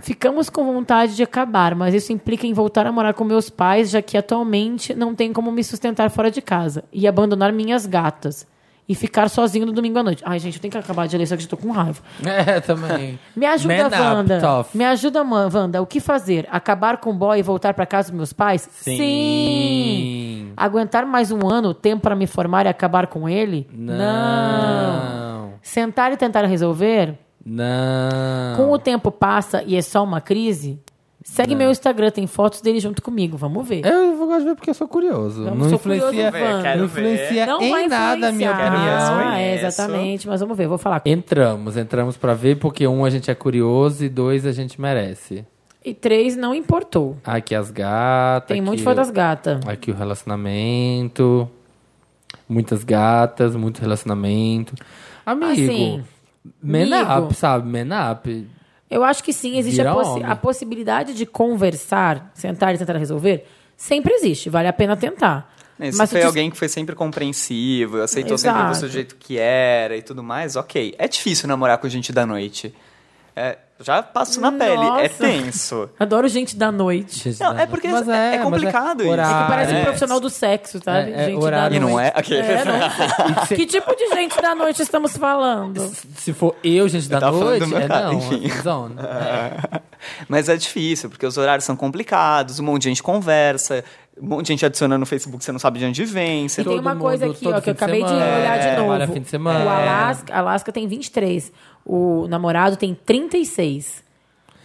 Ficamos com vontade de acabar, mas isso implica em voltar a morar com meus pais, já que atualmente não tem como me sustentar fora de casa e abandonar minhas gatas e ficar sozinho no domingo à noite. Ai, gente, eu tenho que acabar de ler isso aqui, eu tô com raiva.
É, também.
Me ajuda,
Man up,
Wanda.
tough.
Me ajuda, ma- Wanda. O que fazer? Acabar com o boy e voltar pra casa dos meus pais?
Sim.
Aguentar mais um ano, tempo pra me formar e acabar com ele?
Não.
Sentar e tentar resolver?
Não.
Com o tempo passa e é só uma crise? Segue meu Instagram, tem fotos dele junto comigo. Vamos ver.
Eu vou gosto de ver porque eu sou curioso.
Eu
não
sou
influencia,
curioso, Wanda.
não influencia
Não vai
em nada a minha
influenciar.
opinião.
Ah, é, exatamente, mas vamos ver, vou falar.
Entramos, entramos pra ver porque um a gente é curioso e dois a gente merece.
E três, não importou.
Aqui as gatas.
Tem um monte
aqui
de foto das gatas.
Aqui o relacionamento. Muitas gatas, muito relacionamento. Amigo.
Assim,
man
amigo.
up, sabe? Man up.
Eu acho que sim, existe
Vira
a, possi-
homem.
a possibilidade de conversar, sentar e tentar resolver. Sempre existe, vale a pena tentar.
Né, Se
Mas
foi
tu-
alguém que foi sempre compreensivo, aceitou sempre
Exato.
você do jeito que era e tudo mais, ok. É difícil namorar com gente da noite. É, já passo na pele, é
Nossa.
tenso.
Adoro gente da noite.
Gente,
Não,
dá-
é porque
mas né?
é- é
mas
complicado isso.
horário,
É que
Parece um
é.
profissional do sexo, sabe?
É, é,
gente
horário.
da
E não
noite.
é? Ok.
É, não sei. que tipo de gente da noite estamos falando?
Se for eu, gente, da
tava falando do
noite, é
mercado,
não.
enfim.
é friendzone.
Mas é difícil, porque os horários são complicados, um monte de gente conversa, um monte de gente adicionando no Facebook, você não sabe de onde vem. Você
E tem
todo
uma coisa
mundo,
aqui,
todo
ó, que eu
fim de
acabei de
semana.
olhar
É,
de
trabalha
novo.
fim de semana.
O Alaska, Alaska tem 23. O namorado tem 36.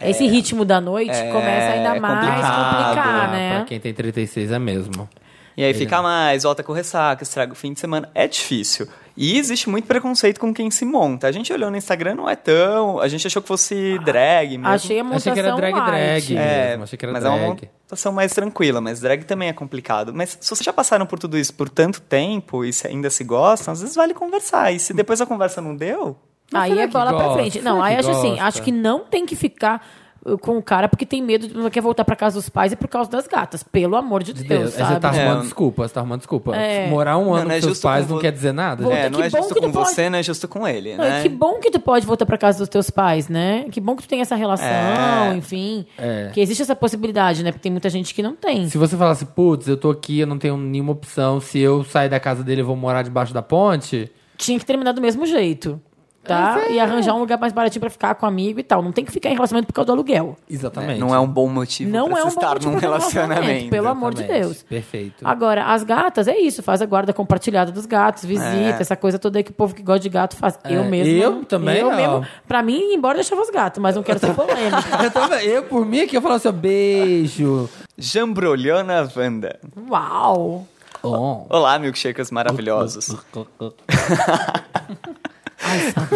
Esse ritmo da noite começa ainda
é
mais
complicado.
complicar,
Ah,
né?
Pra quem tem 36 é mesmo.
E aí fica mais, volta com ressaca, estraga o fim de semana. É difícil. E existe muito preconceito com quem se monta. A gente olhou no Instagram, não é tão. A gente achou que fosse drag mesmo.
Ah, Achei a
Achei
montação
que era drag
light.
drag.
É,
mesmo, achei que era
mas é uma
drag.
montação mais tranquila, mas drag também é complicado. Mas se vocês já passaram por tudo isso por tanto tempo e se ainda se gostam, às vezes vale conversar. E se depois a conversa não deu,
Aí
será
é
que
bola pra
gosta?
frente. Não,
Será
aí
que
acho assim,
gosta?
acho que não tem que ficar uh, com o cara porque tem medo, de- não quer voltar pra casa dos pais e por causa das gatas. Pelo amor de
De
Deus,
Deus, aí
sabe?
você tá arrumando
É.
desculpa, você tá arrumando desculpa.
É.
Morar um ano
não
com
é
seus
justo com
pais não
vo-
quer dizer nada.
Puta,
é, não
que
é
bom
justo
que tu
com
pode-
você, não é justo com ele,
Não, e
né?
que bom que tu pode voltar pra casa dos teus pais, né? Que bom que tu tem essa relação,
É.
enfim.
É.
Que existe essa possibilidade, né? Porque tem muita gente que não tem.
Se você falasse, putz, eu tô aqui, eu não tenho nenhuma opção, se eu sair da casa dele, eu vou morar debaixo da ponte.
Tinha que terminar do mesmo jeito. Tá? E arranjar um lugar mais baratinho pra ficar com amigo e tal. Não tem que ficar em relacionamento por causa do aluguel.
Exatamente.
Não é um bom motivo
Não
pra
é
se
um bom
estar
motivo
num
pra ter um relacionamento,
relacionamento.
pelo amor de
Exatamente.
Deus. Ah.
Perfeito.
Agora, as gatas, é isso. Faz a guarda compartilhada dos gatos, visita,
É.
essa coisa toda aí que o povo que gosta de gato faz.
É,
eu mesmo.
eu também,
Eu
ó.
mesmo. Pra mim, ir embora deixava os gatos, mas não quero ser polêmica.
Eu, tava- eu, por mim, aqui eu falava assim, ó, beijo.
Jambrolhona Wanda.
Uau!
Oh.
Olá, milkshakers maravilhosos.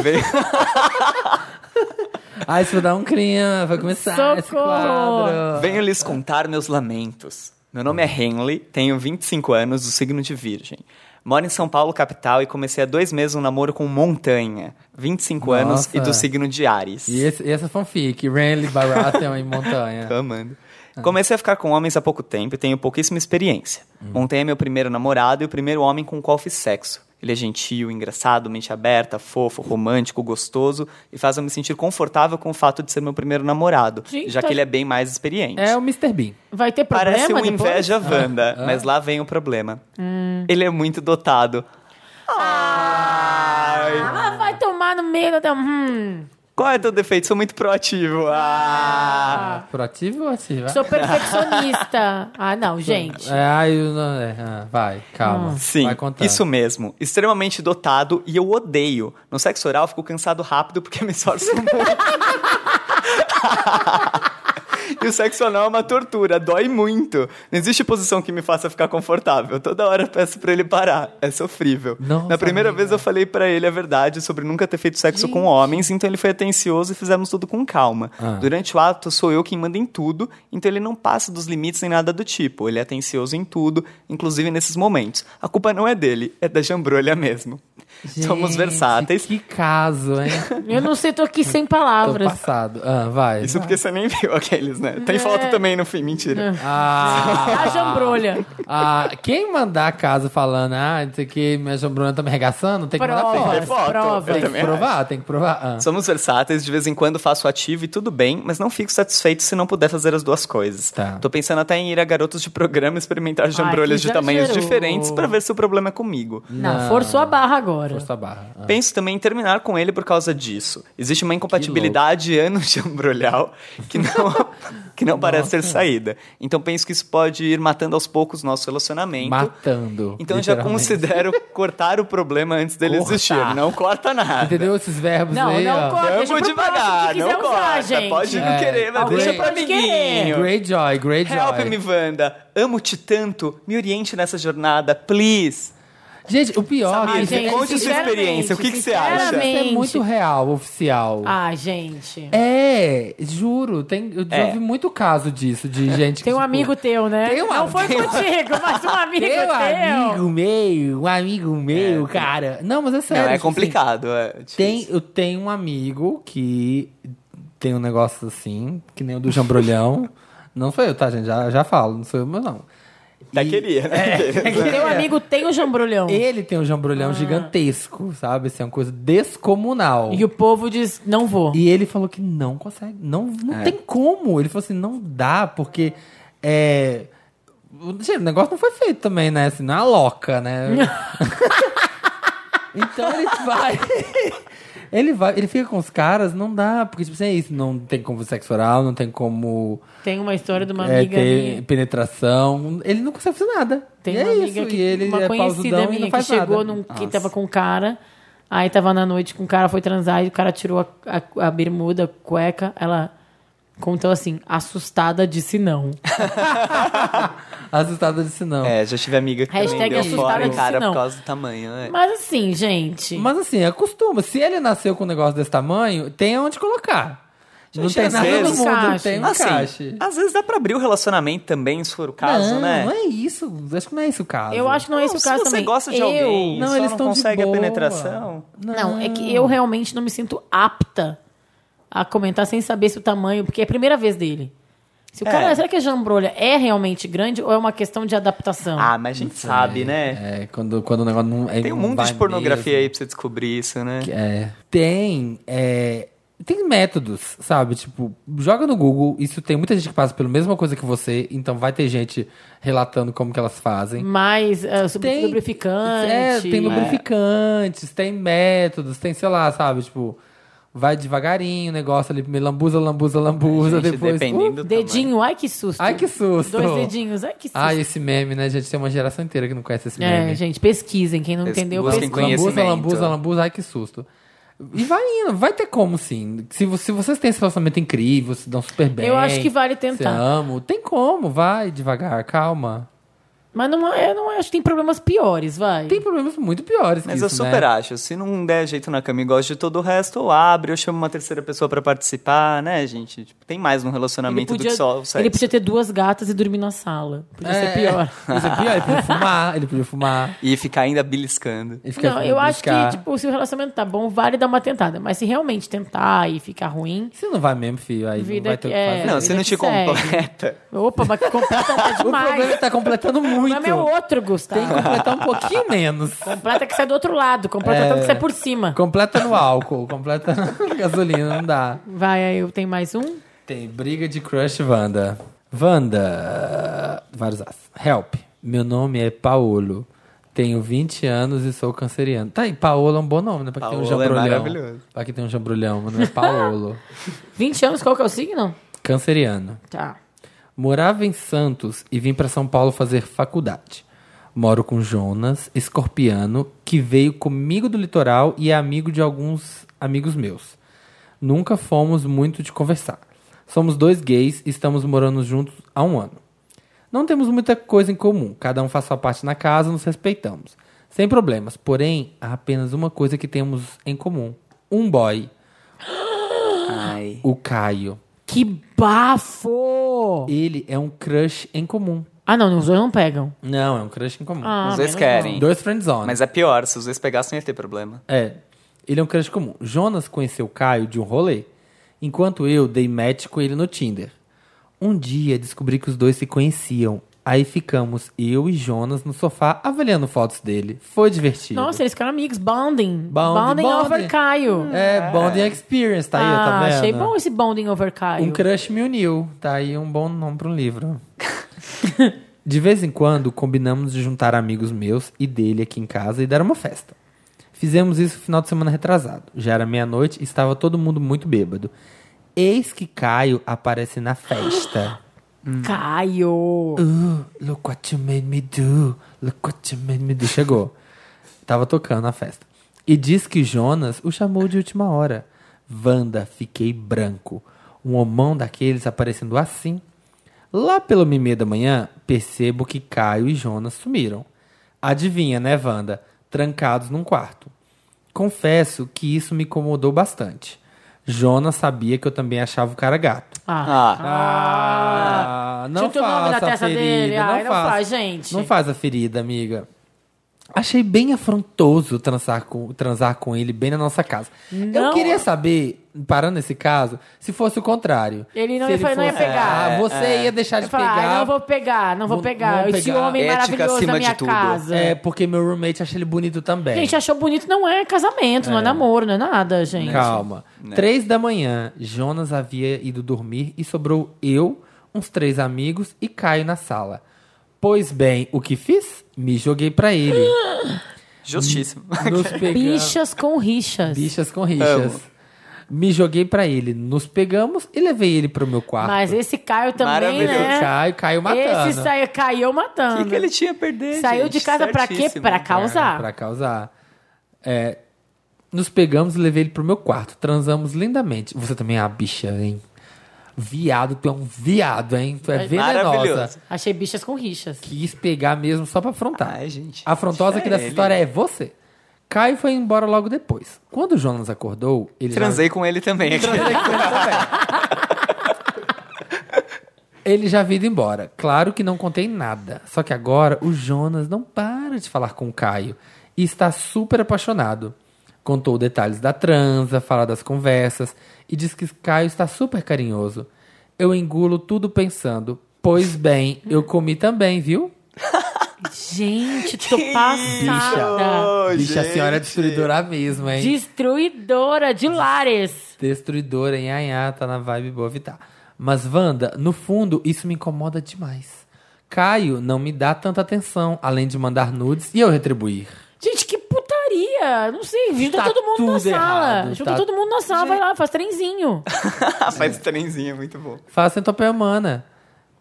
Veio-
Ai, isso vai dar um crime, vai começar esse
Socorro!
quadro.
Venho lhes contar meus lamentos. Meu nome é Henley, tenho 25 anos, do signo de Virgem. Moro em São Paulo, capital, e comecei há dois meses um namoro com Montanha, 25 anos,
Nossa.
e do signo de Ares.
E, esse- e essa fanfic, Renly Baratheon em montanha.
Tô amando.
Ah.
Comecei a ficar com homens há pouco tempo e tenho pouquíssima experiência.
Hum.
Montanha é meu primeiro namorado e o primeiro homem com o qual fiz sexo. Ele é gentil, engraçado, mente aberta, fofo, romântico, gostoso e faz eu me sentir confortável com o fato de ser meu primeiro namorado,
Gente,
já
tá-
que ele é bem mais experiente.
É o Mr. Bean.
Vai ter problema
Parece uma
depois? Ah. Hum.
inveja Wanda, mas lá vem o problema. Ele é muito dotado. Ai.
Ah, vai tomar no meio da... Hum.
Qual é teu defeito? Sou muito proativo. Ah.
Proativo ou ativo?
Sou perfeccionista. Ah, não, gente.
É, ai, eu não- é, ah, vai, calma.
Sim,
vai contar.
isso mesmo. Extremamente dotado e eu odeio. No sexo oral eu fico cansado rápido porque me esforço muito. e o sexo anal é uma tortura, dói muito. Não existe posição que me faça ficar confortável. Toda hora eu peço pra ele parar. É sofrível.
Nossa,
Na primeira
amiga.
vez eu falei pra ele a verdade sobre nunca ter feito sexo com homens, então ele foi atencioso e fizemos tudo com calma.
Ah.
Durante o ato sou eu quem manda em tudo, então ele não passa dos limites nem nada do tipo. Ele é atencioso em tudo, inclusive nesses momentos. A culpa não é dele, é da jambrolha mesmo. Somos
Gente,
versáteis.
Que caso, hein?
Eu não sei, tô aqui sem
Tô
palavras.
passado. Ah, vai.
Isso porque você nem viu aqueles, né?
É.
Tem foto também no fim, mentira.
Ah,
A jambrolha.
ah, quem mandar caso falando, ah, não sei o que, minha jambrona tá me arregaçando, tem que mandar
Provas,
foto.
Tem foto,
provas.
eu
Tem que
também
provar, tem que provar. Ah.
Somos versáteis, de vez em quando faço ativo e tudo bem, mas não fico satisfeito se não puder fazer as duas coisas.
Tá.
Tô pensando até em ir a garotos de programa experimentar jambrolhas
que
de tamanhos
exagero.
diferentes pra ver se o problema é comigo.
Não, forçou a barra agora.
Força a barra. Ah.
Penso também em terminar com ele por causa disso. Existe uma incompatibilidade anos de ambrolhal que não, que não parece ter saída. Então penso que isso pode ir matando aos poucos nosso relacionamento.
Matando.
então já
literalmente.
considero cortar o problema antes dele
Cortar.
existir. Não corta nada.
Entendeu esses verbos
Não,
aí?
não
ó?
corta. Deixa
Vamos
pro
devagar,
próximo que quiser
não
usar,
corta.
gente.
Pode não
É.
querer, mas
Alguém
deixa pro
pode querer.
amiguinho.
Great joy, great joy.
Help me, Wanda. Amo-te tanto. Me oriente nessa jornada, please.
Gente, o pior
Samir,
é
Ai,
que
gente,
conte sua
sinceramente,
experiência, o que que você acha?
sinceramente.
isso é muito real, oficial.
Ah, gente.
É, juro, tem, eu
É.
já ouvi muito caso disso, de gente
Tem um
que, tipo,
amigo teu, né?
tem um
não
amigo-
foi contigo, mas um amigo
Tem
teu.
um amigo meu, um amigo meu, cara. Não, mas é sério.
Não, é
tipo assim,
complicado. é difícil.
tem, eu tenho um amigo que tem um negócio assim, que nem o do jambrolhão. não sou eu, tá, gente? Já, já falo, não sou eu, mas não.
Até
E-
queria, né?
É Teu amigo tem o jambrolhão. E...
Ele tem um
Ah.
jambrolhão gigantesco, sabe? Assim, é uma coisa descomunal.
o povo diz, não vou.
E ele falou que não consegue, não, não tem como. Ele falou assim, não dá, porque é, o gente, o negócio não foi feito também, né? Assim, não é a loca, né? então ele vai... Ele vai, ele fica com os caras, não dá, porque tipo assim, é isso, não tem como sexo oral, não tem como
Tem uma história de uma
é,
amiga
ter
minha.
penetração, ele não consegue fazer nada.
Tem
E é
uma amiga
isso,
que
e ele
uma
é
conhecida
pausudão e
minha
não
que
faz
chegou
nada.
num que tava com um cara, aí tava na noite com um cara, foi transar e o cara tirou a, a, a bermuda, a cueca, ela contou assim, assustada disse não.
Assustada disse não.
É, já tive amiga que também
Hashtag
deu
assustada
fora,
disse
cara,
não.
por causa do tamanho. né?
Mas assim, gente,
Mas assim, acostuma. Se ele nasceu com um negócio desse tamanho, tem onde colocar. não
Gente,
tem
às
nada
vezes-
no mundo, não
é Encaixe.
tem um
Assim,
encaixe.
às vezes dá pra abrir o relacionamento também, se for o caso,
não,
né?
não é isso. Acho que não é isso o caso.
eu acho que não, é esse o
se
caso
você
também.
gosta de
eu...
alguém
Não,
só
eles
não
estão de
consegue a
boa.
penetração.
Não, é
Ah.
que eu realmente não me sinto apta a comentar sem saber se o tamanho, porque é a primeira vez dele. Se o
É.
cara, será que a jambrolha é realmente grande ou é uma questão de adaptação?
Ah, mas a gente sabe, né?
É, quando, quando o negócio não. é,
Tem um
não
mundo
vai
de pornografia
mesmo.
aí pra você descobrir isso, né?
É. Tem. é, tem métodos, sabe? Tipo, joga no Google. Isso tem muita gente que passa pela mesma coisa que você. Então vai ter gente relatando como que elas fazem.
Mais é, sub-
tem
lubrificante.
É, tem lubrificantes, tem métodos, tem, sei lá, sabe? Tipo, vai devagarinho o negócio ali, primeiro lambuza, lambuza, lambuza,
Gente,
depois.
dependendo
uh,
do tamanho.
Dedinho, ai que susto.
ai, que susto!
Dois dedinhos, ai que susto.
Ai, esse meme, né, gente? Tem uma geração inteira que não conhece esse meme.
é, gente, pesquisem. Quem não
Pes-
entendeu,
busquem
pesquisem.
Lambuza,
conhecimento.
lambuza, lambuza, ai que susto. E vai indo, vai ter como sim. Se, vo- se vocês têm esse relacionamento incrível, se dão super bem.
Eu acho que vale
Se
tentar.
amo, tem como, vai devagar, calma.
Mas não, é, eu não acho que tem problemas piores, vai.
Tem problemas muito piores que
Mas
isso,
eu super
né?
acho. Se não der jeito na cama e gosta de todo o resto, ou abre, ou chama uma terceira pessoa pra participar, né, gente? Tipo, tem mais num
Ele
relacionamento
podia,
do que só o sexo.
ele podia ter duas gatas e dormir na sala. Podia ser pior.
Podia ser é pior, ele podia fumar, ele podia fumar.
E ficar ainda beliscando.
Ele fica
Não, eu acho que,
buscar.
tipo, se o relacionamento tá bom, vale dar uma tentada. Mas se realmente tentar e ficar ruim.
Você não vai mesmo, filho. Aí
Vida
não vai ter o
que- é.
que fazer.
Não, se
vida
não
que segue.
te completa.
Opa, mas que completa tá
O problema é que
demais.
tá completando
O
muito.
problema é o outro,
Tem que
Gustavo.
completar um pouquinho menos.
Completa que sai do outro lado, completa
É.
tanto que sai por cima.
Completa no álcool, completa na gasolina, não dá.
Vai, aí eu tenho mais um.
Tem briga de crush Wanda. Wanda. Vários as. Help. Meu nome é Paolo. Tenho 20 anos e sou canceriano. Tá aí, Paolo é um bom nome, né? Pra que tem um
Paolo é
jambrulhão.
maravilhoso.
Pra que tem um jambrulhão, meu nome é Paolo.
20 anos, qual que é o signo?
canceriano.
Tá.
Morava em Santos e vim para São Paulo fazer faculdade. Moro com Jonas, escorpiano, que veio comigo do litoral e é amigo de alguns amigos meus. Nunca fomos muito de conversar. Somos dois gays e estamos morando juntos há um ano. Não temos muita coisa em comum, cada um faz sua parte na casa, nos respeitamos. Sem problemas, porém, há apenas uma coisa que temos em comum: um boy,
Ai.
o Caio.
Que bafo!
Ele é um crush em comum.
Ah, não, os dois não pegam.
Não, é um crush em comum.
Ah,
Os dois
menos
querem.
Dois friendzones.
Mas é pior, se os dois pegassem ia ter problema.
É. Ele é um crush comum. Jonas conheceu o Caio de um rolê, enquanto eu dei match com ele no Tinder. Um dia descobri que os dois se conheciam. Aí ficamos eu e Jonas no sofá avaliando fotos dele. Foi divertido.
mal. Nossa, eles ficaram amigos. Bonding.
Bonding,
Bonding,
bonding.
over Caio.
É, bonding experience, tá aí, tá
ah,
vendo?
achei bom esse bonding over Caio.
Um crush me uniu. Tá aí um bom nome pra um livro. de vez em quando, combinamos de juntar amigos meus e dele aqui em casa e dar uma festa. Fizemos isso no final de semana retrasado. Já era meia-noite e estava todo mundo muito bêbado. Eis que Caio aparece na festa.
Caio.
Ooh, look what you made me do. Look what you made me do. Chegou. Tava tocando a festa. E diz que Jonas o chamou de última hora. Wanda, fiquei branco. Um homão daqueles aparecendo assim. Lá pelo meio da manhã, percebo que Caio e Jonas sumiram. Adivinha, né, Wanda? Trancados num quarto. Confesso que isso me incomodou bastante. Jonas sabia que eu também achava o cara gato.
Ah.
Ah,
Ah, não
Chuta o
faça
nome da
a
testa
ferida.
dele.
Não,
Ai, não
faça.
faz, gente.
Não faz a ferida, amiga. Achei bem afrontoso transar com, transar com ele bem na nossa casa. Eu
Não.
queria saber, parando nesse caso, se fosse o contrário.
Ele não
Se
ia- não ia pegar. É.
Ah, você ia deixar de
"Ah, Eu falo, ai,
pegar.
não vou pegar, não vou
Vão-
pegar.
vão
Esse
pegar.
homem
Ética
maravilhoso
acima
na
de
minha
tudo.
casa.
É, porque meu roommate acha ele bonito também.
Gente, achou bonito não é casamento, não é namoro, não é nada, gente.
Calma. Três da manhã, Jonas havia ido dormir e sobrou eu, uns três amigos e Caio na sala. Pois bem, o que fiz? Me joguei pra ele.
justíssimo.
Nos pegamos-
Bichas com rixas.
Bichas com rixas. Me joguei pra ele. Nos pegamos e levei ele pro meu quarto.
Mas esse Caio também,
Maravilhoso.
né?
Caio, Caio matando.
Esse saiu, caiu
O
matando.
que, que ele tinha a perder?
Saiu
gente?
de casa pra quê?
Certíssimo.
Pra causar.
É, Pra causar. É, nos pegamos e levei ele pro meu quarto. Transamos lindamente. Você também é uma bicha, hein? Viado, tu é um viado, hein? Tu é
Maravilhoso.
venenosa.
Achei bichas com rixas.
Quis pegar mesmo só pra afrontar.
Ai, gente.
A Tá. afrontosa aqui dessa
Sério?
história é você. Caio foi embora logo depois. Quando o Jonas acordou, ele já-
Transei com ele também.
Ele já havia ido embora. Claro que não contei nada. Só que agora o Jonas não para de falar com o Caio e está super apaixonado. Contou detalhes da transa, fala das conversas e diz que Caio está super carinhoso. Eu engulo tudo pensando, pois bem, eu comi também, viu?
Gente, tô passada.
Ô,
Bicha, a
gente.
senhora é destruidora mesmo, hein?
Destruidora de lares.
Destruidora em Anhá, tá na vibe boa vitar. Mas, Wanda, no fundo, isso me incomoda demais. Caio não me dá tanta atenção, além de mandar nudes e eu retribuir.
Gente, que putaria. Não sei, junta
Tá
todo mundo na
tudo
sala.
errado,
junta
tá-
todo mundo na sala, vai lá, faz trenzinho.
Faz trenzinho, é muito bom.
Faço centopeia humana.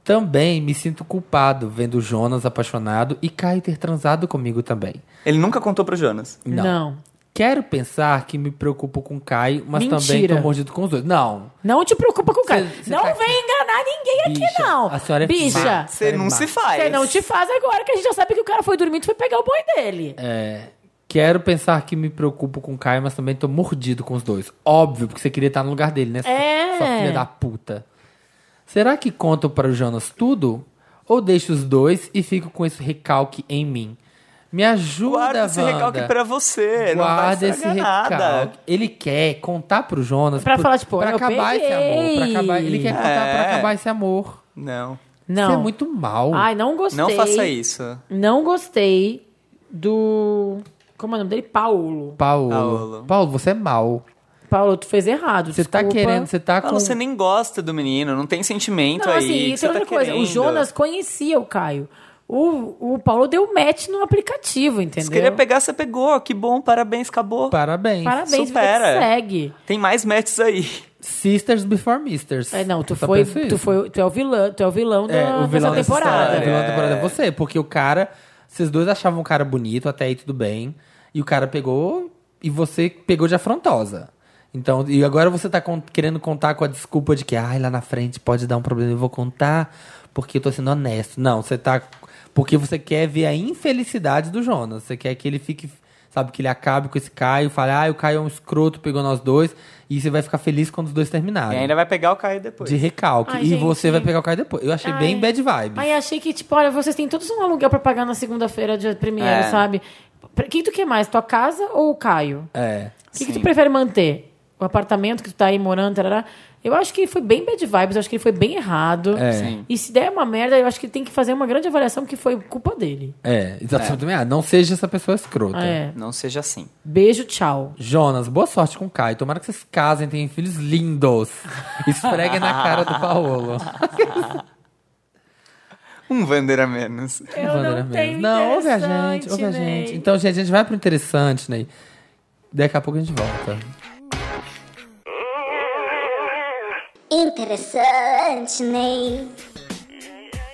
Também me sinto culpado vendo o Jonas apaixonado e Caio ter transado comigo também.
Ele nunca contou pro Jonas.
Não.
quero pensar que me preocupo com o Kai, mas também
Mentira.
tô mordido com os dois. Não.
Não te preocupa com o cara.
Cê- cê
não
tá-
vem enganar ninguém aqui,
Bicha,
não.
a senhora é má.
Bicha,
Cê-
Você não se faz.
você não te faz agora, que a gente já sabe que o cara foi dormir e tu foi pegar o boi dele.
É. Quero pensar que me preocupo com o Kai, mas também tô mordido com os dois. Óbvio, porque você queria estar no lugar dele, né? sua-
É.
Sua filha da puta. Será que conto para o Jonas tudo? Ou deixo os dois e fico com esse recalque em mim? Me ajuda,
Guarda esse
Wanda.
recalque pra você. não vai
Guarda
estragar
esse
nada.
recalque. Ele quer contar pro Jonas.
Pra falar, tipo,
pra
eu
acabar esse amor. Pra
peguei.
acabar, ele quer contar
É.
pra acabar esse amor.
Não.
Não.
Isso é muito mal.
Ai, não gostei.
Não faça isso.
Não gostei do. Como é o nome dele? Paulo.
Paulo. Paulo.
Paulo.
você é mal.
Paulo, tu fez errado.
Você tá
desculpa.
querendo, você tá
Ah,
com.
você nem gosta do menino, não tem sentimento
Não,
aí.
assim,
que
isso
você
é outra
tá
coisa.
querendo.
O Jonas conhecia o Caio. O, o Paulo deu match no aplicativo,
Se
entendeu?
queria pegar, você pegou. Que bom, parabéns, acabou.
Parabéns.
Parabéns,
Supera.
vida que segue.
Tem mais matches aí.
Sisters Before Misters.
É, não, tu
Eu só
foi,
penso
tu
isso.
foi, tu é o vilão, tu é o vilão, da,
É, o vilão
dessa
dessa
temporada.
história, O vilão da temporada é você, porque o cara. Vocês dois achavam o cara bonito, até aí tudo bem. E o cara pegou. E você pegou de afrontosa. Então, e agora você tá con- querendo contar com a desculpa de que, ai, lá na frente pode dar um problema, eu vou contar porque eu tô sendo honesto. Não, você tá. Porque você quer ver a infelicidade do Jonas. Você quer que ele fique. Sabe, que ele acabe com esse Caio, fale, ai, o Caio é um escroto, pegou nós dois. E você vai ficar feliz quando os dois
E
terminarem.
ainda vai pegar o Caio depois.
De recalque.
Ai,
e
gente.
você vai pegar o Caio depois. Eu achei bem
Ai.
bad vibe.
Aí achei que, tipo, olha, vocês têm todos um aluguel pra pagar na segunda-feira, dia primeiro,
É.
sabe? Pra- Quem tu quer mais, tua casa ou o Caio?
É.
O que, que tu
Sim.
prefere manter? O apartamento que tu tá aí morando, tarará? Eu acho que foi bem bad vibes, eu acho que ele foi bem errado.
É.
Sim.
E se der uma merda, eu acho que ele tem que fazer uma grande avaliação que foi culpa dele.
É, exatamente. Ah, não seja essa pessoa escrota.
É.
Não seja assim.
Beijo, tchau.
Jonas, boa sorte com o Caio. Tomara que vocês casem, tenham filhos lindos. Esfreguem na cara do Paolo.
Um Wander a menos.
Eu
Wanderer mesmo. não ouve a gente, ouve a
né?
gente. Então, gente, a gente vai pro interessante, Ney. Daqui a pouco a gente volta.
Interessante, Ney.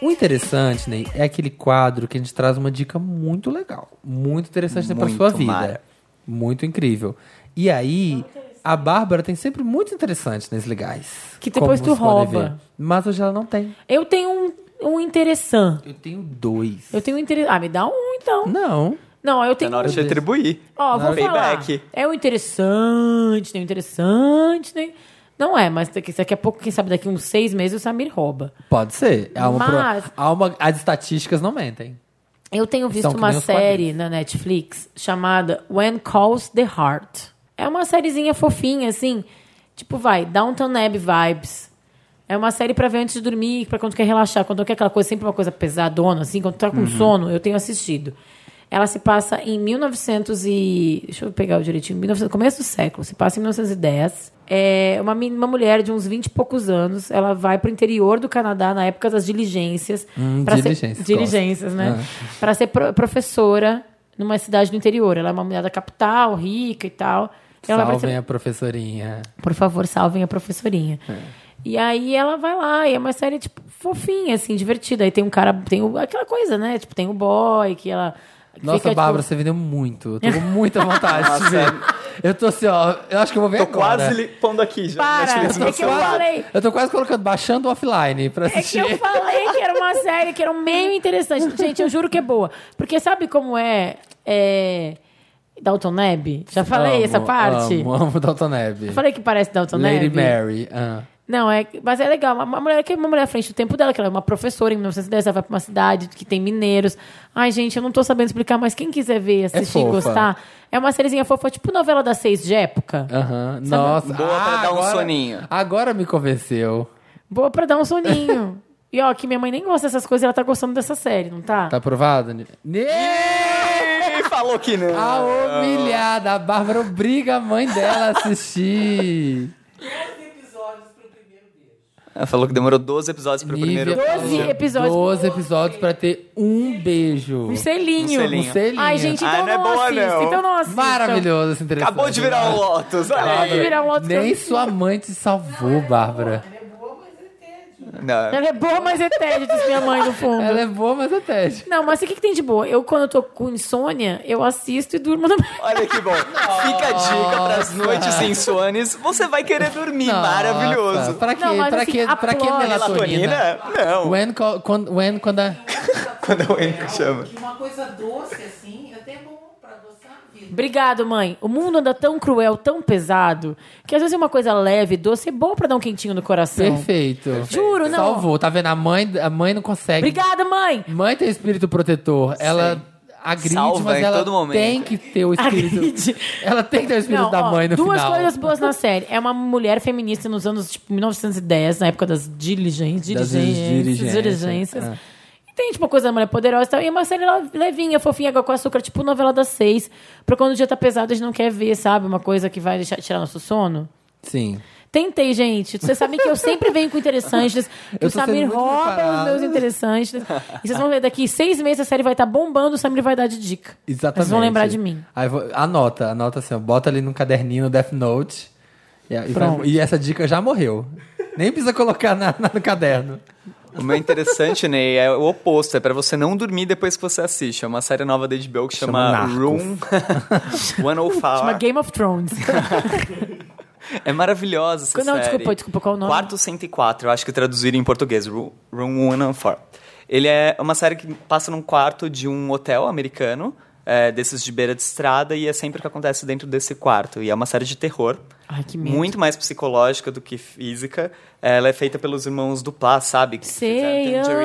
O interessante, Ney, é aquele quadro que a gente traz uma dica muito legal. Muito interessante para pra
Muito,
sua vida.
Mara.
Muito incrível. E aí, a Bárbara tem sempre muito interessante nesses legais.
Que depois
como
tu
vocês podem
rouba.
ver. Mas hoje ela não tem.
Eu tenho um, um interessante.
Eu tenho dois.
Eu tenho um interesse. Ah, me dá um então.
Não.
Não, eu
Hum? Tá
tenho. um.
na hora de retribuir.
Ó, vou falar.
Payback.
É o interessante, nem o interessante, nem. Não é, mas daqui, daqui a pouco, quem sabe daqui uns seis meses o Samir rouba.
Pode ser. Há uma pro-
Mas-
há uma- As estatísticas não mentem.
Eu tenho visto
que
uma
nem os
série
quadrinhos.
na Netflix chamada When Calls the Heart. É uma sériezinha fofinha, assim. Tipo, vai, Downton Abbey vibes. É uma série pra ver antes de dormir, pra quando quer relaxar. Quando quer aquela coisa, sempre uma coisa pesadona, assim. Quando tá com
Uhum.
sono, eu tenho assistido. Ela se passa em 1900 e... Deixa eu pegar o direitinho. 1900, começo do século. Se passa em 1910. É uma, men- uma mulher de uns 20 e poucos anos. Ela vai pro interior do Canadá na época das diligências.
Hum,
pra
diligências,
Ser,
gosto.
diligências, né?
É.
Pra ser pro- professora numa cidade do interior. Ela é uma mulher da capital, rica e tal. Ela vai pra
Salvem a professorinha.
por favor, salvem a professorinha.
É.
E aí ela vai lá, e é uma série, tipo, fofinha, assim, divertida. Aí tem um cara, tem o- aquela coisa, né? Tipo, tem o boy que ela. que
Nossa,
fica, tipo,
Bárbara, você vendeu muito. Eu tô com muita vontade de ver. Eu tô assim, ó. Eu acho que eu vou ver
Tô
agora.
quase li- pondo aqui já.
Para!
Netflix no
É que eu
celular.
falei.
Eu tô quase colocando, baixando offline pra
É que
assistir.
eu falei que era uma série, que era um meio interessante. Gente, eu juro que é boa. Porque sabe como é. é... Dalton Neb? Já falei
Amo,
essa parte?
Amo, amo Dalton Neb.
Eu Falei que parece Dalton
Lady
Neb?
Mary. ah.
Não, é, mas é legal. Uma, uma mulher que é uma mulher à frente do tempo dela, que ela é uma professora em 1910, ela vai pra uma cidade que tem mineiros. Ai, gente, eu não tô sabendo explicar, mas quem quiser ver, assistir e
fofa.
gostar, é uma sériezinha fofa, tipo novela das seis de época.
Aham. Nossa. ah,
Boa pra dar um
agora-
soninho.
Agora me convenceu.
Boa pra dar um soninho. e ó, que minha mãe nem gosta dessas coisas, ela tá gostando dessa série, não tá?
Tá aprovado? Ne-
Ih, falou que não.
A humilhada. A Bárbara obriga a mãe dela a assistir.
Ela falou que demorou 12 episódios pro
Nível-
primeiro.
Doze episódios.
12 episódios pra ter um beijo.
Um selinho.
Um selinho.
Um selinho.
Ai, gente, então
Ah,
não,
não é boa,
assista.
não.
Então não assista.
Maravilhoso esse interessante.
Acabou de virar um Lotus. olha
Acabou
aí.
de virar um outro
Nem sua mãe te salvou, Bárbara.
Não,
Ela é boa, mas é tédio, diz minha mãe no fundo.
Ela é boa, mas é tédio.
Não, mas o que, que tem de boa? Eu, quando eu tô com insônia, eu assisto e durmo na
Olha que bom. Fica a dica para as noites insones. Você vai querer dormir.
Nossa,
Maravilhoso.
Pra quê?
Não, mas
pra
assim,
quê? Pra quê
aplaude.
melatonina?
Melatonina? Não.
When, co- quando, when, quando é a...
Quando o Henrique chama.
E uma coisa doce, assim, até é bom pra adoçar a vida.
Obrigado, mãe. O mundo anda tão cruel, tão pesado, que às vezes uma coisa leve, doce, é bom pra dar um quentinho no coração.
Perfeito.
Juro, não.
Salvou, tá vendo? A mãe, a mãe não consegue.
Obrigada, mãe!
Mãe tem espírito protetor. Ela agride,
Salva
mas
em
ela
todo momento.
tem que ter o espírito.
Agride.
Ela tem que ter o espírito
Não,
da
ó,
mãe no
duas
final.
coisas boas na série. É uma mulher feminista nos anos tipo, 1910, na época das diligências.
Das
diligências,
diligências,
diligências.
é.
E tem, tipo, uma coisa da mulher poderosa e tal. E é uma série le- levinha, fofinha, água com açúcar, tipo novela das seis. Pra quando o dia tá pesado, a gente não quer ver, sabe? Uma coisa que vai deixar tirar nosso sono.
Sim.
Tentei, gente. Vocês sabem que eu sempre venho com interessantes. Que
Eu tô
o
sendo
Samir
muito
rouba
preparado.
os meus interessantes. E vocês vão ver, daqui seis meses a série vai estar bombando, o Samir vai dar de dica.
Exatamente.
Vocês vão lembrar de mim.
Aí vou- anota, anota assim, ó, bota ali num caderninho no Death Note. E, e vai-
Pronto.
e essa dica já morreu. Nem precisa colocar na, na- no caderno.
O meu é interessante, Ney, é o oposto. É pra você não dormir depois que você assiste. É uma série nova da HBO que chama,
Chama Narcos.
Room 105.
Chama Game of Thrones.
É maravilhosa essa
Não,
série.
desculpa, desculpa, qual o nome?
Quarto 104, eu acho que traduziram em português. Ru- Room 104. Ele é uma série que passa num quarto de um hotel americano, é, desses de beira de estrada, e é sempre o que acontece dentro desse quarto. E é uma série de terror.
Ai, que medo.
Muito mais psicológica do que física. Ela é feita pelos irmãos Duplá, sabe? Que
Sei,
fizeram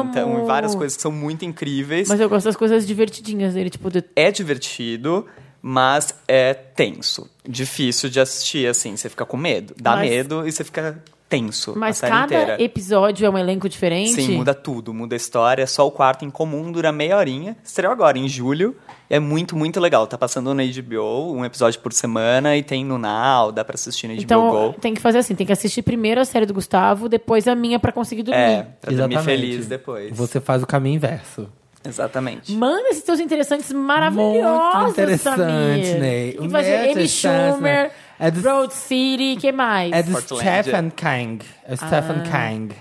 amo!
então, várias coisas que são muito incríveis.
Mas eu gosto das coisas divertidinhas dele, tipo, de-
É divertido, mas é tenso. Difícil de assistir, assim. Você fica com medo. Dá
Mas-
medo e você fica tenso
mas
a série
cada
inteira.
episódio é um elenco diferente.
Sim, muda tudo, muda a história. Só o quarto em comum dura meia horinha. Estreou agora, em julho. É muito, muito legal. Tá passando na HBO, um episódio por semana. E tem no Now, dá pra assistir na HBO
Então,
Go.
tem que fazer assim, tem que assistir primeiro a série do Gustavo, depois a minha pra conseguir dormir.
É, pra dormir
Exatamente.
feliz depois.
Você faz o caminho inverso.
Exatamente.
Manda esses teus interessantes maravilhosos,
Muito interessante,
Samir.
Ney. é
E fazer Amy
Interessante,
Schumer,
né? É do-
Road City, que mais?
É do
Portlandia.
Stephen King. É o Stephen
Ah.
King.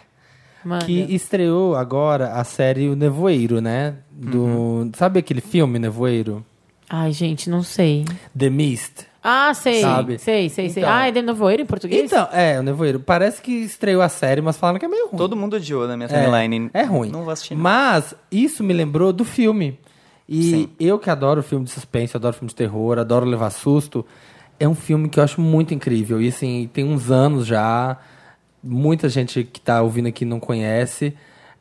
Manda.
Que estreou agora a série O Nevoeiro, né? Do,
Uhum.
Sabe aquele filme Nevoeiro?
Ai, gente, não sei.
The Mist.
Ah, sei.
Sabe?
Sei, sei, sei.
Então.
Ah, é de Novoeiro em português?
Então, é, O Nevoeiro. Parece que estreou a série, mas falaram que é meio ruim.
Todo mundo odiou na minha timeline.
É, é ruim.
Não vou assistir. não.
Mas isso me lembrou do filme. E
Sim.
eu que adoro filme de suspense, adoro filme de terror, adoro levar susto. É um filme que eu acho muito incrível. E assim, tem uns anos já. Muita gente que tá ouvindo aqui não conhece.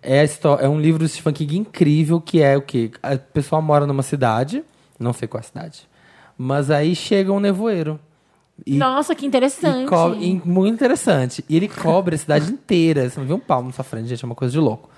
É, a histó- é um livro do Stephen King incrível, que é o quê? A pessoa mora numa cidade, não sei qual é a cidade, mas aí chega um nevoeiro. E
Nossa, que interessante.
e co- e muito interessante. E ele cobre a cidade inteira. Você não vê um palmo na sua frente, gente. É uma coisa de louco.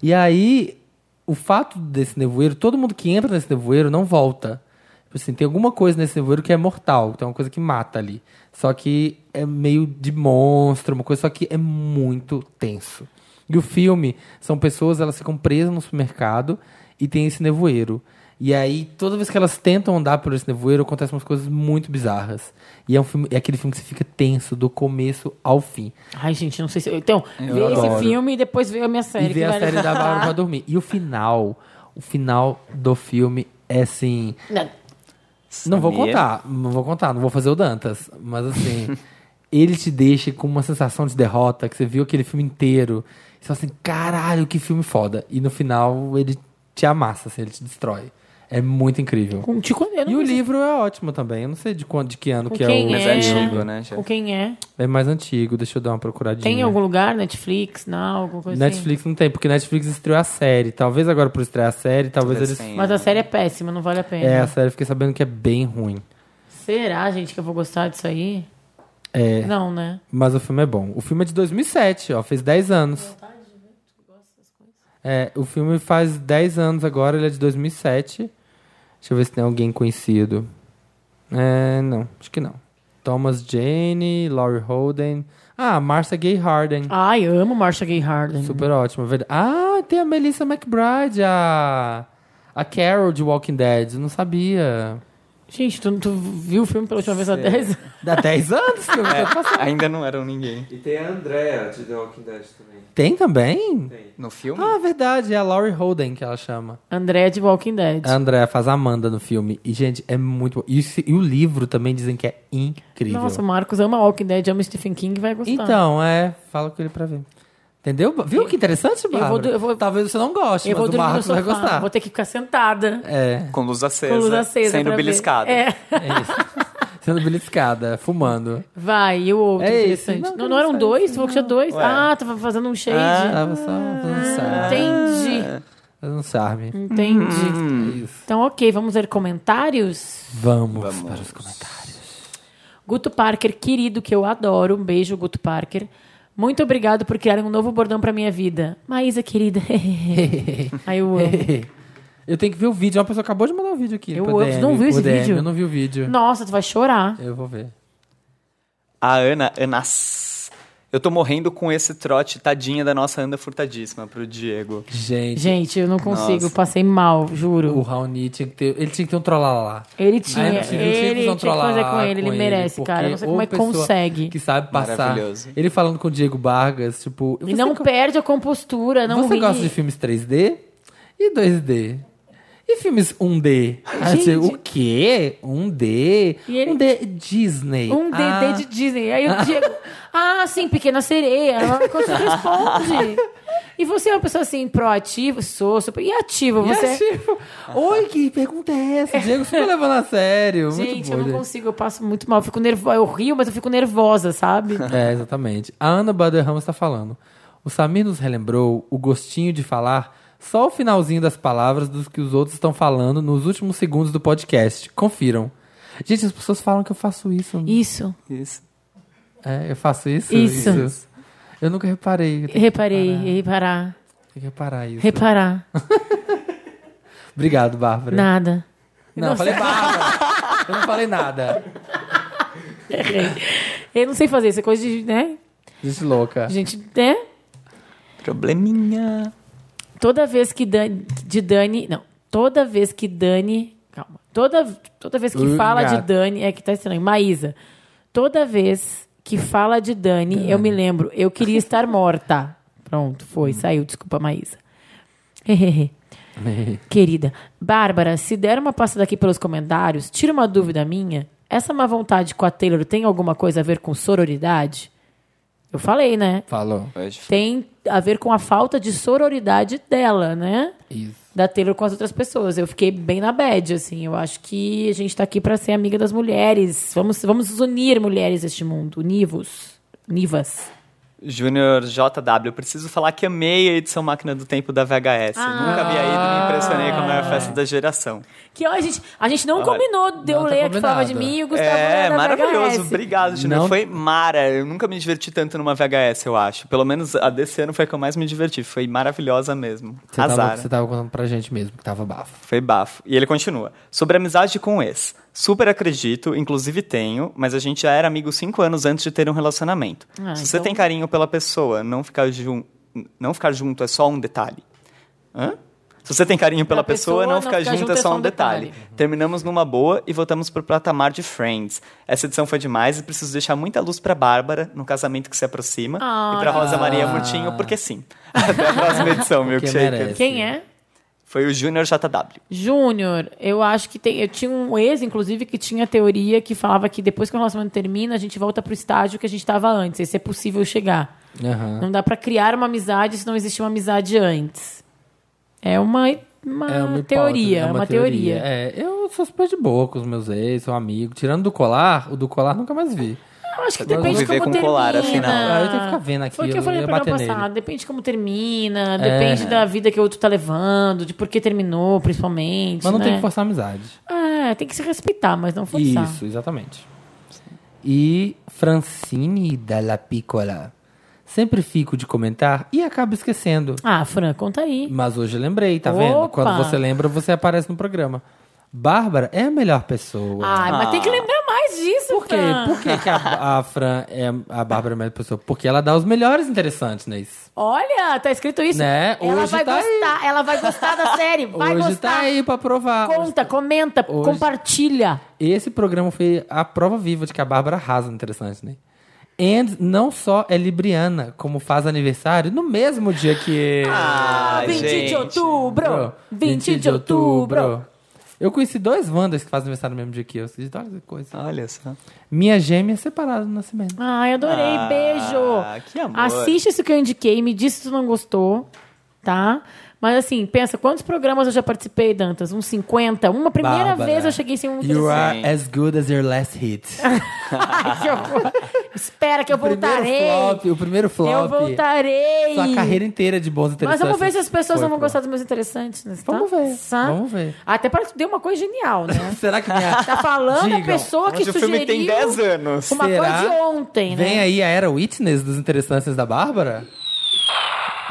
E aí, o fato desse nevoeiro, todo mundo que entra nesse nevoeiro não volta. Tipo Assim, tem alguma coisa nesse nevoeiro que é mortal, tem uma coisa que mata ali. Só que é meio de monstro, uma coisa, só que é muito tenso. E o filme são pessoas, elas ficam presas no supermercado e tem esse nevoeiro. E aí, toda vez que elas tentam andar por esse nevoeiro, acontecem umas coisas muito bizarras. E é, um filme, é aquele filme que você fica tenso do começo ao fim.
Ai, gente, não sei se. Então, vê esse
adoro.
filme e depois vê a minha série.
e
que
ver a
vai
série da Bárbara pra dormir. E o final, o final do filme é assim...
Não,
Não vou
Samir.
contar, não vou contar, não vou fazer o Dantas. Mas assim, ele te deixa com uma sensação de derrota, que você viu aquele filme inteiro. E você fala assim, caralho, que filme foda. E no final ele te amassa, assim, ele te destrói. É muito incrível.
Com, te conheço.
E o livro é ótimo também. Eu não sei de quando, de que ano
Com
que é
quem
o.
é?
Mas é antigo, né? já.
Com quem é?
É mais antigo, deixa eu dar uma procuradinha.
Tem em algum lugar? Netflix? Não, alguma coisa assim?
Netflix não tem, porque Netflix estreou a série. Talvez agora por estrear a série, talvez,
Talvez
eles.
assim?
tenha.
Mas a série é péssima, não vale a pena.
É, a série eu fiquei sabendo que é bem ruim.
Será, gente, que eu vou gostar disso aí?
É.
Não, né?
Mas o filme é bom. O filme é de 2007, ó, fez 10 anos. É, o filme faz 10 anos agora, ele é de 2007. Deixa eu ver se tem alguém conhecido. É, não, acho que não. Thomas Jane, Laurie Holden. Ah, Marcia Gay Harden.
Ai, eu amo Marcia Gay Harden.
Super ótimo, é verdade. Ah, tem a Melissa McBride, a, a Carol de Walking Dead. Eu Não sabia.
Gente, tu, tu viu o filme pela última vez há 10 anos?
Dá 10 anos que eu
É, ainda não eram ninguém.
E tem a Andrea de The Walking Dead também.
Tem também?
No filme?
Ah, verdade, é a Laurie Holden que ela chama.
André de Walking Dead.
A Andrea faz a Amanda no filme. E, gente, é muito bom. E, o ci- e o livro também dizem que é incrível.
Nossa, o Marcos ama Walking Dead, ama Stephen King, vai gostar.
Então, é, fala com ele pra ver. Entendeu? Viu que interessante, Bárbara?
vou do- eu vou-
Talvez você não goste,
eu vou
mas o
dormir no
Marcos vai
sofá,
gostar.
vou ter que ficar sentada.
É,
Com luz acesa.
Com luz acesa pra
Sendo
ver.
beliscado.
É.
é isso. Sendo beliscada, fumando.
Vai, e o outro,
É esse.
interessante.
Não,
Não, não, eram
não
dois? Tu falou que tinha dois?
Ué.
Ah, tava fazendo um shade.
Tava só fazendo um sarme.
Entendi,
Fazendo um sarme. Hum.
entendi.
Isso.
Então, ok, vamos ler comentários?
Vamos, para os comentários.
Guto Parker, querido, que eu adoro. Um beijo, Guto Parker. Muito obrigado por criar um novo bordão pra minha vida. Maísa, querida. Aí eu amo.
Eu tenho que ver o vídeo. Uma pessoa acabou de mandar um vídeo aqui.
Eu
pro
amo. Tu não viu
pro
esse vídeo?
Eu não vi o vídeo.
Nossa, tu vai chorar.
Eu vou ver.
A Ana, Anas. Eu tô morrendo com esse trote, tadinha da nossa anda furtadíssima pro Diego.
Gente,
Gente, eu não consigo.
Nossa.
Passei mal, juro.
o Raoni tinha que ter... Ele tinha que ter um trollalá.
Ele tinha,
Ai, Né? não tinha, Assim, não tinha
ele tinha que
controlar
fazer com ele, ele merece,
porque
cara. Eu não sei como
ou
é que
pessoa
consegue.
Que sabe passar.
Maravilhoso.
Ele falando com o Diego Vargas, tipo.
E não
você,
perde a compostura, não
você
ri.
gosta de filmes 3D e 2D? E filmes 1D? Aí você,
Gente.
o quê? 1D?
E ele-
1D Disney.
Um DD
Ah,
de Disney. Aí o Diego, ah, sim, pequena sereia. Ela quando você responde. E você é uma pessoa assim, proativa, sou, super. E ativa,
e
você.
é tipo, Oi, que pergunta é essa? O Diego super levando a sério. muito
Gente,
bom,
eu não
gente.
consigo, eu passo muito mal. Eu fico nervosa. Eu rio, mas eu fico nervosa, sabe?
É, exatamente. A Ana Bader Ramos está falando. O Samir nos relembrou o gostinho de falar só o finalzinho das palavras dos que os outros estão falando nos últimos segundos do podcast. Confiram. Gente, as pessoas falam que eu faço isso.
Isso.
Isso.
É, eu faço isso?
Isso.
Eu nunca reparei. Eu tenho
Reparei, reparar,
que reparar isso.
reparar.
Obrigado, Bárbara.
Nada.
Não, eu falei Bárbara. eu não falei nada.
Eu não sei fazer, isso é coisa de, né?
Gente louca.
Gente, né?
Probleminha.
Toda vez que Dani. De Dani. Não. Toda vez que Dani. Calma. Toda, toda vez que
Uh,
fala de
gato.
Dani. É que tá estranho. Maísa. Toda vez que fala de Dani, eu me lembro. Eu queria estar morta. Pronto,
Hum.
foi, saiu. Desculpa, Maísa. Querida, Bárbara, se der uma passada aqui pelos comentários, tira uma dúvida minha. Essa má vontade com a Taylor tem alguma coisa a ver com sororidade? Eu falei, né?
Falou.
Hoje.
tem a ver com a falta de sororidade dela, né?
Isso.
Da Taylor com as outras pessoas. Eu fiquei bem na bad, assim. Eu acho que a gente tá aqui pra ser amiga das mulheres. Vamos, vamos nos unir, mulheres, deste mundo. Univos. Nivas.
Júnior JW, preciso falar que amei a edição Máquina do Tempo da VHS.
Ah.
Nunca havia ido e me impressionei com a maior festa da geração.
Que ó, a gente, a gente não
Olha,
combinou de eu
não tá
ler que falava
combinado.
de mim e o Gustavo
É,
ler da
maravilhoso.
VHS.
Obrigado, Júnior.
Não-
Foi mara. Eu nunca me diverti tanto numa VHS, eu acho. Pelo menos a desse ano foi a que eu mais me diverti. Foi maravilhosa mesmo.
Você tava,
Azar. né?
você tava contando pra gente mesmo que tava bafo.
Foi bafo. E ele continua. Sobre amizade com o ex. Super acredito, inclusive tenho, mas a gente já era amigo cinco anos antes de ter um relacionamento.
Ah,
Se você
então-
tem carinho pela pessoa, não ficar, jun... não ficar junto é só um detalhe. Hã? Se você tem carinho pela
Pela pessoa,
pessoa, não ficar junto, é só um detalhe. Terminamos numa boa e voltamos pro platamar de Friends. Essa edição foi demais e preciso deixar muita luz pra Bárbara no casamento que se aproxima
Ah,
e pra Rosa
que
Maria
fofo.
Murtinho, porque sim. Até a próxima edição, meu
Porque merece.
shaker.
Quem é?
Foi o Júnior JW.
Júnior, eu acho que tem. Eu tinha um ex, inclusive, que tinha teoria que falava que depois que o relacionamento termina, a gente volta pro estágio que a gente tava antes. Esse é possível chegar.
Aham.
Não dá pra criar uma amizade se não existir uma amizade antes. É uma, uma,
É uma hipótese,
teoria, é uma, teoria.
É, eu sou super de boa com os meus ex, sou amigo. Tirando do colar, o do colar nunca mais vi.
Eu acho que
Tem que
depende de
conviver
como
com
termina.
colar, afinal.
Ah, eu tenho que ficar vendo
Foi o que eu
aquilo,
falei
eu
no
ia
programa
bater
passado.
nele. É.
Depende de como termina, depende da vida que o outro tá levando, de por que terminou, principalmente.
Mas não
né?
tem que forçar a amizade.
É, tem que se respeitar, mas não forçar.
Isso, exatamente. E Francine Dalla Piccola. Sempre fico de comentar e acabo esquecendo.
Ah, Fran, conta aí.
Mas hoje eu lembrei, tá vendo?
Opa!
Quando você lembra, você aparece no programa. Bárbara é a melhor pessoa.
Ah, mas tem que lembrar mais disso,
Por quê?
Fran.
Por que, que a, a Fran é a Bárbara Melhor Pessoa? Porque ela dá os melhores interessantes, né? Isso.
Olha, tá escrito isso.
Né?
Ela
Hoje
vai
tá aí.
gostar, ela vai gostar da série, vai
Hoje
gostar.
tá aí pra provar.
Conta, comenta,
Hoje-
compartilha.
Esse programa foi a prova viva de que a Bárbara arrasa no interessante, né? And não só é libriana, como faz aniversário no mesmo dia que...
Ah,
20 de outubro! 20 de outubro!
Eu conheci dois Wanders que fazem aniversário no mesmo dia que eu. Vocês olha que coisa.
Olha só.
Minha gêmea é separada no nascimento.
Ai, adorei,
Ah,
beijo!
que amor.
Assiste isso que eu indiquei, me diz se tu não gostou, tá? Mas assim, pensa, quantos programas eu já participei, Dantas? Uns 50? Uma primeira
Bárbara,
vez eu cheguei sem um
You
interessante.
are as good as your last hit.
Ai, que horror. Espera que eu voltarei!
Primeiro flop, o primeiro flop.
Eu voltarei!
Sua carreira inteira de bons interessantes.
Mas vamos ver se as pessoas
foi
não vão
pro-
gostar dos meus interessantes, né?
Vamos
Tá?
ver,
Sá?
vamos ver.
Até parece que deu uma coisa genial, né?
Será que minha...
Tá falando a
Digam,
pessoa que
Onde o
sugeriu
filme tem 10 anos.
uma coisa de ontem, né?
Vem aí a era Witness dos interessantes da Bárbara?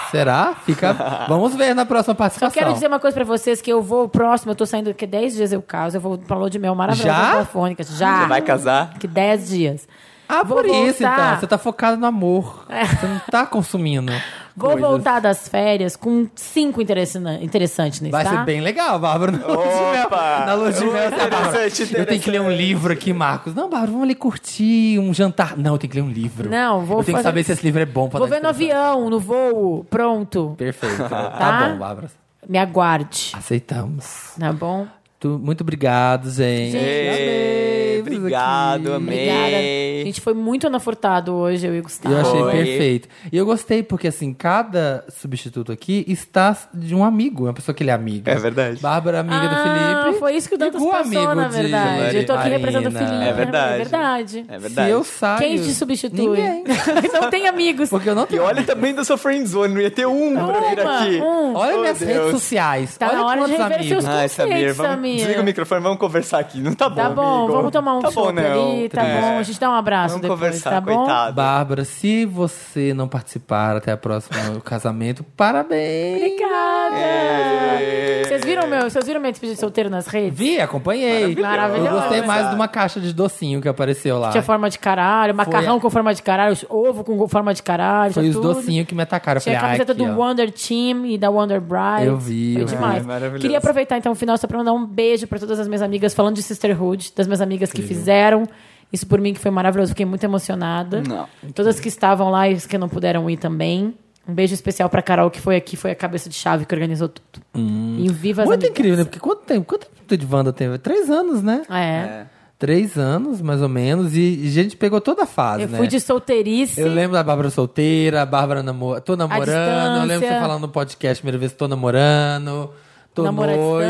Será? Fica. Vamos ver na próxima
Só
participação.
quero dizer uma coisa pra vocês, que eu vou próximo, eu tô saindo daqui 10 dias eu caso, eu vou pra Lua de Mel maravilhosa
Já?
telefônica. Já?
Você vai casar?
Que 10 dias.
Ah,
Vou
por isso
voltar. É.
então. Você tá focado no amor. Você não tá consumindo.
Vou
coisas.
voltar das férias com cinco interessina- interessantes,
Vai
tá?
ser bem legal, Bárbara. Na lua de mel.
Opa!
Na lua de mel, você
Interessante,
fala, Eu tenho
interessante.
que ler um livro aqui, Marcos. Não, Bárbara, vamos ali curtir um jantar. Não, eu tenho que ler um livro.
Não, vou
Eu tenho que
fazer-
saber se esse livro é bom pra
Vou
dar
ver no
interessante.
avião, no voo, pronto.
Perfeito. tá
Tá?
bom, Bárbara.
Me aguarde,
Aceitamos.
tá bom?
Tu- Muito obrigado, gente.
Ei,
Amei vocês
obrigado,
aqui.
amei.
Obrigada. A gente foi muito Ana Furtado hoje, eu e o Gustavo.
Eu achei
Foi.
perfeito. E eu gostei porque, assim, cada substituto aqui está de um amigo, uma pessoa que ele é amigo.
É verdade.
Bárbara, amiga
Ah,
do Felipe.
Foi isso que o Dantas
Gu,
passou,
amigo
na
de
verdade. Eu tô aqui
Marina.
representando o Felipe.
É
verdade.
É verdade.
É
Se
verdade.
eu saio...
Quem te substitui?
Ninguém.
não tem amigos.
Porque eu não
E
tenho...
olha também da sua friendzone, não ia ter um pra vir
Uma,
aqui.
um.
Olha
Oh,
minhas
Deus.
redes sociais.
Tá
olha
na hora de
quantos
rever
amigos.
seus-
Ai, Samir,
Conceitos,
vamos,
Samir.
desliga o microfone, vamos conversar aqui. Não tá bom,
Tá bom,
amigo.
vamos tomar um
tá
chopp
bom, não.
ali, tá
É.
bom? A gente dá um abraço
Vamos
depois,
conversar,
tá bom?
coitado.
Bárbara, se você não participar até a próxima casamento, parabéns.
Obrigada!
É.
Vocês viram meu, vocês viram minha despedida de solteiro nas redes?
Vi, acompanhei.
Maravilhoso.
Eu gostei mais
Maravilhosa.
de uma caixa de docinho que apareceu lá.
Tinha forma de caralho, macarrão com forma de caralho, ovo com forma de caralho,
Foi
tinha
os
tudo.
docinhos que me atacaram. Eu
Tinha a
falei, ah,
camiseta
aqui,
do
ó.
Wonder Team e da Wonder Bride.
Eu vi,
Foi
eu vi.
demais.
É, maravilhoso.
Queria aproveitar então o final só pra mandar um beijo pra todas as minhas amigas, falando de Sisterhood, das minhas amigas que fizeram. Isso por mim que foi maravilhoso, fiquei muito emocionada.
Não.
Todas que estavam lá e as que não puderam ir também. Um beijo especial pra Carol, que foi aqui, foi a cabeça de chave que organizou tudo. E viva as
Hum. Muito
amigas.
incrível, né? Porque quanto tempo? Quanto tempo de Wanda teve? Três anos, né?
É.
Três anos, mais ou menos. E, e a gente pegou toda a fase,
Eu
né?
fui de solteirice.
Eu lembro da Bárbara solteira, a Bárbara namor... tô namorando. Eu lembro você
distância.
falando no podcast, primeira vez, tô namorando, tô
Namoro à
noiva. É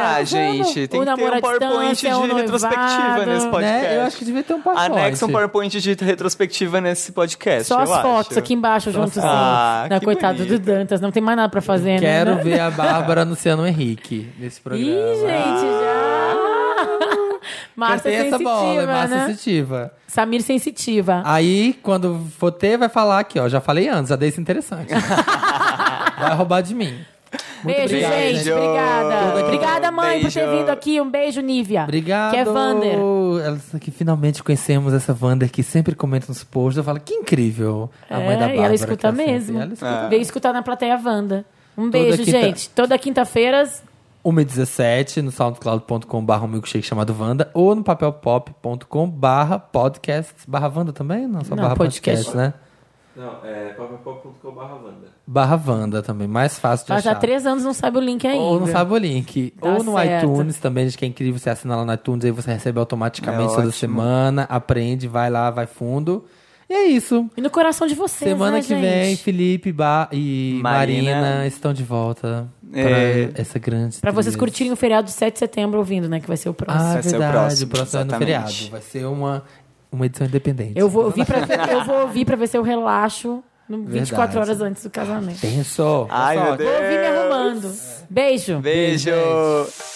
verdade,
Ah,
Né?
gente, tem
Tá O
que ter
namoro à
um PowerPoint de
distância, um noivado.
retrospectiva nesse podcast.
Né? Eu acho que devia ter um PowerPoint.
Anexa um PowerPoint de retrospectiva nesse podcast.
Só as
eu
fotos
acho.
aqui embaixo, juntos. assim.
Ah,
na
que
coitada do
bonito.
Dantas, não tem mais nada pra fazer, né?
Quero ver a Bárbara anunciando o Henrique nesse programa.
Ih, gente,
Porque
já. Márcia
tem essa bola, é
Ah! sensitiva,
massa Ah,
né?
sensitiva.
Samir sensitiva.
Aí, quando for ter, vai falar aqui, ó. Já falei antes, já dei esse interessante. vai roubar de mim. Muito
beijo,
obrigado,
gente.
gente.
Obrigada.
Beijo.
Obrigada, mãe, por ter
Beijo.
vindo aqui. Um beijo, Nívia.
Obrigado.
Que é Vander.
Elas que finalmente conhecemos essa Vander que sempre comenta nos posts. Eu falo, que incrível. A mãe da
É,
Bárbara.
e ela
que
escuta
ela sempre-
mesmo.
Ela escuta.
Veio escutar na plateia Wanda. Um beijo,
quinta-
gente. Toda quinta-feira.
1h17 no soundcloud.com.br um milkshake chamado Wanda ou no papelpop.com.br podcasts barra Wanda também? Não, só
Não,
barra podcast,
podcast.
né?
Não, é papapop.com.br
Barra Wanda também, mais fácil de
Faz há
achar.
três anos não sabe o link ainda.
Ou não sabe o link.
Tá
ou no
certo.
iTunes também, gente, que é incrível. Você assina lá no iTunes, aí você recebe automaticamente
É
toda
ótimo.
semana. Aprende, vai lá, vai fundo. E é isso.
E no coração de vocês,
semana
né,
que
gente?
vem, Felipe Ba e Marina.
Marina.
estão de volta
É.
pra essa grande.
Pra vocês
trilha.
curtirem o feriado de 7 de setembro ouvindo, né? Que vai ser o próximo.
Ah,
Vai ser o
verdade.
próximo,
o próximo é no
exatamente.
feriado. Vai ser uma, uma edição independente.
eu, vou ouvir pra ver, eu vou ouvir pra ver se eu relaxo no 24
Verdade.
horas antes do casamento.
Tenso.
Ai, meu Deus.
Vou ouvir me arrumando. Beijo.
Beijo.
Beijo.